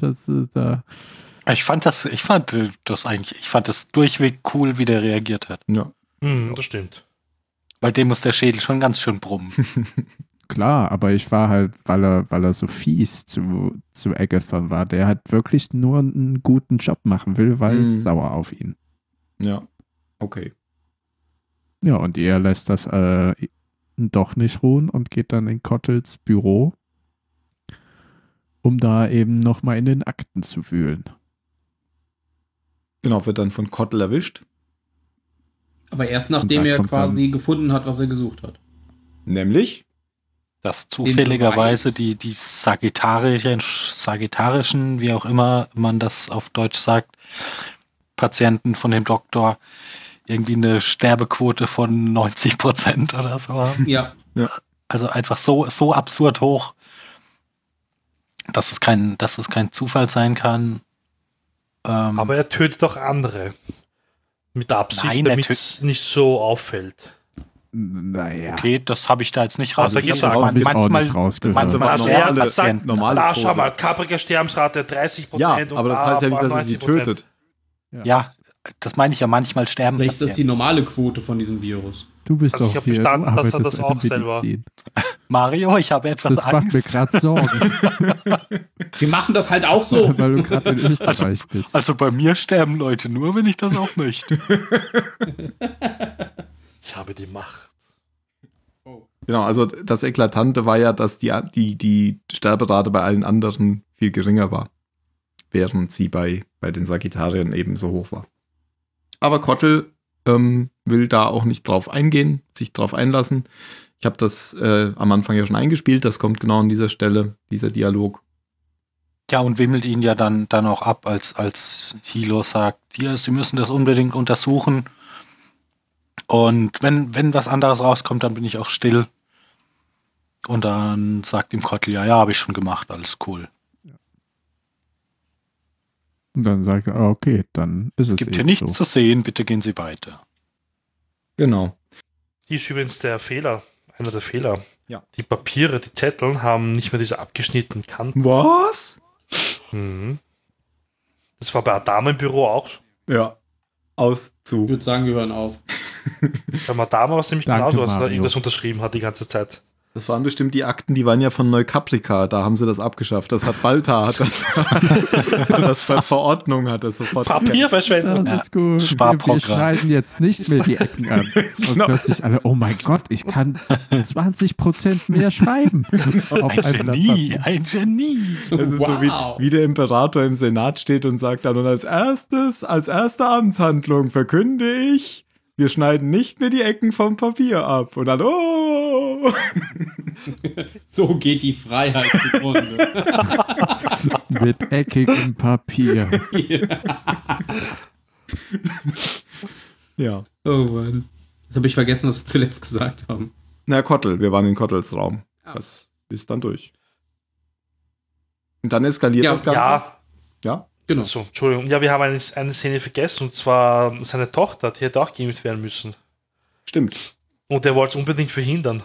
Speaker 5: das, ist da,
Speaker 7: Ich fand das, ich fand äh, das eigentlich, ich fand das durchweg cool, wie der reagiert hat.
Speaker 3: Ja.
Speaker 4: Hm, das stimmt.
Speaker 7: Weil dem muss der Schädel schon ganz schön brummen.
Speaker 5: klar, aber ich war halt, weil er, weil er so fies zu, zu Agathon war, der halt wirklich nur einen guten Job machen will, weil
Speaker 3: Mhm.
Speaker 5: ich sauer auf ihn.
Speaker 3: Ja. Okay.
Speaker 5: Ja, und er lässt das äh, doch nicht ruhen und geht dann in Cottels Büro, um da eben nochmal in den Akten zu wühlen.
Speaker 3: Genau, wird dann von Kottel erwischt,
Speaker 6: Aber erst nachdem
Speaker 5: da
Speaker 6: er
Speaker 5: kommt
Speaker 6: quasi gefunden hat, was er gesucht hat.
Speaker 3: nämlich
Speaker 7: dass zufälligerweise
Speaker 6: Beweis.
Speaker 7: die, die sagittarischen, sagittarischen, wie auch immer man das auf Deutsch sagt, Patienten von dem Doktor irgendwie eine Sterbequote von 90 Prozent oder so haben.
Speaker 6: Ja.
Speaker 7: Also einfach so, so absurd hoch, dass es kein, dass es kein Zufall sein kann. Ähm,
Speaker 4: Aber er tötet auch andere. Mit Absicht,
Speaker 7: Nein, er
Speaker 4: damit es nicht so auffällt.
Speaker 5: Naja.
Speaker 7: okay, das habe ich da jetzt nicht
Speaker 4: Ah,
Speaker 7: raus.
Speaker 4: da
Speaker 7: Also ich
Speaker 4: geht's
Speaker 7: hab
Speaker 4: auch
Speaker 7: man-
Speaker 5: nicht
Speaker 7: manchmal,
Speaker 5: rausgehört.
Speaker 7: manchmal
Speaker 4: Also er hat
Speaker 7: normale
Speaker 4: gesagt,
Speaker 7: Patienten.
Speaker 3: normale
Speaker 4: Da,
Speaker 3: Quote.
Speaker 4: schau mal, kaprige Sterbensrate 30
Speaker 3: Ja,
Speaker 4: Prozent.
Speaker 3: aber das heißt ja nicht, dass er sie tötet.
Speaker 7: Ja, das meine ich ja, manchmal sterben.
Speaker 6: Vielleicht ist das die
Speaker 7: Patienten.
Speaker 6: normale Quote von diesem Virus.
Speaker 5: Du bist
Speaker 4: Also ich
Speaker 5: doch
Speaker 4: hab
Speaker 5: hier, du
Speaker 4: verstanden, dass er
Speaker 5: arbeitest
Speaker 4: das
Speaker 5: in
Speaker 4: auch
Speaker 5: der
Speaker 4: selber-
Speaker 5: Medizin.
Speaker 7: Mario, ich habe etwas
Speaker 5: Das macht mir
Speaker 7: Angst.
Speaker 5: gerade Sorgen,
Speaker 6: Wir machen das halt auch so.
Speaker 5: weil du gerade in Österreich bist.
Speaker 7: Also bei mir sterben Leute nur, wenn ich das auch möchte.
Speaker 4: Ich habe die Macht.
Speaker 3: Genau, also das Eklatante war ja, dass die, die, die Sterberate bei allen anderen viel geringer war, während sie bei, bei den Sagittariern eben so hoch war. Aber Kottel ähm, will da auch nicht drauf eingehen, sich drauf einlassen. Ich habe das äh, am Anfang ja schon eingespielt, das kommt genau an dieser Stelle, dieser Dialog.
Speaker 7: Ja, und wimmelt ihn ja dann, dann auch ab, als, als Hilo sagt, hier, sie müssen das unbedingt untersuchen. Und wenn, wenn was anderes rauskommt, dann bin ich auch still. Und dann sagt ihm Kottel, ja, ja, habe ich schon gemacht, alles cool.
Speaker 5: Und dann sage ich, ah, okay, dann ist eh es
Speaker 7: Es gibt hier
Speaker 5: eben
Speaker 7: nichts
Speaker 5: so.
Speaker 7: zu sehen, bitte gehen Sie weiter.
Speaker 3: Genau.
Speaker 4: Hier ist übrigens der Fehler, einer der Fehler.
Speaker 3: Ja.
Speaker 4: Die Papiere, die Zettel haben nicht mehr diese abgeschnittenen Kanten.
Speaker 3: Was?
Speaker 4: Mhm. Das war bei Adama im Büro auch. so.
Speaker 3: Ja. Aus
Speaker 6: Ich
Speaker 3: zu.
Speaker 6: würde sagen, wir hören auf.
Speaker 4: Bei Adama war es nämlich genau,
Speaker 5: Danke,
Speaker 4: genauso, als er
Speaker 5: Mario.
Speaker 4: irgendwas unterschrieben hat die ganze Zeit.
Speaker 3: Das waren bestimmt die Akten, die waren ja von Neukaprika, da haben sie das abgeschafft. Das hat Balta, hat das, das per Verordnung hat das sofort.
Speaker 4: Papierverschwendung.
Speaker 5: Das ist gut.
Speaker 7: Sparprogramm.
Speaker 5: Wir schneiden jetzt nicht mehr die Ecken an. Und
Speaker 3: Genau.
Speaker 5: plötzlich alle, oh mein Gott, ich kann 20% mehr schreiben.
Speaker 4: Genau.
Speaker 5: Auf
Speaker 7: Ein
Speaker 5: einem Blatt
Speaker 7: Genie,
Speaker 5: Papier.
Speaker 7: ein Genie.
Speaker 3: Das ist so
Speaker 6: Wow.
Speaker 3: wie, wie der Imperator im Senat steht und sagt dann, und als erstes, als erste Amtshandlung verkünde ich, wir schneiden nicht mehr die Ecken vom Papier ab. Und dann, oh!
Speaker 6: So geht die Freiheit zugrunde.
Speaker 5: Mit eckigem Papier.
Speaker 3: Ja.
Speaker 6: oh Mann. Jetzt habe ich vergessen, was wir zuletzt gesagt haben.
Speaker 3: Na, Kottel, wir waren in Kottels Raum.
Speaker 6: Ah.
Speaker 3: Das ist dann durch. Und dann eskaliert
Speaker 6: Ja,
Speaker 3: das Ganze.
Speaker 4: Ja,
Speaker 3: ja.
Speaker 6: Genau.
Speaker 4: So, Entschuldigung. Ja, wir haben eine, eine Szene vergessen und zwar seine Tochter, die hätte auch geimpft werden müssen.
Speaker 3: Stimmt.
Speaker 4: Und er wollte es unbedingt verhindern.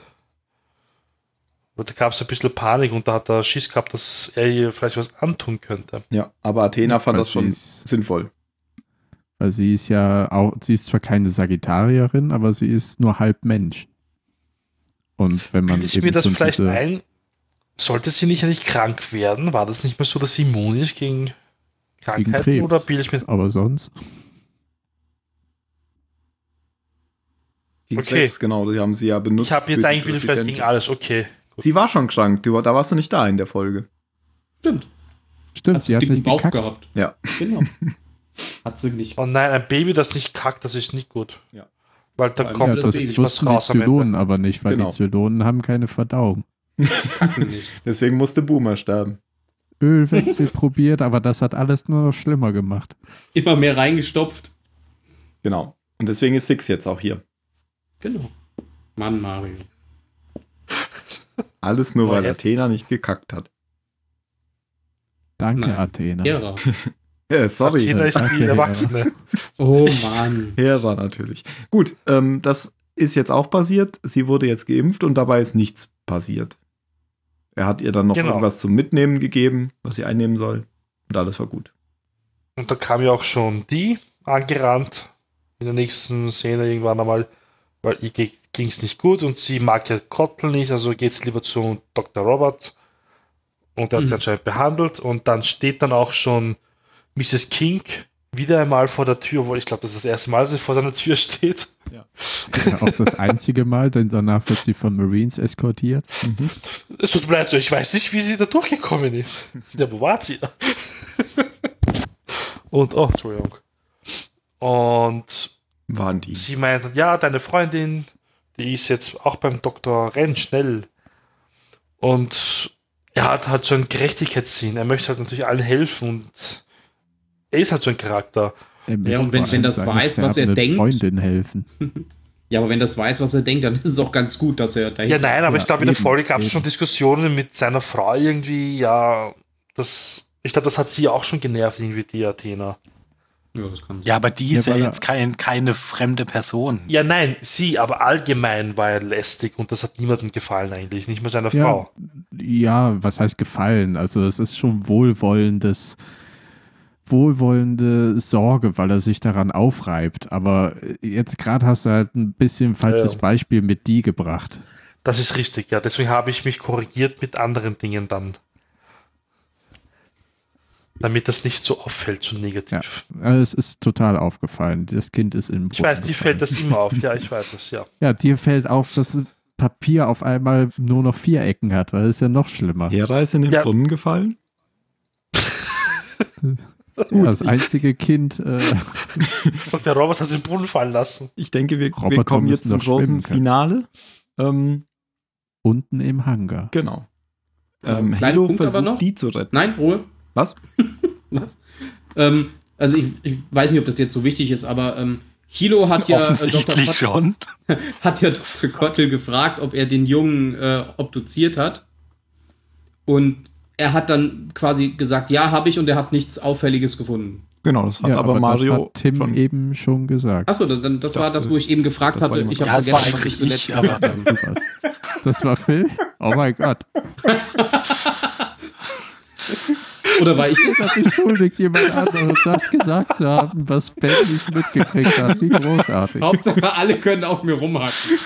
Speaker 4: Aber da gab es ein bisschen Panik und da hat er Schiss gehabt, dass er ihr vielleicht was antun könnte.
Speaker 3: Ja, aber Athena fand
Speaker 5: Weil
Speaker 3: das schon
Speaker 5: sie ist-
Speaker 3: sinnvoll.
Speaker 5: Weil sie ist ja auch, sie ist zwar keine Sagitarierin, aber sie ist nur halb Mensch. Und wenn man
Speaker 4: Bilde ich
Speaker 5: eben
Speaker 4: mir das
Speaker 5: so
Speaker 4: vielleicht
Speaker 5: diese-
Speaker 4: ein, Sollte sie nicht eigentlich krank werden? War das nicht mal so, dass sie immun ist gegen Krankheiten
Speaker 5: Krebs.
Speaker 4: oder bilde ich mir
Speaker 5: Aber sonst.
Speaker 3: Gegen
Speaker 4: Okay.
Speaker 3: Krebs, genau, die haben sie ja benutzt.
Speaker 4: Ich habe jetzt
Speaker 3: für die
Speaker 4: eigentlich wieder vielleicht gegen
Speaker 3: Präsidenten.
Speaker 4: alles, okay.
Speaker 3: Sie war schon krank, du, da warst du nicht da in der Folge.
Speaker 6: Stimmt.
Speaker 5: Stimmt,
Speaker 6: Hat
Speaker 4: Also
Speaker 5: sie
Speaker 6: sie
Speaker 5: hat
Speaker 6: dicken
Speaker 5: nicht
Speaker 6: Bauch
Speaker 5: gekackt.
Speaker 6: gehabt.
Speaker 3: Ja.
Speaker 6: Genau. Hat sie nicht.
Speaker 4: Oh nein, ein Baby, das nicht kackt, das ist nicht gut.
Speaker 3: Ja.
Speaker 4: Weil da
Speaker 3: Ja,
Speaker 5: Ja,
Speaker 4: kommt
Speaker 5: das
Speaker 4: nicht was
Speaker 5: wussten die
Speaker 4: raus am Ende.
Speaker 5: Zylonen aber nicht, weil
Speaker 3: Genau.
Speaker 5: die Zylonen haben keine Verdauung.
Speaker 3: Deswegen musste Boomer sterben.
Speaker 5: Ölwechsel probiert, aber das hat alles nur noch schlimmer gemacht.
Speaker 6: Immer mehr reingestopft.
Speaker 3: Genau. Und deswegen ist Six jetzt auch hier.
Speaker 6: Genau. Mann, Mario.
Speaker 3: Alles nur,
Speaker 4: Oh,
Speaker 3: weil
Speaker 4: ja.
Speaker 3: Athena nicht gekackt hat.
Speaker 5: Danke,
Speaker 6: Nein.
Speaker 5: Athena.
Speaker 6: Hera.
Speaker 3: Äh, sorry.
Speaker 4: Athena ist die
Speaker 5: Okay,
Speaker 4: Erwachsene.
Speaker 6: Oh Mann.
Speaker 3: Hera natürlich. Gut, ähm, das ist jetzt auch passiert. Sie wurde jetzt geimpft und dabei ist nichts passiert. Er hat ihr dann noch
Speaker 4: Genau.
Speaker 3: irgendwas zum Mitnehmen gegeben, was sie einnehmen soll. Und alles war gut.
Speaker 4: Und da kam ja auch schon die angerannt in der nächsten Szene irgendwann einmal, weil ihr ging es nicht gut und sie mag ja Kottel nicht, also geht es lieber zu Dr. Robert und der hat sie
Speaker 6: Mhm.
Speaker 4: anscheinend behandelt und dann steht dann auch schon Mrs. King wieder einmal vor der Tür, obwohl ich glaube, das ist das erste Mal, dass sie vor seiner Tür steht.
Speaker 5: Ja, auch das einzige Mal, denn danach wird sie von Marines eskortiert.
Speaker 4: Es tut mir leid, so, ich weiß nicht, wie sie da durchgekommen ist. Ja, wo war sie? Und, oh, Entschuldigung. Und
Speaker 3: Waren die.
Speaker 4: sie meint, dann, ja, deine Freundin, die ist jetzt auch beim Doktor, renn schnell. Und er hat halt so einen Gerechtigkeitssinn. Er möchte halt natürlich allen helfen und er ist halt so ein Charakter.
Speaker 5: Er möchte
Speaker 6: Ja, und wenn-
Speaker 5: vor
Speaker 6: wenn
Speaker 5: allem
Speaker 6: das
Speaker 5: seiner
Speaker 6: weiß, was er
Speaker 5: sterbenden
Speaker 6: denkt.
Speaker 5: Freundin helfen.
Speaker 6: Ja, aber wenn das weiß, was er denkt, dann ist es auch ganz gut, dass er da
Speaker 4: Ja, nein, aber
Speaker 5: Ja,
Speaker 4: ich glaube, in der
Speaker 5: eben,
Speaker 4: Folge gab es
Speaker 5: eben.
Speaker 4: schon Diskussionen mit seiner Frau irgendwie, ja, das, ich glaube, das hat sie auch schon genervt, irgendwie, die Athena.
Speaker 6: Ja, das kann
Speaker 7: Ja, aber die ist
Speaker 5: Ja,
Speaker 7: ja,
Speaker 5: weil er-
Speaker 7: jetzt kein, keine fremde Person.
Speaker 4: Ja, nein, sie, aber allgemein war er lästig und das hat niemandem gefallen eigentlich, nicht mal seiner
Speaker 5: Ja,
Speaker 4: Frau.
Speaker 5: ja, was heißt gefallen? Also es ist schon wohlwollendes, wohlwollende Sorge, weil er sich daran aufreibt. Aber jetzt gerade hast du halt ein bisschen falsches
Speaker 4: Ja.
Speaker 5: Beispiel mit die gebracht.
Speaker 4: Das ist richtig, ja. Deswegen habe ich mich korrigiert mit anderen Dingen dann. Damit das nicht so auffällt, so
Speaker 5: Ja,
Speaker 4: negativ.
Speaker 5: also es ist total aufgefallen. Das Kind ist im
Speaker 4: Ich weiß,
Speaker 5: Brunnen
Speaker 4: die fällt das
Speaker 5: gefallen.
Speaker 4: immer auf. Ja, ich weiß es, ja.
Speaker 5: Ja, dir fällt auf, dass Papier auf einmal nur noch vier Ecken hat, weil das ist ja noch schlimmer.
Speaker 3: Hera ist in den
Speaker 4: Ja.
Speaker 3: Brunnen gefallen.
Speaker 5: Ja, das einzige Kind. Äh,
Speaker 4: Und der Robert hat es im Brunnen fallen lassen.
Speaker 3: Ich denke, wir, wir
Speaker 5: Roboter
Speaker 3: kommen jetzt
Speaker 5: müssen
Speaker 3: zum
Speaker 5: doch schwimmen
Speaker 3: großen
Speaker 5: können.
Speaker 3: Finale. Ähm,
Speaker 5: unten im Hangar.
Speaker 3: genau. Ähm,
Speaker 6: Kleiner
Speaker 3: Halo
Speaker 6: Punkt aber noch.
Speaker 3: versucht, die zu retten.
Speaker 6: Nein, Ruhe.
Speaker 3: Was?
Speaker 6: Was? Ähm, also ich, ich weiß nicht, ob das jetzt so wichtig ist, aber ähm, Hilo hat ja, äh, Dr.
Speaker 7: Offensichtlich
Speaker 6: Kott,
Speaker 7: schon.
Speaker 6: hat ja Dr. Kottel gefragt, ob er den Jungen äh, obduziert hat. Und er hat dann quasi gesagt, ja, habe ich, und er hat nichts Auffälliges gefunden.
Speaker 3: Genau, das hat
Speaker 5: Ja,
Speaker 3: aber,
Speaker 5: das
Speaker 3: Mario
Speaker 5: hat Tim
Speaker 3: schon
Speaker 5: eben schon gesagt.
Speaker 6: Achso, dann, dann, das
Speaker 3: Ja,
Speaker 6: war das, wo ich eben gefragt
Speaker 3: das war
Speaker 6: hatte.
Speaker 3: jemand
Speaker 6: Ich habe
Speaker 7: Ja, das war
Speaker 6: vergessen, was ich
Speaker 7: eigentlich
Speaker 6: zuletzt
Speaker 7: ich, aber- ne,
Speaker 6: gesagt habe.
Speaker 5: Du warst- Das war Phil? Oh mein Gott.
Speaker 6: Oder war ich das?
Speaker 5: Das ist schuldig, jemand anderes das gesagt zu haben, was Ben nicht mitgekriegt hat. Wie großartig.
Speaker 6: Hauptsache, alle können auf mir rumhacken.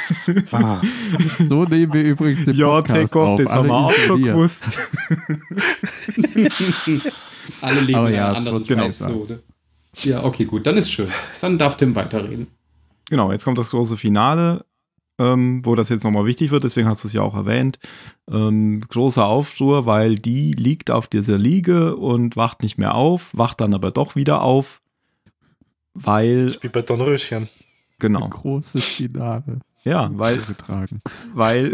Speaker 5: So nehmen wir übrigens den
Speaker 3: Ja,
Speaker 5: Podcast
Speaker 3: Takeoff,
Speaker 5: auf.
Speaker 3: das haben
Speaker 5: Alle
Speaker 3: wir auch schon
Speaker 5: isoliert.
Speaker 3: gewusst.
Speaker 6: Alle leben
Speaker 5: Aber
Speaker 6: in
Speaker 5: ja,
Speaker 6: einer
Speaker 5: das
Speaker 6: anderen
Speaker 5: wollte ich auch
Speaker 6: Zeitzone. Ja, okay, gut, dann ist schön. Dann darf Tim weiterreden.
Speaker 3: Genau, jetzt kommt das große Finale, ähm, wo das jetzt nochmal wichtig wird, deswegen hast du es ja auch erwähnt. Ähm, großer Aufruhr, weil die liegt auf dieser Liege und wacht nicht mehr auf, wacht dann aber doch wieder auf, weil,
Speaker 4: Das ist wie bei Dornröschen.
Speaker 3: genau,
Speaker 5: Großes Finale.
Speaker 3: ja, weil,
Speaker 5: getragen.
Speaker 3: weil,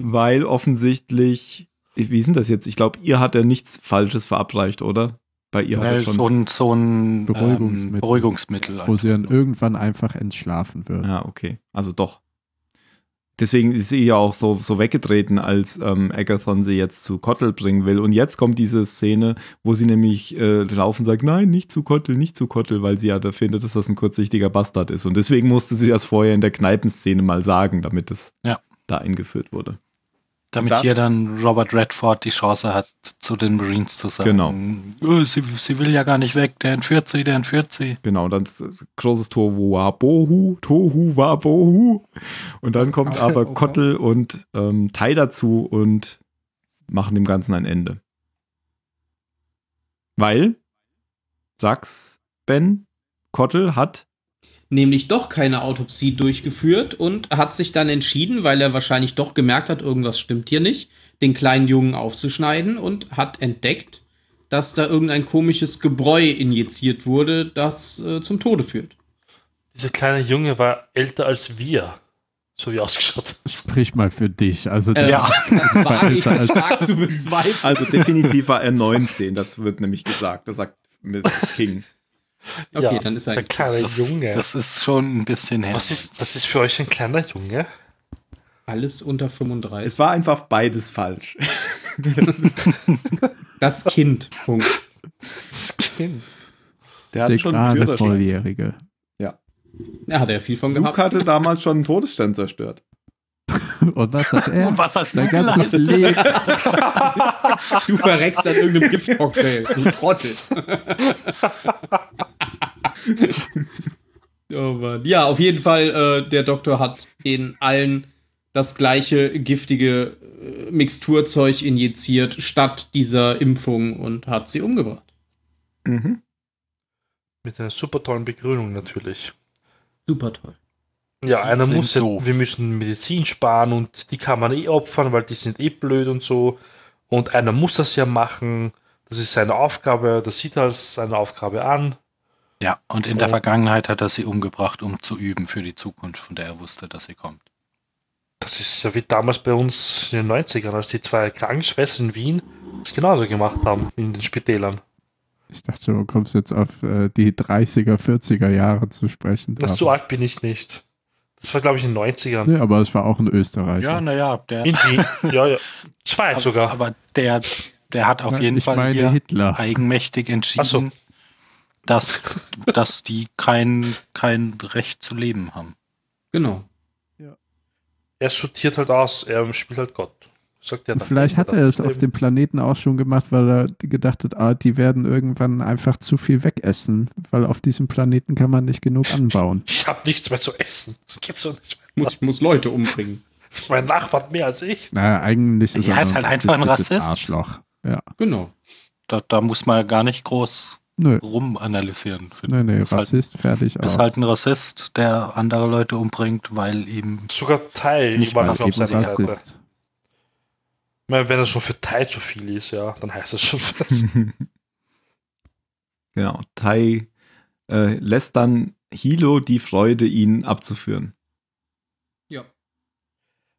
Speaker 3: weil offensichtlich, wie ist denn das jetzt? Ich glaube, ihr hat er nichts Falsches verabreicht, oder? Bei ihr hat er
Speaker 7: Ja,
Speaker 3: schon.
Speaker 7: so ein, so ein
Speaker 5: Beruhigungsmittel.
Speaker 7: Ähm, Beruhigungsmittel.
Speaker 5: Wo sie dann irgendwann einfach entschlafen wird.
Speaker 3: Ja, okay. Also doch. Deswegen ist sie ja auch so, so weggetreten, als ähm, Agathon sie jetzt zu Kottel bringen will. Und jetzt kommt diese Szene, wo sie nämlich äh, laufen sagt, nein, nicht zu Kottel, nicht zu Kottel, weil sie ja da findet, dass das ein kurzsichtiger Bastard ist. Und deswegen musste sie das vorher in der Kneipenszene mal sagen, damit das
Speaker 7: Ja.
Speaker 3: da eingeführt wurde.
Speaker 7: Damit
Speaker 3: Da-
Speaker 7: hier dann Robert Redford die Chance hat, zu den Marines zu sagen, genau. sie, sie will ja gar nicht weg, der entführt sie, der entführt sie.
Speaker 3: Genau, und dann ist das großes Tor Wabohu, Tohu Wabohu. Und dann kommt
Speaker 8: Okay,
Speaker 3: aber
Speaker 8: okay.
Speaker 3: Kottel und ähm, Tai dazu und machen dem Ganzen ein Ende. Weil, sag's Ben, Kottel hat,
Speaker 6: Nämlich doch keine Autopsie durchgeführt und hat sich dann entschieden, weil er wahrscheinlich doch gemerkt hat, irgendwas stimmt hier nicht, den kleinen Jungen aufzuschneiden und hat entdeckt, dass da irgendein komisches Gebräu injiziert wurde, das äh, zum Tode führt.
Speaker 4: Dieser kleine Junge war älter als wir. So wie er ausgeschaut hat.
Speaker 5: Sprich mal für dich. Also
Speaker 6: Äh,
Speaker 5: ja.
Speaker 6: Das war ich stark zu bezweifeln.
Speaker 3: also definitiv war er 19, das wird nämlich gesagt, das sagt Mrs. King.
Speaker 6: Okay,
Speaker 4: Ja,
Speaker 6: dann ist er
Speaker 4: Der kleine
Speaker 7: Das,
Speaker 4: Junge.
Speaker 7: das ist schon ein bisschen
Speaker 4: Was
Speaker 7: heftig.
Speaker 4: ist, das ist für euch ein kleiner Junge?
Speaker 6: alles unter 35.
Speaker 3: Es war einfach beides falsch.
Speaker 6: Das Kind. Punkt.
Speaker 4: Das Kind.
Speaker 3: Der
Speaker 5: der gerade Volljährige.
Speaker 6: Ja, hat er viel von gehabt.
Speaker 3: Luke hatte damals schon einen Todesstern zerstört.
Speaker 5: Und was hat er?
Speaker 7: Und was hast
Speaker 5: Sein
Speaker 7: du
Speaker 5: ganzes
Speaker 7: geleistet?
Speaker 5: Leben.
Speaker 6: Du verreckst an irgendeinem Giftcocktail. Du Trottel. oh Mann. Ja, auf jeden Fall, äh, der Doktor hat in allen das gleiche giftige äh, Mixturzeug injiziert, statt dieser Impfung und hat sie umgebracht.
Speaker 3: Mhm.
Speaker 4: Mit einer super tollen Begründung natürlich.
Speaker 6: Super toll.
Speaker 4: Ja, einer
Speaker 7: sind
Speaker 4: muss ja,
Speaker 7: doof.
Speaker 4: wir müssen Medizin sparen und die kann man eh opfern, weil die sind eh blöd und so. Und einer muss das ja machen. Das ist seine Aufgabe, das sieht er als seine Aufgabe an.
Speaker 7: Ja, und in der
Speaker 4: Oh.
Speaker 7: Vergangenheit hat er sie umgebracht, um zu üben für die Zukunft, von der er wusste, dass sie kommt.
Speaker 4: Das ist ja wie damals bei uns in den 90ern, als die zwei Krankenschwestern in Wien das genauso gemacht haben in den Spitälern.
Speaker 5: Ich dachte, du kommst jetzt auf äh, die 30er, 40er Jahre zu sprechen.
Speaker 4: Das so alt bin ich nicht. Das war, glaube ich, in den 90ern.
Speaker 5: nee, aber es war auch in Österreich.
Speaker 7: Ja, naja, der,
Speaker 4: In Wien. ja, ja. Zwei sogar.
Speaker 7: aber der, der hat auf jeden
Speaker 5: ich
Speaker 7: Fall
Speaker 5: meine
Speaker 7: hier
Speaker 5: Hitler.
Speaker 7: eigenmächtig entschieden,
Speaker 4: Ach so.
Speaker 7: dass, dass die kein, kein Recht zu leben haben.
Speaker 6: Genau.
Speaker 4: er sortiert halt aus, er spielt halt Gott. Sagt er
Speaker 5: Und Vielleicht hat er es auf dem Planeten auch schon gemacht, weil er gedacht hat, ah, die werden irgendwann einfach zu viel wegessen, weil auf diesem Planeten kann man nicht genug anbauen.
Speaker 4: Ich habe nichts mehr zu essen. Das geht so nicht mehr.
Speaker 6: Muss, muss Leute umbringen.
Speaker 4: Mein Nachbar hat mehr als ich.
Speaker 5: Naja, eigentlich ist
Speaker 7: Ja,
Speaker 5: er
Speaker 7: ist halt einfach ein
Speaker 5: ziemliches
Speaker 7: Rassist.
Speaker 5: Arschloch. Ja.
Speaker 6: Genau.
Speaker 7: Da, da muss man gar nicht groß
Speaker 5: Nö,
Speaker 7: rumanalysieren.
Speaker 5: nö,
Speaker 7: finde ich.
Speaker 5: nö,
Speaker 7: ist, halt,
Speaker 5: Rassist, fertig.
Speaker 7: ist
Speaker 5: auch.
Speaker 7: halt ein Rassist, der andere Leute umbringt, weil ihm
Speaker 4: Sogar Teil
Speaker 7: Nicht
Speaker 4: war
Speaker 7: mal
Speaker 4: das auf
Speaker 5: Rassist,
Speaker 4: seiner Seite.
Speaker 5: Rassist.
Speaker 4: Ich meine, Wenn das schon für Teil zu viel ist, ja, dann heißt das schon was.
Speaker 3: genau. Tai äh, lässt dann Hilo die Freude, ihn abzuführen.
Speaker 6: Ja.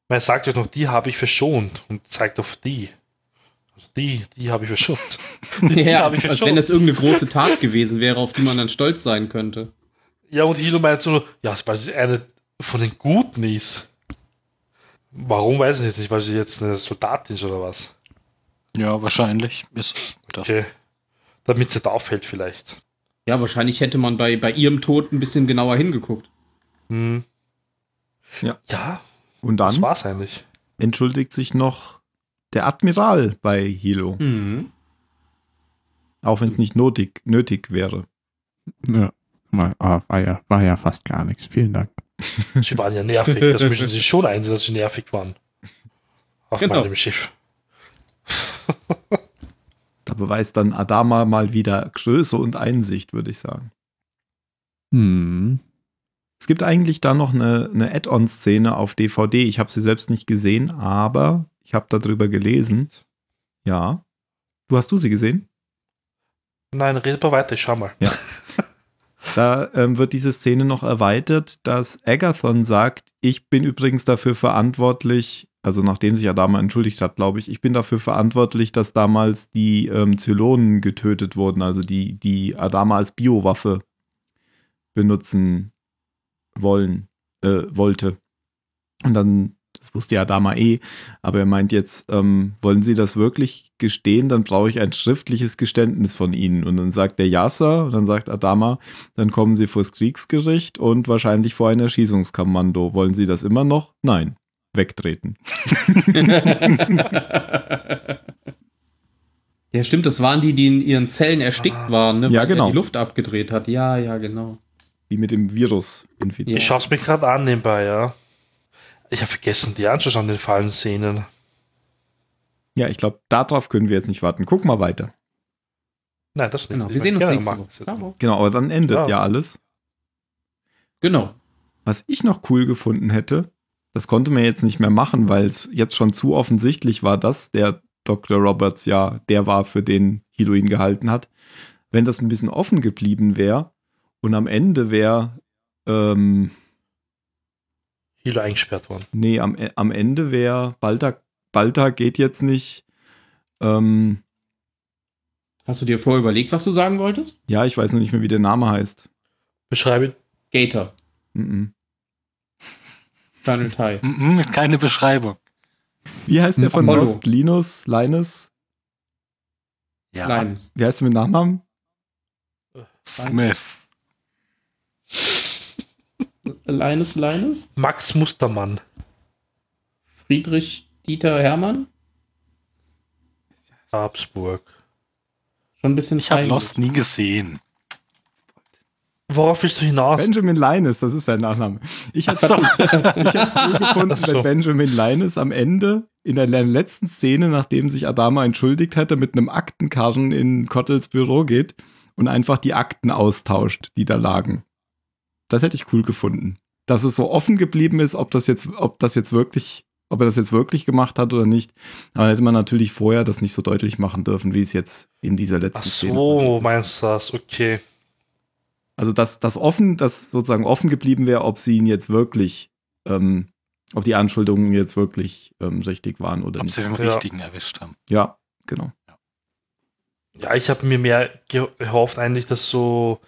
Speaker 4: Man sagt euch noch, die habe ich verschont und zeigt auf die. Also die, die habe ich verschont. Die, die
Speaker 6: Ja,
Speaker 4: habe ich
Speaker 6: als wenn
Speaker 4: verschont.
Speaker 6: das irgendeine große Tat gewesen wäre, auf die man dann stolz sein könnte.
Speaker 4: Ja, und Hilo meint so, nur, ja, weil sie eine von den Guten ist. Warum weiß ich jetzt nicht, weil sie jetzt eine Soldatin ist oder was?
Speaker 7: ja wahrscheinlich ist das.
Speaker 4: Okay. Damit sie da auffällt vielleicht.
Speaker 6: Ja, wahrscheinlich hätte man bei, bei ihrem Tod ein bisschen genauer hingeguckt.
Speaker 4: Hm.
Speaker 3: Ja.
Speaker 4: Ja,
Speaker 3: Und
Speaker 4: das
Speaker 3: dann
Speaker 4: war's eigentlich.
Speaker 3: entschuldigt sich noch der Admiral bei Hilo,
Speaker 6: Mhm.
Speaker 3: auch wenn es nicht notig, nötig wäre.
Speaker 5: Ja. Mal, ah, war, ja, war ja fast gar nichts. Vielen Dank.
Speaker 4: Sie waren ja nervig. Das müssen sie schon einsehen, dass sie nervig waren. Auf
Speaker 6: Genau.
Speaker 4: meinem Schiff.
Speaker 3: Da beweist dann Adama mal wieder Größe und Einsicht, würde ich sagen.
Speaker 5: Hm.
Speaker 3: Es gibt eigentlich da noch eine, eine Add-on-Szene auf DVD. Ich habe sie selbst nicht gesehen, aber ich habe darüber gelesen. Ja. Du hast du sie gesehen?
Speaker 4: Nein, rede mal weiter, ich schau mal.
Speaker 3: Da ähm, wird diese Szene noch erweitert, dass Agathon sagt, ich bin übrigens dafür verantwortlich, also nachdem sich Adama entschuldigt hat, glaube ich, ich bin dafür verantwortlich, dass damals die ähm, Zylonen getötet wurden, also die, die Adama als Biowaffe benutzen wollen, äh, wollte. Und dann, das wusste ja Adama eh, aber er meint jetzt, ähm, wollen Sie das wirklich gestehen, dann brauche ich ein schriftliches Geständnis von Ihnen. Und dann sagt der Yasser, und dann sagt Adama, dann kommen sie vors Kriegsgericht und wahrscheinlich vor ein Erschießungskommando. Wollen sie das immer noch? Nein. wegtreten.
Speaker 6: Ja, stimmt, das waren die, die in ihren Zellen erstickt
Speaker 7: Ah.
Speaker 6: waren, ne?
Speaker 3: Ja,
Speaker 6: Weil
Speaker 3: genau.
Speaker 6: er die Luft abgedreht hat. Ja, ja, genau.
Speaker 3: Die mit dem Virus infiziert.
Speaker 4: Ich schaue es mir gerade an nebenbei, ja. Ich habe vergessen, die anzuschauen, den fallen Szenen.
Speaker 3: Ja, ich glaube, darauf können wir jetzt nicht warten. Guck mal weiter.
Speaker 4: Nein, das nicht.
Speaker 6: Genau,
Speaker 4: Ich
Speaker 6: wir sehen uns
Speaker 4: gerne
Speaker 6: nächste
Speaker 4: machen.
Speaker 6: Woche.
Speaker 4: Das jetzt
Speaker 6: Ja,
Speaker 4: mal.
Speaker 3: Genau, aber dann endet
Speaker 4: Ja.
Speaker 3: ja alles.
Speaker 6: Genau.
Speaker 3: Was ich noch cool gefunden hätte, das konnte man jetzt nicht mehr machen, weil es jetzt schon zu offensichtlich war, dass der Dr. Roberts ja der war, für den Hilo ihn gehalten hat. Wenn das ein bisschen offen geblieben wäre und am Ende wäre, ähm,
Speaker 4: Hilo eingesperrt worden.
Speaker 3: nee, am, E- am Ende wäre, Balta, Balta geht jetzt nicht. Ähm,
Speaker 6: Hast du dir vorher überlegt, was du sagen wolltest?
Speaker 3: ja, ich weiß nur nicht mehr, wie der Name heißt.
Speaker 4: Beschreibe
Speaker 6: Gator,
Speaker 3: Mhm.
Speaker 6: Colonel Ty.
Speaker 7: Mhm, keine Beschreibung.
Speaker 3: Wie heißt der von
Speaker 6: Apollo.
Speaker 3: Lost? Linus? Linus?
Speaker 7: Ja,
Speaker 6: Nein.
Speaker 3: Wie heißt der mit Nachnamen?
Speaker 7: Smith.
Speaker 6: Linus Linus?
Speaker 4: Max Mustermann.
Speaker 6: Friedrich Dieter Hermann?
Speaker 4: Habsburg.
Speaker 6: Schon ein bisschen
Speaker 7: Ich habe
Speaker 6: peinlich.
Speaker 7: Lost nie gesehen.
Speaker 4: Worauf willst du hinaus?
Speaker 3: Benjamin Linus, das ist sein Nachname. Ich hätte es cool gefunden,
Speaker 4: Ach so.
Speaker 3: wenn Benjamin Linus am Ende in der letzten Szene, nachdem sich Adama entschuldigt hätte, mit einem Aktenkarren in Cottels Büro geht und einfach die Akten austauscht, die da lagen. Das hätte ich cool gefunden. Dass es so offen geblieben ist, ob das jetzt, ob das jetzt wirklich, ob er das jetzt wirklich gemacht hat oder nicht. Aber hätte man natürlich vorher das nicht so deutlich machen dürfen, wie es jetzt in dieser letzten
Speaker 4: Ach
Speaker 3: Szene war.
Speaker 4: so, meinst du das? Okay.
Speaker 3: Also, dass das offen, dass sozusagen offen geblieben wäre, ob sie ihn jetzt wirklich, ähm, ob die Anschuldigungen jetzt wirklich ähm, richtig waren oder
Speaker 7: Ob
Speaker 3: nicht.
Speaker 7: sie den
Speaker 4: Ja.
Speaker 7: richtigen erwischt haben.
Speaker 3: Ja, genau.
Speaker 4: Ja, ich habe mir mehr ge- gehofft eigentlich, dass so,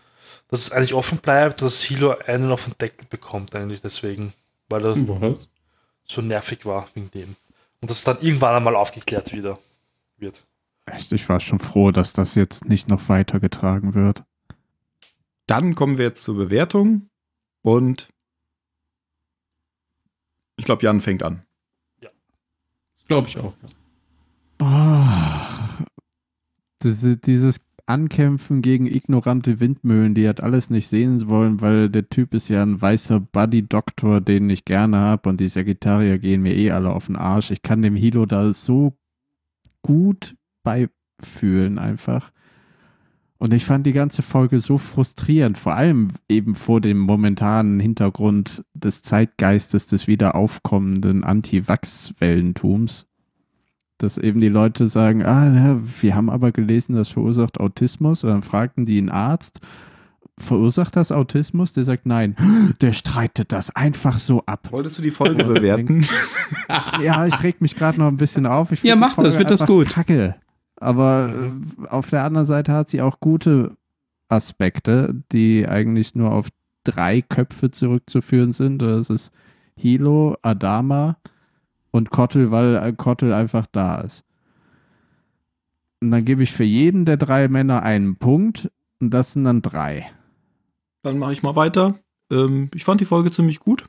Speaker 4: dass es eigentlich offen bleibt, dass Hilo einen auf den Deckel bekommt eigentlich deswegen, weil er
Speaker 6: Was?
Speaker 4: so nervig war wegen dem. Und dass es dann irgendwann einmal aufgeklärt wieder wird.
Speaker 5: Echt, ich war schon froh, dass das jetzt nicht noch weitergetragen wird.
Speaker 3: Dann kommen wir jetzt zur Bewertung und ich glaube, Jan fängt an.
Speaker 6: Glaube ich auch.
Speaker 5: Ah, diese, dieses Ankämpfen gegen ignorante Windmühlen, die hat alles nicht sehen wollen, weil der Typ ist ja ein weißer Buddy-Doktor, den ich gerne habe und die Sagittarier gehen mir eh alle auf den Arsch. Ich kann dem Hilo da so gut beifühlen einfach. Und ich fand die ganze Folge so frustrierend, vor allem eben vor dem momentanen Hintergrund des Zeitgeistes des wieder aufkommenden Anti-Wachs-Wellentums dass eben die Leute sagen, ah, na, wir haben aber gelesen, das verursacht Autismus. Und dann fragten die einen Arzt, verursacht das Autismus? Der sagt, nein, der streitet das einfach so ab.
Speaker 3: Wolltest du die Folge bewerten?
Speaker 5: Ja, ich reg mich gerade noch ein bisschen auf. Ich find
Speaker 6: Ja,
Speaker 5: die
Speaker 6: mach das,
Speaker 5: Folge
Speaker 6: wird das
Speaker 5: einfach
Speaker 6: gut.
Speaker 5: Kacke. Aber äh, auf der anderen Seite hat sie auch gute Aspekte, die eigentlich nur auf drei Köpfe zurückzuführen sind. Das ist Hilo, Adama und Kottel, weil äh, Kottel einfach da ist. Und dann gebe ich für jeden der drei Männer einen Punkt. Und das sind dann drei.
Speaker 3: Dann mache ich mal weiter. Ähm, ich fand die Folge ziemlich gut.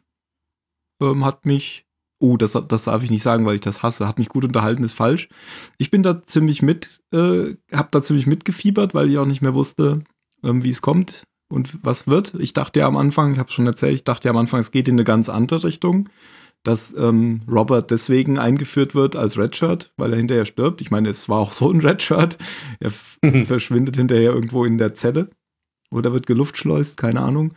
Speaker 3: Ähm, hat mich. Oh, das, das darf ich nicht sagen, weil ich das hasse. Hat mich gut unterhalten, ist falsch. Ich bin da ziemlich mit, äh, hab da ziemlich mitgefiebert, weil ich auch nicht mehr wusste, ähm, wie es kommt und was wird. Ich dachte ja am Anfang, ich habe schon erzählt, ich dachte ja am Anfang, es geht in eine ganz andere Richtung, dass ähm, Robert deswegen eingeführt wird als Redshirt, weil er hinterher stirbt. Ich meine, es war auch so ein Redshirt. Er f- verschwindet hinterher irgendwo in der Zelle oder wird geluftschleust, keine Ahnung.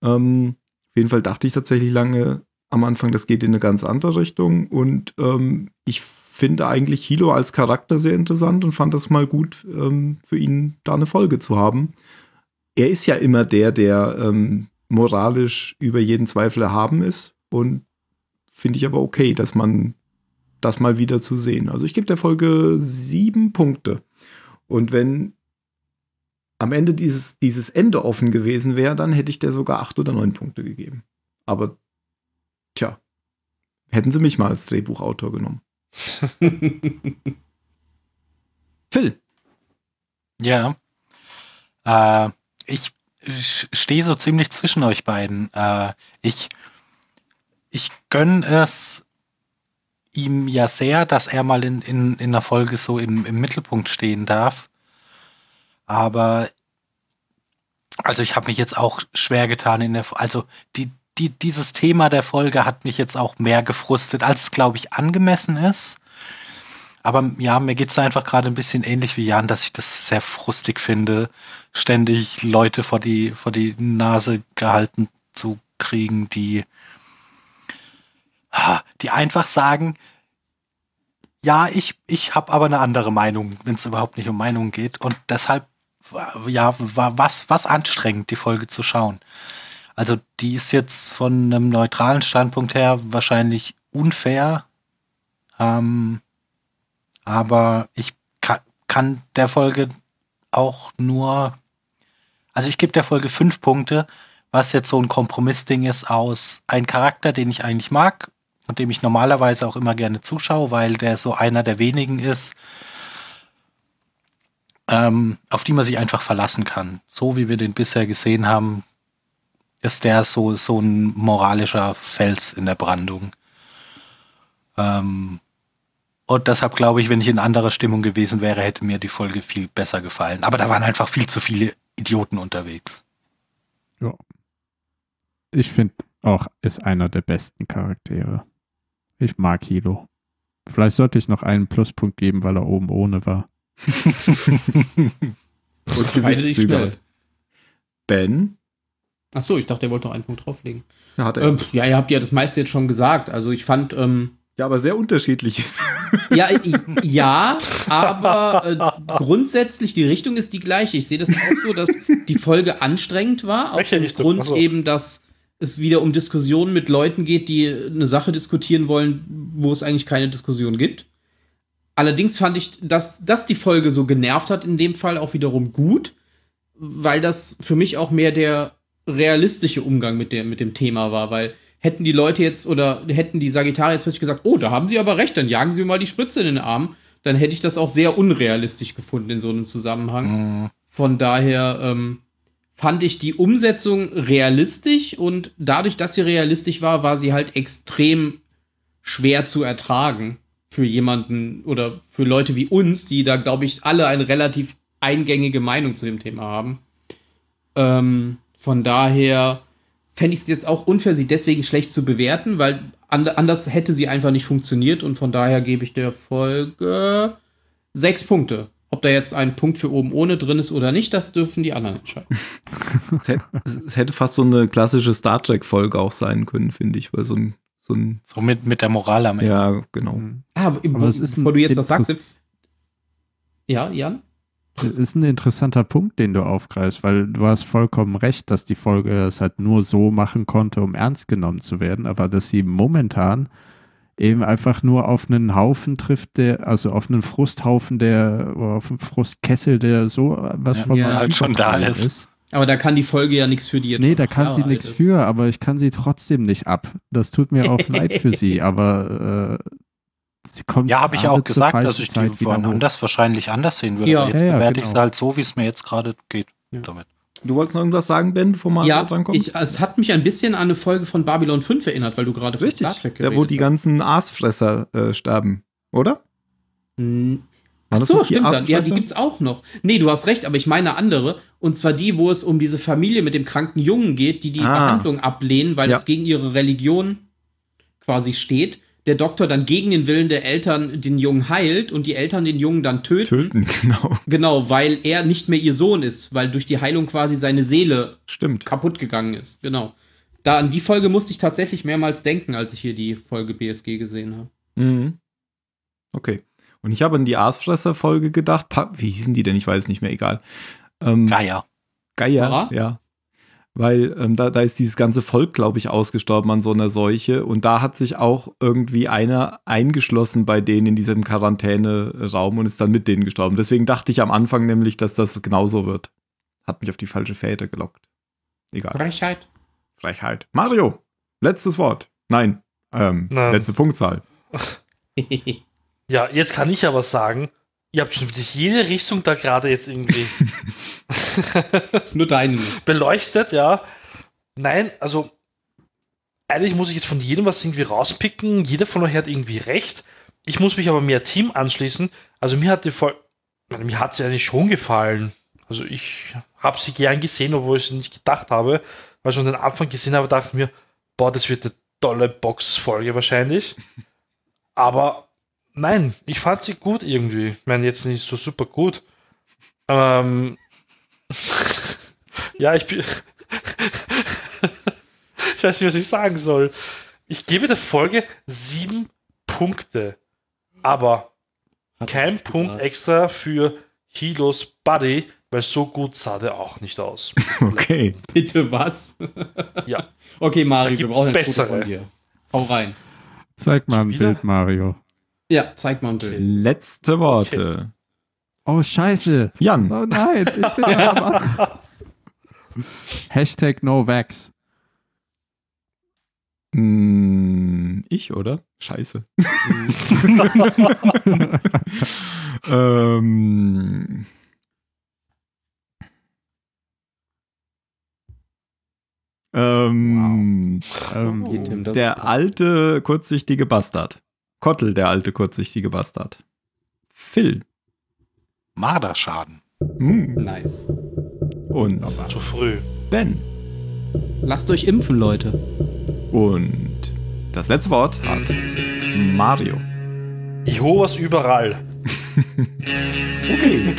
Speaker 3: Ähm, auf jeden Fall dachte ich tatsächlich lange am Anfang, das geht in eine ganz andere Richtung. Und ähm, ich finde eigentlich Hilo als Charakter sehr interessant und fand das mal gut, ähm, für ihn da eine Folge zu haben. Er ist ja immer der, der ähm, moralisch über jeden Zweifel erhaben ist. Und finde ich aber okay, dass man das mal wieder zu sehen. Also ich gebe der Folge sieben Punkte. Und wenn am Ende dieses, dieses Ende offen gewesen wäre, dann hätte ich der sogar acht oder neun Punkte gegeben. Aber, tja, hätten sie mich mal als Drehbuchautor genommen. Phil,
Speaker 7: Ja. Äh, ich stehe so ziemlich zwischen euch beiden. Äh, ich ich gönne es ihm ja sehr, dass er mal in, in, in der Folge so im, im Mittelpunkt stehen darf. Aber also ich habe mich jetzt auch schwer getan in der Fo- also die, die dieses Thema der Folge hat mich jetzt auch mehr gefrustet, als es glaube ich angemessen ist. Aber ja, mir geht's da einfach gerade ein bisschen ähnlich wie Jan, dass ich das sehr frustig finde, ständig Leute vor die vor die Nase gehalten zu kriegen, die Ah, die einfach sagen, ja, ich, ich habe aber eine andere Meinung, wenn es überhaupt nicht um Meinungen geht. Und deshalb, wa- ja, war was, was anstrengend, die Folge zu schauen. Also die ist jetzt von einem neutralen Standpunkt her wahrscheinlich unfair. Ähm, aber ich kann, kann der Folge auch nur, also ich gebe der Folge fünf Punkte, was jetzt so ein Kompromissding ist aus ein Charakter, den ich eigentlich mag und dem ich normalerweise auch immer gerne zuschaue, weil der so einer der wenigen ist, ähm, auf die man sich einfach verlassen kann. So wie wir den bisher gesehen haben, ist der so, so ein moralischer Fels in der Brandung. Ähm, und deshalb glaube ich, wenn ich in anderer Stimmung gewesen wäre, hätte mir die Folge viel besser gefallen. Aber da waren einfach viel zu viele Idioten unterwegs.
Speaker 5: Ich finde auch, ist einer der besten Charaktere. Ich mag Hilo. Vielleicht sollte ich noch einen Pluspunkt geben, weil er oben ohne war.
Speaker 3: Und
Speaker 6: Gesichtszüge. Schnell.
Speaker 3: Ben
Speaker 6: Achso, ich dachte, der wollte noch einen Punkt drauflegen.
Speaker 3: hat er.
Speaker 6: Ähm, pf, ja, ihr habt ja das meiste jetzt schon gesagt. Also ich fand, ähm,
Speaker 3: ja, aber sehr unterschiedliches.
Speaker 6: ja, i- ja, aber äh, grundsätzlich die Richtung ist die gleiche. Ich sehe das auch so, dass die Folge anstrengend war,
Speaker 4: Welche Richtung?
Speaker 6: aufgrund
Speaker 4: Achso.
Speaker 6: eben, dass es wieder um Diskussionen mit Leuten geht, die eine Sache diskutieren wollen, wo es eigentlich keine Diskussion gibt. Allerdings fand ich, dass, dass die Folge so genervt hat, in dem Fall auch wiederum gut, weil das für mich auch mehr der realistische Umgang mit, der, mit dem Thema war, weil hätten die Leute jetzt oder hätten die Sagittarier jetzt plötzlich gesagt, oh, da haben sie aber recht, dann jagen sie mir mal die Spritze in den Arm, dann hätte ich das auch sehr unrealistisch gefunden in so einem Zusammenhang. Von daher ähm, fand ich die Umsetzung realistisch und dadurch, dass sie realistisch war, war sie halt extrem schwer zu ertragen für jemanden oder für Leute wie uns, die da, glaube ich, alle eine relativ eingängige Meinung zu dem Thema haben. Ähm, von daher fände ich es jetzt auch unfair, sie deswegen schlecht zu bewerten, weil and anders hätte sie einfach nicht funktioniert und von daher gebe ich der Folge sechs Punkte. Ob da jetzt ein Punkt für oben ohne drin ist oder nicht, das dürfen die anderen entscheiden.
Speaker 3: es, hätte, es es hätte fast so eine klassische Star Trek-Folge auch sein können, finde ich, weil so ein, so ein.
Speaker 7: So mit, mit der Moral am Ende.
Speaker 3: Ja, genau.
Speaker 6: Ah,
Speaker 5: Aber es ist ein
Speaker 6: bevor du jetzt was sagst.
Speaker 5: interess-
Speaker 6: Ja, Jan?
Speaker 5: Das ist ein interessanter Punkt, den du aufgreifst, weil du hast vollkommen recht, dass die Folge es halt nur so machen konnte, um ernst genommen zu werden, aber dass sie momentan eben einfach nur auf einen Haufen trifft, der, also auf einen Frusthaufen, der, oder auf einen Frustkessel, der so was
Speaker 7: Ja,
Speaker 5: von
Speaker 6: ja,
Speaker 5: meinem
Speaker 7: halt schon da
Speaker 5: Übertrieben
Speaker 7: ist.
Speaker 6: Aber da kann die Folge ja nichts für die jetzt.
Speaker 5: Nee,
Speaker 6: schon
Speaker 5: da kann
Speaker 6: Jahre
Speaker 5: sie
Speaker 6: alt
Speaker 5: nichts
Speaker 6: ist.
Speaker 5: für, aber ich kann sie trotzdem nicht ab. Das tut mir auch leid für sie, aber äh, sie kommt.
Speaker 7: Ja, habe ich ja
Speaker 5: gerade
Speaker 7: auch
Speaker 5: zur
Speaker 7: gesagt,
Speaker 5: falschen
Speaker 7: dass ich
Speaker 5: Zeit
Speaker 7: die
Speaker 5: wieder
Speaker 7: von
Speaker 5: hoch.
Speaker 7: anders wahrscheinlich anders sehen würde.
Speaker 6: Ja.
Speaker 7: Aber jetzt
Speaker 5: Ja, ja,
Speaker 7: bewerte ich es
Speaker 5: genau.
Speaker 7: halt so, wie es mir jetzt gerade geht damit.
Speaker 3: Du wolltest noch irgendwas sagen, Ben, bevor man
Speaker 6: Ja,
Speaker 3: dran kommt?
Speaker 6: ich, es hat mich ein bisschen an eine Folge von Babylon 5 erinnert, weil du gerade von
Speaker 3: Richtig.
Speaker 6: Star Trek
Speaker 3: Da, wo die
Speaker 6: geredet
Speaker 3: ganzen Aasfresser äh, sterben, oder?
Speaker 6: hast.
Speaker 3: War
Speaker 6: Hm. Ach
Speaker 3: das
Speaker 6: so,
Speaker 3: nicht die
Speaker 6: stimmt. Dann. Ja, die
Speaker 3: Aasfresser?
Speaker 6: gibt's auch noch. Nee, du hast recht, aber ich meine andere. Und zwar die, wo es um diese Familie mit dem kranken Jungen geht, die die
Speaker 3: Ah.
Speaker 6: Behandlung ablehnen, weil
Speaker 3: Ja.
Speaker 6: das gegen ihre Religion quasi steht. Der Doktor dann gegen den Willen der Eltern den Jungen heilt und die Eltern den Jungen dann töten.
Speaker 3: Töten, genau.
Speaker 6: Genau, weil er nicht mehr ihr Sohn ist, weil durch die Heilung quasi seine Seele
Speaker 3: Stimmt.
Speaker 6: kaputt gegangen ist. Genau. Da an die Folge musste ich tatsächlich mehrmals denken, als ich hier die Folge BSG gesehen habe.
Speaker 3: Mhm. Okay. Und ich habe an die Aasfresser-Folge gedacht. Pa Wie hießen die denn? Ich weiß es nicht mehr, egal. Ähm,
Speaker 7: Geier.
Speaker 3: Geier,
Speaker 6: Aha.
Speaker 3: ja. Weil ähm, da, da ist dieses ganze Volk, glaube ich, ausgestorben an so einer Seuche. Und da hat sich auch irgendwie einer eingeschlossen bei denen in diesem Quarantäneraum und ist dann mit denen gestorben. Deswegen dachte ich am Anfang nämlich, dass das genauso wird. Hat mich auf die falsche Fährte gelockt. Egal.
Speaker 6: Frechheit.
Speaker 3: Frechheit. Mario, letztes Wort. Nein, ähm,
Speaker 4: Nein.
Speaker 3: letzte Punktzahl.
Speaker 4: Ja, jetzt kann ich aber sagen, ihr habt schon wirklich jede Richtung da gerade jetzt irgendwie
Speaker 6: Nur deinen.
Speaker 4: beleuchtet, ja. Nein, also eigentlich muss ich jetzt von jedem was irgendwie rauspicken. Jeder von euch hat irgendwie recht. Ich muss mich aber mehr Team anschließen. Also mir hat die Folge, mir hat sie eigentlich schon gefallen. Also ich habe sie gern gesehen, obwohl ich sie nicht gedacht habe, weil ich schon den Anfang gesehen habe, dachte ich mir, boah, das wird eine tolle Box-Folge wahrscheinlich. Aber nein, ich fand sie gut irgendwie. Ich meine, jetzt nicht so super gut. Ähm, ja, ich bin. ich weiß nicht, was ich sagen soll. Ich gebe der Folge sieben Punkte. Aber kein Punkt extra für Hilos Buddy, weil so gut sah der auch nicht aus.
Speaker 3: Okay.
Speaker 6: Bitte was?
Speaker 4: Ja.
Speaker 6: Okay,
Speaker 4: Da
Speaker 6: Mario, wir
Speaker 4: gibt's
Speaker 6: brauchen ein Foto
Speaker 4: bessere.
Speaker 6: von dir. Hau rein.
Speaker 5: Zeig mal ein
Speaker 4: Spieler?
Speaker 5: Bild, Mario.
Speaker 6: Ja, zeig mal ein Bild.
Speaker 3: Letzte Worte.
Speaker 5: Oh, scheiße.
Speaker 3: Jan,
Speaker 5: Oh nein, ich bin am Arsch. Hashtag NoVax.
Speaker 3: Mm, ich, oder? Scheiße. ähm, ähm,
Speaker 5: Ähm,
Speaker 6: Hier, Tim, das-
Speaker 3: Der alte, kurzsichtige Bastard. Kottel, der alte, kurzsichtige Bastard. Phil.
Speaker 7: Marderschaden.
Speaker 3: Mm.
Speaker 6: Nice.
Speaker 3: Und
Speaker 4: Zu früh.
Speaker 3: Ben.
Speaker 6: Lasst euch impfen, Leute.
Speaker 3: Und das letzte Wort hat Mario.
Speaker 4: Jehovas überall.
Speaker 3: Okay.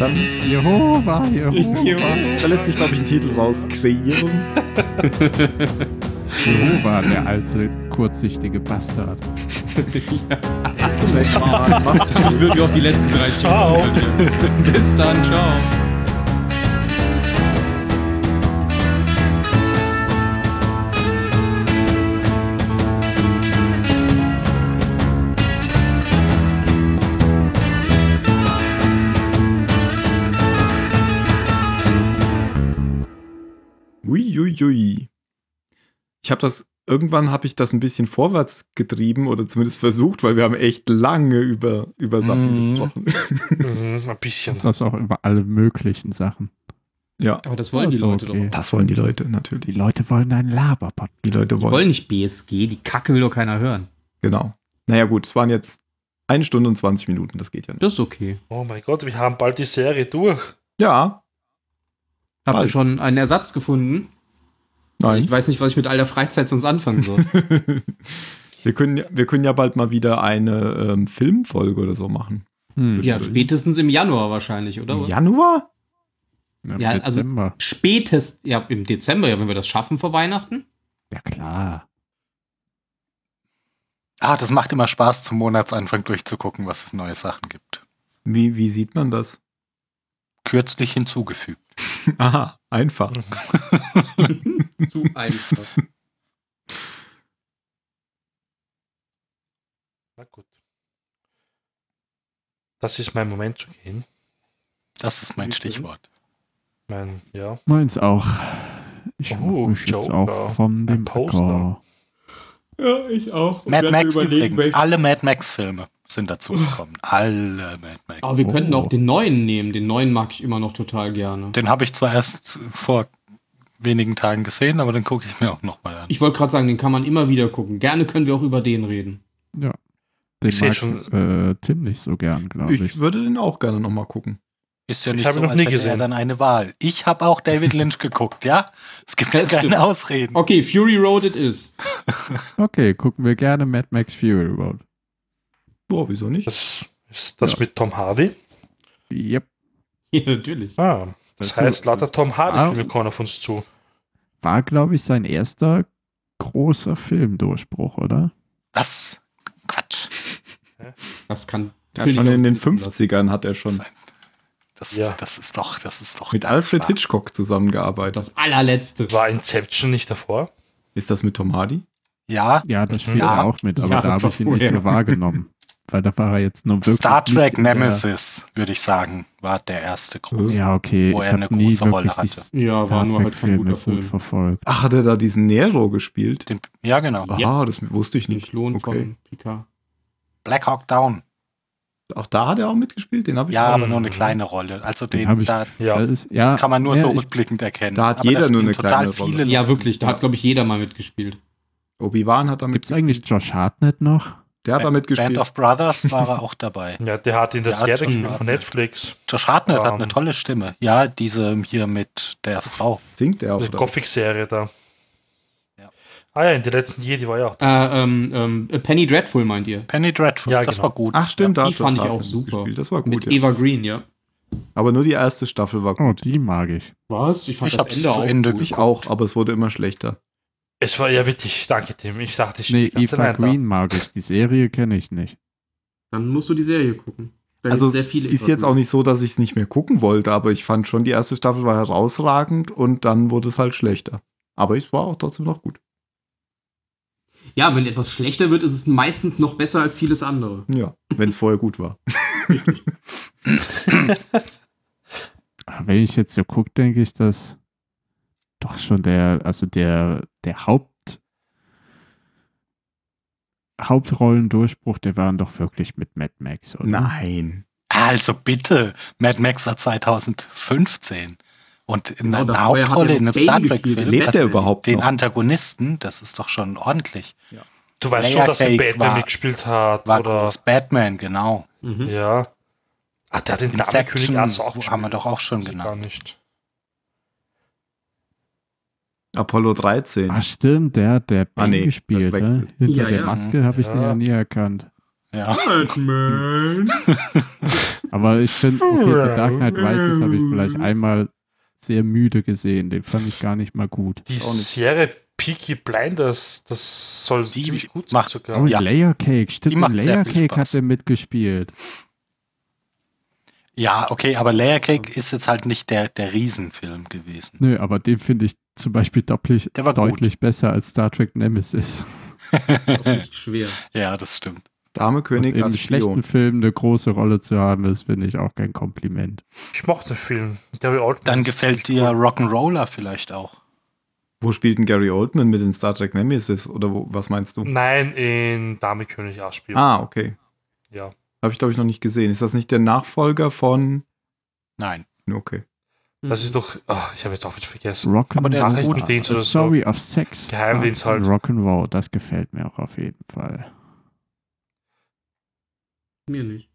Speaker 3: Dann
Speaker 5: Jehova, Jehova.
Speaker 3: Da lässt sich, glaube ich, ein Titel raus kreieren.
Speaker 5: Jehova, der alte, kurzsichtige Bastard.
Speaker 3: Hast du recht, Mann. Mach
Speaker 6: Ich würde auch die letzten 30
Speaker 4: Ciao.
Speaker 6: Bis dann, ciao.
Speaker 3: Uiuiui. Ich habe das, irgendwann habe ich das ein bisschen vorwärts getrieben oder zumindest versucht, weil wir haben echt lange über, über Sachen
Speaker 7: Mhm.
Speaker 3: gesprochen.
Speaker 4: Mhm, ein bisschen.
Speaker 5: Das auch über alle möglichen Sachen.
Speaker 3: Ja,
Speaker 6: Aber das wollen die
Speaker 5: Also,
Speaker 6: Leute
Speaker 5: okay.
Speaker 6: doch.
Speaker 3: das wollen die Leute
Speaker 5: Die
Speaker 3: natürlich.
Speaker 5: Leute wollen einen Laberpot.
Speaker 3: Die Leute
Speaker 6: Die
Speaker 3: wollen.
Speaker 6: wollen nicht BSG, die Kacke will doch keiner hören.
Speaker 3: Genau. Naja, gut, es waren jetzt eine Stunde und 20 Minuten, das geht ja nicht.
Speaker 6: Das ist okay.
Speaker 4: Oh mein Gott, wir haben bald die Serie durch.
Speaker 3: Ja,
Speaker 6: Habt ihr
Speaker 3: Bald.
Speaker 6: schon einen Ersatz gefunden? Ich
Speaker 3: nein.
Speaker 6: weiß nicht, was ich mit all der Freizeit sonst anfangen soll.
Speaker 3: wir, können, ja- wir können ja bald mal wieder eine ähm, Filmfolge oder so machen.
Speaker 5: Hm.
Speaker 6: ja, spätestens im Januar wahrscheinlich, oder?
Speaker 3: Im Januar?
Speaker 5: Im
Speaker 6: Ja, also-
Speaker 5: Dezember.
Speaker 6: Spätestens, ja, im Dezember, ja, wenn wir das schaffen vor Weihnachten.
Speaker 5: ja, klar.
Speaker 7: Ah, das macht immer Spaß, zum Monatsanfang durchzugucken, was es neue Sachen gibt.
Speaker 3: Wie, wie sieht man das?
Speaker 7: Kürzlich hinzugefügt.
Speaker 3: Aha, einfach.
Speaker 6: Zu einfach.
Speaker 4: Na gut. Das ist mein Moment zu gehen.
Speaker 7: Das ist mein
Speaker 6: Mhm.
Speaker 7: Stichwort.
Speaker 4: Mein, ja.
Speaker 5: Meins auch. Ich
Speaker 4: Oh,
Speaker 5: oh, mich jetzt
Speaker 4: Joker.
Speaker 5: auch von dem
Speaker 4: Poster.
Speaker 5: Acker.
Speaker 6: Ja, ich auch.
Speaker 7: Mad Max übrigens. Alle Mad Max-Filme sind dazu gekommen. Alle Mad Max.
Speaker 6: Aber wir
Speaker 5: Oh.
Speaker 6: könnten auch den neuen nehmen. Den neuen mag ich immer noch total gerne.
Speaker 7: Den habe ich zwar erst vor wenigen Tagen gesehen, aber den gucke ich mir auch nochmal an.
Speaker 6: Ich wollte gerade sagen, den kann man immer wieder gucken. Gerne können wir auch über den reden.
Speaker 5: Ja. Den
Speaker 4: Ich seh
Speaker 5: mag
Speaker 4: schon-
Speaker 5: äh, Tim nicht so gern, glaube ich.
Speaker 3: Ich würde den auch gerne nochmal gucken.
Speaker 7: Ist ja
Speaker 4: Ich
Speaker 7: nicht
Speaker 4: habe
Speaker 7: so,
Speaker 4: ihn noch
Speaker 7: als
Speaker 4: nie
Speaker 7: hätte er
Speaker 4: gesehen.
Speaker 7: dann eine Wahl. Ich habe auch David Lynch geguckt, ja? Es gibt ja
Speaker 6: Das stimmt.
Speaker 7: keine Ausreden.
Speaker 6: Okay, Fury Road it is.
Speaker 5: Okay, gucken wir gerne Mad Max Fury Road.
Speaker 3: Boah, wieso nicht?
Speaker 4: Das ist das
Speaker 5: Ja.
Speaker 4: mit Tom Hardy.
Speaker 5: Yep.
Speaker 6: Ja, natürlich.
Speaker 4: Ah, das
Speaker 5: Das
Speaker 4: heißt,
Speaker 5: ist-
Speaker 4: lauter Tom
Speaker 5: Ah.
Speaker 4: Hardy-Filme kommen auf uns zu.
Speaker 5: War, glaube ich, sein erster großer Filmdurchbruch, oder?
Speaker 7: Was? Quatsch.
Speaker 6: Das kann
Speaker 3: Ja, schon in den 50ern hat er schon
Speaker 7: Das,
Speaker 4: Ja.
Speaker 7: ist, das ist doch, das ist doch.
Speaker 3: mit Alfred Hitchcock zusammengearbeitet.
Speaker 6: Das allerletzte.
Speaker 4: War Inception nicht davor?
Speaker 3: Ist das mit Tom Hardy?
Speaker 7: Ja,
Speaker 5: Ja, das spielt
Speaker 7: Ja.
Speaker 5: er auch mit, aber
Speaker 6: Ja,
Speaker 5: da
Speaker 6: das
Speaker 5: habe
Speaker 6: war
Speaker 5: ich ihn nicht
Speaker 6: vorher.
Speaker 5: so wahrgenommen. Weil da war er jetzt nur wirklich.
Speaker 7: Star Trek
Speaker 5: nicht in der-
Speaker 7: Nemesis, würde ich sagen, war der erste große.
Speaker 5: Ja, okay.
Speaker 7: wo
Speaker 5: ich
Speaker 7: er eine
Speaker 5: habe nie
Speaker 7: große Rolle
Speaker 5: wirklich die
Speaker 7: hatte.
Speaker 6: Ja, war
Speaker 5: Star
Speaker 6: nur halt kein
Speaker 5: Trek-Filme
Speaker 6: guter
Speaker 5: gut
Speaker 6: Film.
Speaker 5: verfolgt.
Speaker 3: Ach, hat er da diesen Nero gespielt?
Speaker 7: Den, ja, genau.
Speaker 3: Ah, das wusste ich
Speaker 6: Den
Speaker 3: nicht.
Speaker 6: Klon
Speaker 3: Okay.
Speaker 6: von Picard.
Speaker 7: Black Hawk Down.
Speaker 3: Auch da hat er auch mitgespielt, den habe ich.
Speaker 7: Ja,
Speaker 3: auch.
Speaker 7: aber nur eine kleine Rolle. Also den,
Speaker 5: Hab ich,
Speaker 7: da,
Speaker 4: Ja.
Speaker 5: das ist, ja,
Speaker 7: das kann man nur
Speaker 5: ja,
Speaker 7: so
Speaker 5: ich-
Speaker 7: rückblickend erkennen.
Speaker 3: da hat
Speaker 7: Aber
Speaker 3: jeder nur
Speaker 7: spielen
Speaker 3: eine kleine
Speaker 7: total
Speaker 3: Rolle.
Speaker 7: viele
Speaker 6: Ja,
Speaker 7: Leute.
Speaker 6: wirklich. Da hat, glaube ich, jeder mal mitgespielt.
Speaker 3: Obi-Wan hat da
Speaker 5: Gibt es
Speaker 3: mitgespielt.
Speaker 5: eigentlich Josh Hartnett noch?
Speaker 3: Der hat da
Speaker 7: Band
Speaker 3: mitgespielt.
Speaker 7: of Brothers war er auch dabei.
Speaker 4: Ja, der hat in der
Speaker 7: Ja,
Speaker 4: Serie
Speaker 7: schon
Speaker 4: gespielt
Speaker 7: mal.
Speaker 4: von Netflix.
Speaker 7: Josh Hartnett hat eine
Speaker 4: Ähm.
Speaker 7: tolle Stimme. Ja, diese hier mit der Frau.
Speaker 3: Singt der auf
Speaker 4: Diese Gothic-Serie da.
Speaker 7: Ja.
Speaker 4: Ah ja, in der letzten Jedi war ja auch.
Speaker 6: Äh, ähm, ähm, Penny Dreadful meint ihr?
Speaker 7: Penny Dreadful,
Speaker 4: Ja,
Speaker 7: das
Speaker 4: genau.
Speaker 7: war gut.
Speaker 3: Ach stimmt, da
Speaker 6: die
Speaker 3: hat Josh
Speaker 6: fand ich
Speaker 3: Hartnett
Speaker 6: auch super.
Speaker 3: mitgespielt. Das war gut.
Speaker 6: Mit
Speaker 3: Ja.
Speaker 6: Eva Green, ja.
Speaker 3: Aber nur die erste Staffel war
Speaker 5: Oh,
Speaker 3: gut.
Speaker 5: die mag ich.
Speaker 6: Was? Ich fand
Speaker 7: Ich
Speaker 6: das
Speaker 7: hab's
Speaker 6: Ende
Speaker 7: zu
Speaker 6: auch
Speaker 7: Ende
Speaker 6: gut.
Speaker 7: geguckt.
Speaker 3: ich auch, aber es wurde immer schlechter.
Speaker 4: Es war ja wirklich, danke Tim. Ich dachte, ich
Speaker 5: Nee,
Speaker 4: die ganze
Speaker 5: Eva
Speaker 4: Zeit da.
Speaker 5: Green mag ich. Die Serie kenne ich nicht.
Speaker 6: Dann musst du die Serie gucken. Da
Speaker 3: Also
Speaker 6: gibt's sehr viele
Speaker 3: Ist jetzt auch nicht so, dass ich es nicht mehr gucken wollte, aber ich fand schon, die erste Staffel war herausragend und dann wurde es halt schlechter. Aber es war auch trotzdem noch gut.
Speaker 6: Ja, wenn etwas schlechter wird, ist es meistens noch besser als vieles andere.
Speaker 3: Ja, wenn es vorher gut war.
Speaker 5: Ah, Wenn ich jetzt so gucke, denke ich, dass doch schon der, also der, der Haupt, Hauptrollendurchbruch, der waren doch wirklich mit Mad Max, oder?
Speaker 3: Nein.
Speaker 7: Also bitte, Mad Max war 2015. Und in
Speaker 6: Genau,
Speaker 7: einer
Speaker 6: davor hat er
Speaker 7: Hauptrolle
Speaker 6: noch
Speaker 7: in einem
Speaker 6: Bane
Speaker 7: Star
Speaker 6: gespielt.
Speaker 7: Trek-Film
Speaker 3: Lebt er überhaupt
Speaker 7: den
Speaker 3: noch?
Speaker 7: Antagonisten, das ist doch schon ordentlich.
Speaker 4: Du weißt
Speaker 7: Layer
Speaker 4: schon, dass er
Speaker 7: Cake
Speaker 4: Batman
Speaker 7: war-
Speaker 4: mitgespielt hat.
Speaker 7: War
Speaker 4: oder,
Speaker 7: groß. Batman, genau.
Speaker 6: Mhm.
Speaker 4: ja. Ah, der hat den Damenkönig
Speaker 7: Inception
Speaker 4: Arthur auch
Speaker 7: haben wir doch auch schon
Speaker 4: Weiß ich Gar
Speaker 7: genannt.
Speaker 4: nicht.
Speaker 3: Apollo 13.
Speaker 5: Ah, stimmt, der hat der
Speaker 3: Ah,
Speaker 5: Bane
Speaker 3: nee,
Speaker 5: gespielt. Ne?
Speaker 3: verwechselt.
Speaker 5: Hinter
Speaker 6: Ja,
Speaker 5: der
Speaker 6: ja.
Speaker 5: Maske habe ich den
Speaker 4: Ja.
Speaker 5: ja nie erkannt.
Speaker 7: Ja.
Speaker 6: Batman.
Speaker 5: Aber ich finde, okay, The Dark Knight Rises habe ich vielleicht einmal sehr müde gesehen. Den fand ich gar nicht mal gut.
Speaker 4: Die
Speaker 3: Auch nicht.
Speaker 4: Serie Peaky Blinders, das soll
Speaker 7: Die
Speaker 4: ziemlich gut sein
Speaker 7: macht-
Speaker 4: sogar.
Speaker 5: Oh,
Speaker 7: Ja.
Speaker 5: Layer Cake, stimmt.
Speaker 7: Die macht
Speaker 5: in
Speaker 7: sehr
Speaker 5: Layer
Speaker 7: viel
Speaker 5: Cake
Speaker 7: Spaß.
Speaker 5: hat er mitgespielt.
Speaker 7: ja, okay, aber Layer Cake ist jetzt halt nicht der, der Riesenfilm gewesen.
Speaker 5: Nö, aber den finde ich zum Beispiel dopplich,
Speaker 7: Der war gut.
Speaker 5: deutlich besser als Star Trek Nemesis.
Speaker 6: Nicht schwer.
Speaker 7: ja, das stimmt.
Speaker 3: Dame König
Speaker 5: Und in einem
Speaker 3: als
Speaker 5: schlechten
Speaker 3: Spion.
Speaker 5: Film eine große Rolle zu haben, ist, finde ich, auch kein Kompliment.
Speaker 4: Ich mochte den Film. Gary Oldman.
Speaker 7: Dann gefällt dir Rock'n'Roller vielleicht auch.
Speaker 3: Wo spielt denn Gary Oldman mit in Star Trek Nemesis? Oder wo, was meinst du?
Speaker 4: Nein, in Dame König Arschspiel.
Speaker 3: Ah, okay.
Speaker 4: Ja.
Speaker 3: Habe ich, glaube ich, noch nicht gesehen. Ist das nicht der Nachfolger von.
Speaker 7: Nein.
Speaker 3: Okay.
Speaker 6: Hm,
Speaker 4: Das ist doch. ah, ich habe jetzt auch wieder vergessen.
Speaker 5: Rock
Speaker 7: Aber der ist gut.
Speaker 4: Nachrichtendienst oder so.
Speaker 5: Story of Sex. Ah,
Speaker 4: Geheimdienst halt.
Speaker 5: Rock'n'Roll, das gefällt mir auch auf jeden Fall.
Speaker 6: Mir nicht.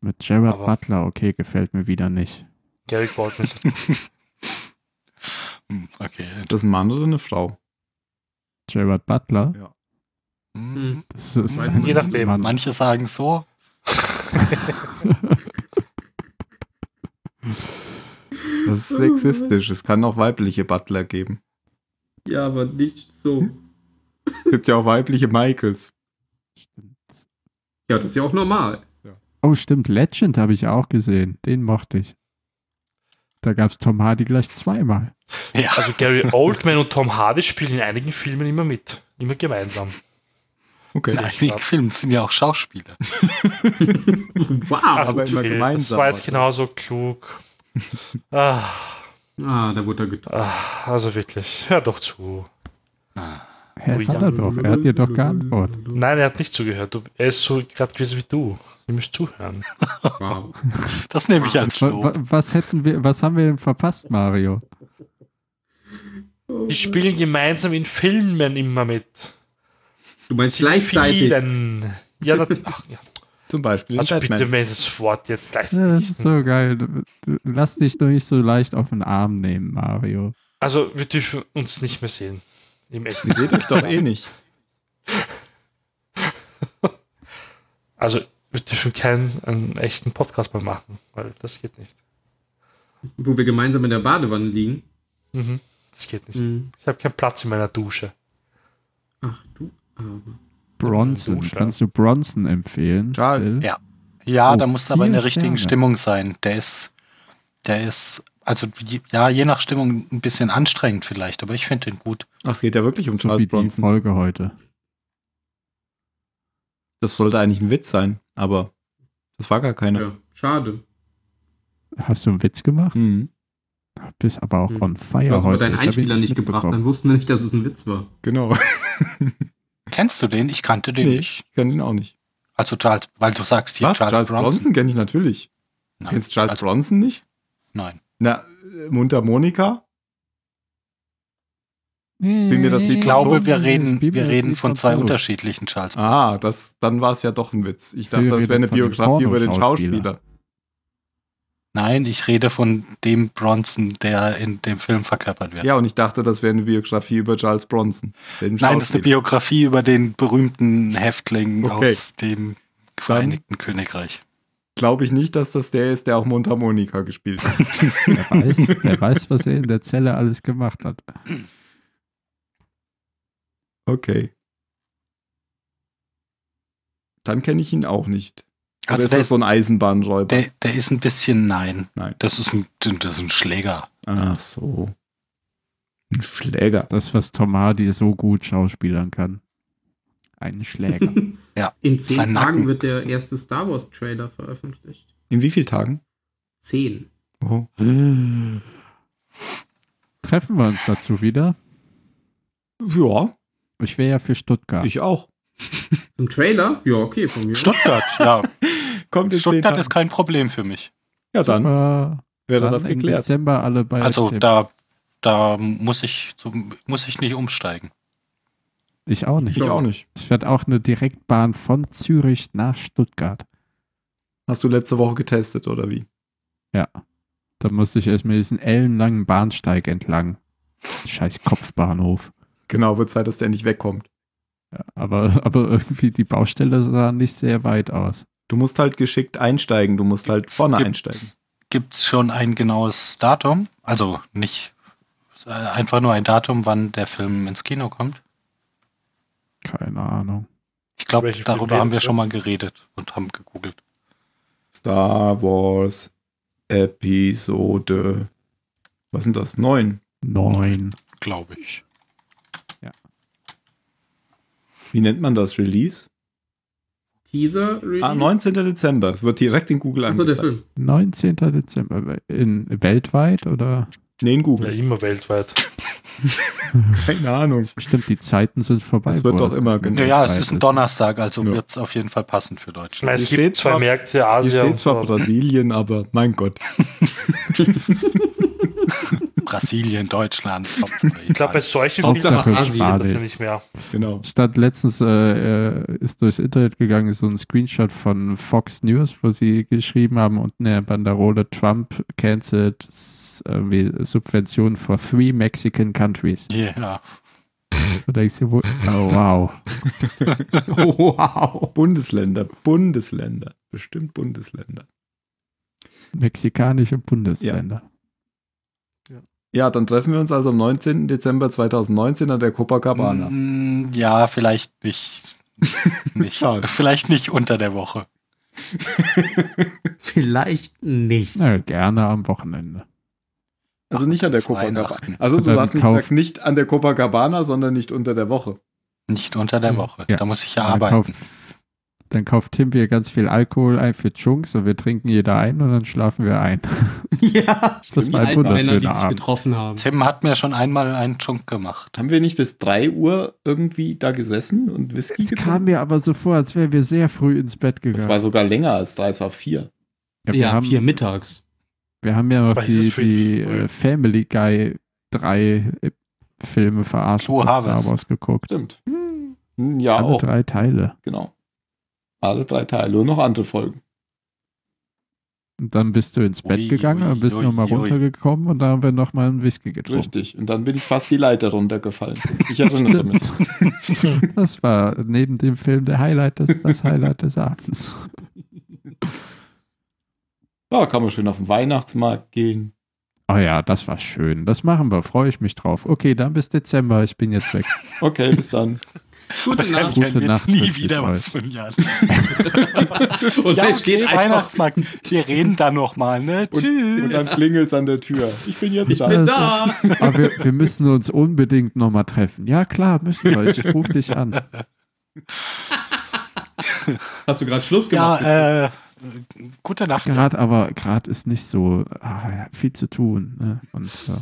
Speaker 5: Mit Gerard
Speaker 4: Aber-
Speaker 5: Butler, okay, gefällt mir wieder nicht.
Speaker 4: Gary Oldman. ist-
Speaker 7: Hm, okay.
Speaker 3: Ist das ein Mann oder eine Frau?
Speaker 5: Gerard Butler,
Speaker 3: Ja.
Speaker 7: Hm.
Speaker 5: das ist
Speaker 6: Weiß man
Speaker 4: Je nachdem.
Speaker 5: Mann.
Speaker 7: Manche sagen so,
Speaker 3: Das ist sexistisch. Es kann auch weibliche Butler geben.
Speaker 6: Ja, aber nicht so.
Speaker 3: Es gibt ja auch weibliche Michaels.
Speaker 6: Ja, das ist ja auch normal.
Speaker 5: Oh, stimmt, Legend habe ich auch gesehen. Den mochte ich. Da gab es Tom Hardy gleich zweimal.
Speaker 7: Ja,
Speaker 4: Also Gary Oldman und Tom Hardy spielen in einigen Filmen immer mit. Immer gemeinsam.
Speaker 3: Okay.
Speaker 7: in einigen Filmen sind ja auch Schauspieler.
Speaker 6: Wow.
Speaker 3: aber
Speaker 4: gut,
Speaker 3: immer
Speaker 4: Phil,
Speaker 3: gemeinsam halt, ne?
Speaker 4: Das war jetzt
Speaker 3: warte.
Speaker 4: genauso klug. ah,
Speaker 6: Ah, da wurde er getroffen.
Speaker 4: ah, also wirklich, hör doch zu.
Speaker 5: Herr
Speaker 4: Ui,
Speaker 5: hat
Speaker 4: Oh ja.
Speaker 5: er doch, er hat dir doch geantwortet.
Speaker 4: Nein, er hat nicht zugehört. Du, er ist so gerade gewesen wie du. Ihr müsst zuhören.
Speaker 5: Ah.
Speaker 6: Wow.
Speaker 7: Das nehme ich als
Speaker 5: Wa-
Speaker 7: Lob.
Speaker 5: wa- Was hätten wir, was haben wir denn verpasst, Mario?
Speaker 4: Die spielen gemeinsam in Filmen immer mit.
Speaker 6: Du meinst
Speaker 4: Ziemlich
Speaker 6: gleichzeitig.
Speaker 4: vielen. Ja, nat- ach, ja.
Speaker 3: Zum Beispiel in
Speaker 4: Also bitte
Speaker 3: Batman.
Speaker 4: mir das Wort jetzt gleich.
Speaker 5: Ja,
Speaker 6: Äh.
Speaker 5: das ist so geil. Du- du- Lass dich doch nicht so leicht auf den Arm nehmen, Mario.
Speaker 4: Also wir dürfen uns nicht mehr sehen. Im echten.
Speaker 3: Ihr seht euch doch eh nicht.
Speaker 4: Also wir dürfen keinen einen echten Podcast mehr machen, weil das geht nicht.
Speaker 6: Wo wir gemeinsam in der Badewanne liegen.
Speaker 4: Mhm. Das geht nicht.
Speaker 6: Mhm.
Speaker 4: Ich habe keinen Platz in meiner Dusche.
Speaker 6: Ach du Arme.
Speaker 5: Bronson.
Speaker 4: Dusche.
Speaker 5: Kannst du Bronson empfehlen?
Speaker 3: Charles.
Speaker 5: Phil?
Speaker 7: Ja. Ja,
Speaker 5: Oh,
Speaker 7: da musst du aber in
Speaker 5: vier
Speaker 7: der richtigen
Speaker 5: Sterne.
Speaker 7: Stimmung sein. Der ist, der ist, also je- ja, je nach Stimmung ein bisschen anstrengend vielleicht, aber ich finde den gut.
Speaker 3: Ach, es geht ja wirklich um
Speaker 5: So wie
Speaker 3: Charles
Speaker 5: die
Speaker 3: Bronson.
Speaker 5: Folge heute.
Speaker 3: Das sollte eigentlich ein Witz sein, aber das war gar keiner.
Speaker 6: Ja, schade.
Speaker 5: Hast du einen Witz gemacht?
Speaker 3: Mhm,
Speaker 5: Du bist aber auch
Speaker 6: Hm.
Speaker 5: on fire
Speaker 6: Du hast aber
Speaker 5: heute.
Speaker 6: deinen
Speaker 5: Ich hab ihn
Speaker 6: Einspieler nicht gebracht. ne? Dann wussten wir nicht, dass es ein Witz war.
Speaker 3: genau.
Speaker 7: Kennst du den? Ich kannte den
Speaker 3: nee,
Speaker 7: nicht.
Speaker 3: ich kann ihn auch nicht.
Speaker 7: Also Charles, weil du sagst hier
Speaker 3: Was? Charles, Bronson, kenne ich natürlich.
Speaker 7: Nein.
Speaker 3: Kennst Charles
Speaker 7: also,
Speaker 3: Bronson nicht?
Speaker 7: Nein.
Speaker 3: Na, äh, Mundharmonika?
Speaker 5: Will
Speaker 3: mir das Lied
Speaker 7: Ich glaube, wir reden, wir reden von zwei unterschiedlichen Charles.
Speaker 3: Ah, das, dann war es ja doch ein Witz. Ich dachte,
Speaker 5: Wir
Speaker 3: das
Speaker 5: reden
Speaker 3: wäre eine
Speaker 5: von dem
Speaker 3: Biografie über den
Speaker 5: Pornoschauspieler.
Speaker 3: Schauspieler.
Speaker 7: Nein, ich rede von dem Bronson, der in dem Film verkörpert wird.
Speaker 3: Ja, und ich dachte, das wäre eine Biografie über Charles Bronson. Den
Speaker 7: Nein, das ist eine
Speaker 3: Schauspieler.
Speaker 7: Biografie über den berühmten Häftling
Speaker 3: Okay.
Speaker 7: aus dem Vereinigten Königreich.
Speaker 3: Glaube ich nicht, dass das der ist, der auch Mundharmonika gespielt hat.
Speaker 5: Wer weiß, wer weiß, was er in der Zelle alles gemacht hat.
Speaker 3: Okay. Dann kenne ich ihn auch nicht. Oder
Speaker 7: Also
Speaker 3: ist
Speaker 7: der
Speaker 3: das
Speaker 7: ist,
Speaker 3: so ein Eisenbahnräuber?
Speaker 7: der, der ist ein bisschen nein.
Speaker 3: Nein.
Speaker 7: Das ist ein, das ist ein Schläger.
Speaker 3: Ach so. Ein Schläger.
Speaker 5: Das, was Tom Hardy so gut schauspielern kann. Einen Schläger.
Speaker 7: Ja,
Speaker 6: In zehn
Speaker 7: sein
Speaker 6: Tagen
Speaker 7: Nacken.
Speaker 6: wird der erste Star Wars Trailer veröffentlicht.
Speaker 3: In wie vielen Tagen?
Speaker 6: Zehn.
Speaker 3: Oh.
Speaker 5: Treffen wir uns dazu wieder?
Speaker 3: Ja,
Speaker 5: Ich wäre ja für Stuttgart.
Speaker 3: ich auch.
Speaker 6: Zum Trailer? Ja, okay, von mir. aus.
Speaker 7: Stuttgart, ja.
Speaker 3: Kommt in zehn
Speaker 7: Stuttgart
Speaker 3: Tagen.
Speaker 7: ist kein Problem für mich.
Speaker 3: Ja, dann
Speaker 5: Super.
Speaker 3: wäre
Speaker 5: Dann
Speaker 3: das
Speaker 5: im
Speaker 3: geklärt.
Speaker 5: Dezember alle bei
Speaker 7: Also
Speaker 5: euch.
Speaker 7: da, da muss ich zum- muss ich nicht umsteigen.
Speaker 5: ich auch nicht.
Speaker 3: Ich auch nicht.
Speaker 5: Es wird auch eine Direktbahn von Zürich nach Stuttgart.
Speaker 3: Hast du letzte Woche getestet oder wie?
Speaker 5: Da musste ich erstmal diesen ellenlangen Bahnsteig entlang. Scheiß Kopfbahnhof.
Speaker 3: Genau, wird Zeit, dass der nicht wegkommt.
Speaker 5: Ja, aber, aber irgendwie die Baustelle sah nicht sehr weit aus.
Speaker 3: Du musst halt geschickt einsteigen. Du musst halt vorne einsteigen.
Speaker 7: Gibt es schon ein genaues Datum? Also nicht äh, einfach nur ein Datum, wann der Film ins Kino kommt.
Speaker 5: Keine Ahnung.
Speaker 7: Ich glaube,
Speaker 4: Welche Film
Speaker 7: darüber haben wir
Speaker 4: redet ihr?
Speaker 7: schon mal geredet und haben gegoogelt.
Speaker 3: Star Wars Episode. Was sind das? Neun.
Speaker 5: Neun.
Speaker 7: Glaube ich.
Speaker 3: Wie nennt man das? Release?
Speaker 6: Teaser Release?
Speaker 3: Ah, 19. Dezember. Es wird direkt in Google
Speaker 6: Achso, der
Speaker 3: angezeigt.
Speaker 6: Film.
Speaker 5: 19. Dezember. In, weltweit oder?
Speaker 3: Nee, in
Speaker 4: Ja,
Speaker 3: Google.
Speaker 4: immer weltweit.
Speaker 3: Keine Ahnung.
Speaker 5: Stimmt, die Zeiten sind vorbei.
Speaker 3: Es wird
Speaker 5: wo
Speaker 3: doch immer
Speaker 5: irgendwie
Speaker 3: genau.
Speaker 7: Naja, es
Speaker 5: weltweit
Speaker 7: ist ein Donnerstag, also
Speaker 3: Ja.
Speaker 7: wird's wird es auf jeden Fall passend für
Speaker 4: Ich
Speaker 7: Deutschland.
Speaker 4: meine, es
Speaker 3: Hier steht
Speaker 4: gibt zwei
Speaker 3: zwar-
Speaker 4: Märkte,
Speaker 3: Hier
Speaker 4: Asien.
Speaker 3: steht zwar Brasilien, aber mein Gott.
Speaker 7: Brasilien, Deutschland. Hauptsache
Speaker 4: ich glaube, bei
Speaker 7: Italien.
Speaker 4: solchen
Speaker 5: Hauptsache
Speaker 4: Filmen
Speaker 5: Asien.
Speaker 4: passiert das ja nicht mehr.
Speaker 3: Genau.
Speaker 5: Statt letztens äh, äh, ist durchs Internet gegangen, ist so ein Screenshot von Fox News, wo sie geschrieben haben unten in der Banderole Trump cancelled s- irgendwie Subventionen for three Mexican countries.
Speaker 7: Ja,
Speaker 5: Da denkst du, dir, wo, oh, wow.
Speaker 3: Wow. Bundesländer, Bundesländer. Bestimmt Bundesländer.
Speaker 5: Mexikanische Bundesländer.
Speaker 3: Ja, dann treffen wir uns also am 19. Dezember 2019 an der Copacabana.
Speaker 7: Mm, ja, vielleicht nicht. nicht
Speaker 3: Schade.
Speaker 7: vielleicht nicht unter der Woche.
Speaker 6: Vielleicht nicht.
Speaker 5: Na, gerne am Wochenende.
Speaker 3: Also nicht an der
Speaker 7: Zu
Speaker 3: Copacabana.
Speaker 7: Weihnachten.
Speaker 3: Also du
Speaker 5: Dann
Speaker 3: hast nicht
Speaker 5: kauf-
Speaker 3: gesagt, nicht an der Copacabana, sondern nicht unter der Woche.
Speaker 7: Nicht unter der Woche.
Speaker 5: Ja.
Speaker 7: Da muss ich ja
Speaker 5: Dann
Speaker 7: arbeiten.
Speaker 5: kauft, dann kauft Tim hier ganz viel Alkohol ein für Chunks und wir trinken jeder ein und dann schlafen wir ein.
Speaker 6: ja.
Speaker 5: Das war ein
Speaker 6: alten Männer, die
Speaker 5: wunderschöner
Speaker 6: sich
Speaker 5: Abend.
Speaker 6: getroffen haben.
Speaker 7: Tim hat mir schon einmal einen Chunk gemacht.
Speaker 3: Haben wir nicht bis 3 Uhr irgendwie da gesessen und Whisky
Speaker 5: Es kam
Speaker 3: getrunken?
Speaker 5: mir aber so vor, als wären wir sehr früh ins Bett
Speaker 3: Das
Speaker 5: gegangen.
Speaker 3: war sogar länger als 3, es war 4.
Speaker 5: ja, wir,
Speaker 6: Ja,
Speaker 5: haben,
Speaker 6: vier mittags.
Speaker 5: wir haben ja noch
Speaker 4: Weil es
Speaker 5: die,
Speaker 4: ist für-
Speaker 5: die äh, Family Guy drei äh, Filme verarscht
Speaker 7: True
Speaker 5: von
Speaker 7: Harvest.
Speaker 5: Star Wars geguckt.
Speaker 3: Stimmt. Hm, Ja,
Speaker 5: Alle
Speaker 3: auch.
Speaker 5: drei Teile.
Speaker 3: Genau. Alle drei Teile und noch andere Folgen.
Speaker 5: Und dann bist du ins Bett
Speaker 7: Ui,
Speaker 5: gegangen,
Speaker 7: ui,
Speaker 5: dann bist du
Speaker 7: ui,
Speaker 5: nochmal
Speaker 7: ui.
Speaker 5: runtergekommen und da haben wir nochmal einen Whisky
Speaker 6: Oh.
Speaker 5: getrunken.
Speaker 3: Richtig. Und dann bin ich fast die Leiter runtergefallen. Ich erinnere mich.
Speaker 5: Das war neben dem Film der Highlight des, das Highlight des Abends.
Speaker 3: Ja, kann man schön auf den Weihnachtsmarkt gehen.
Speaker 5: Oh ja, das war schön. Das machen wir. Freue ich mich drauf. Okay, dann bis Dezember. Ich bin jetzt weg.
Speaker 3: Okay, bis dann.
Speaker 6: Gute Nacht.
Speaker 7: Wahrscheinlich hören wir
Speaker 5: Nacht
Speaker 7: jetzt nie
Speaker 5: wünsche ich
Speaker 7: wieder was
Speaker 5: euch.
Speaker 7: von Jan.
Speaker 6: Und
Speaker 7: Ja,
Speaker 6: da
Speaker 7: steht
Speaker 6: steht
Speaker 7: okay,
Speaker 6: einfach,
Speaker 7: Weihnachtsmarkt. Wir reden da nochmal, ne?
Speaker 3: Und, und dann klingelt's an der Tür. Ich bin jetzt da.
Speaker 5: bin-
Speaker 6: bin da.
Speaker 5: Also, Aber wir, wir müssen uns unbedingt nochmal treffen. Ja, klar, müssen wir. Ich rufe dich an.
Speaker 6: Hast du gerade Schluss gemacht?
Speaker 7: Ja, äh, gute Nacht.
Speaker 5: Gerade aber, gerade ist nicht so ah, ja, viel zu tun. Ne? Und, ja.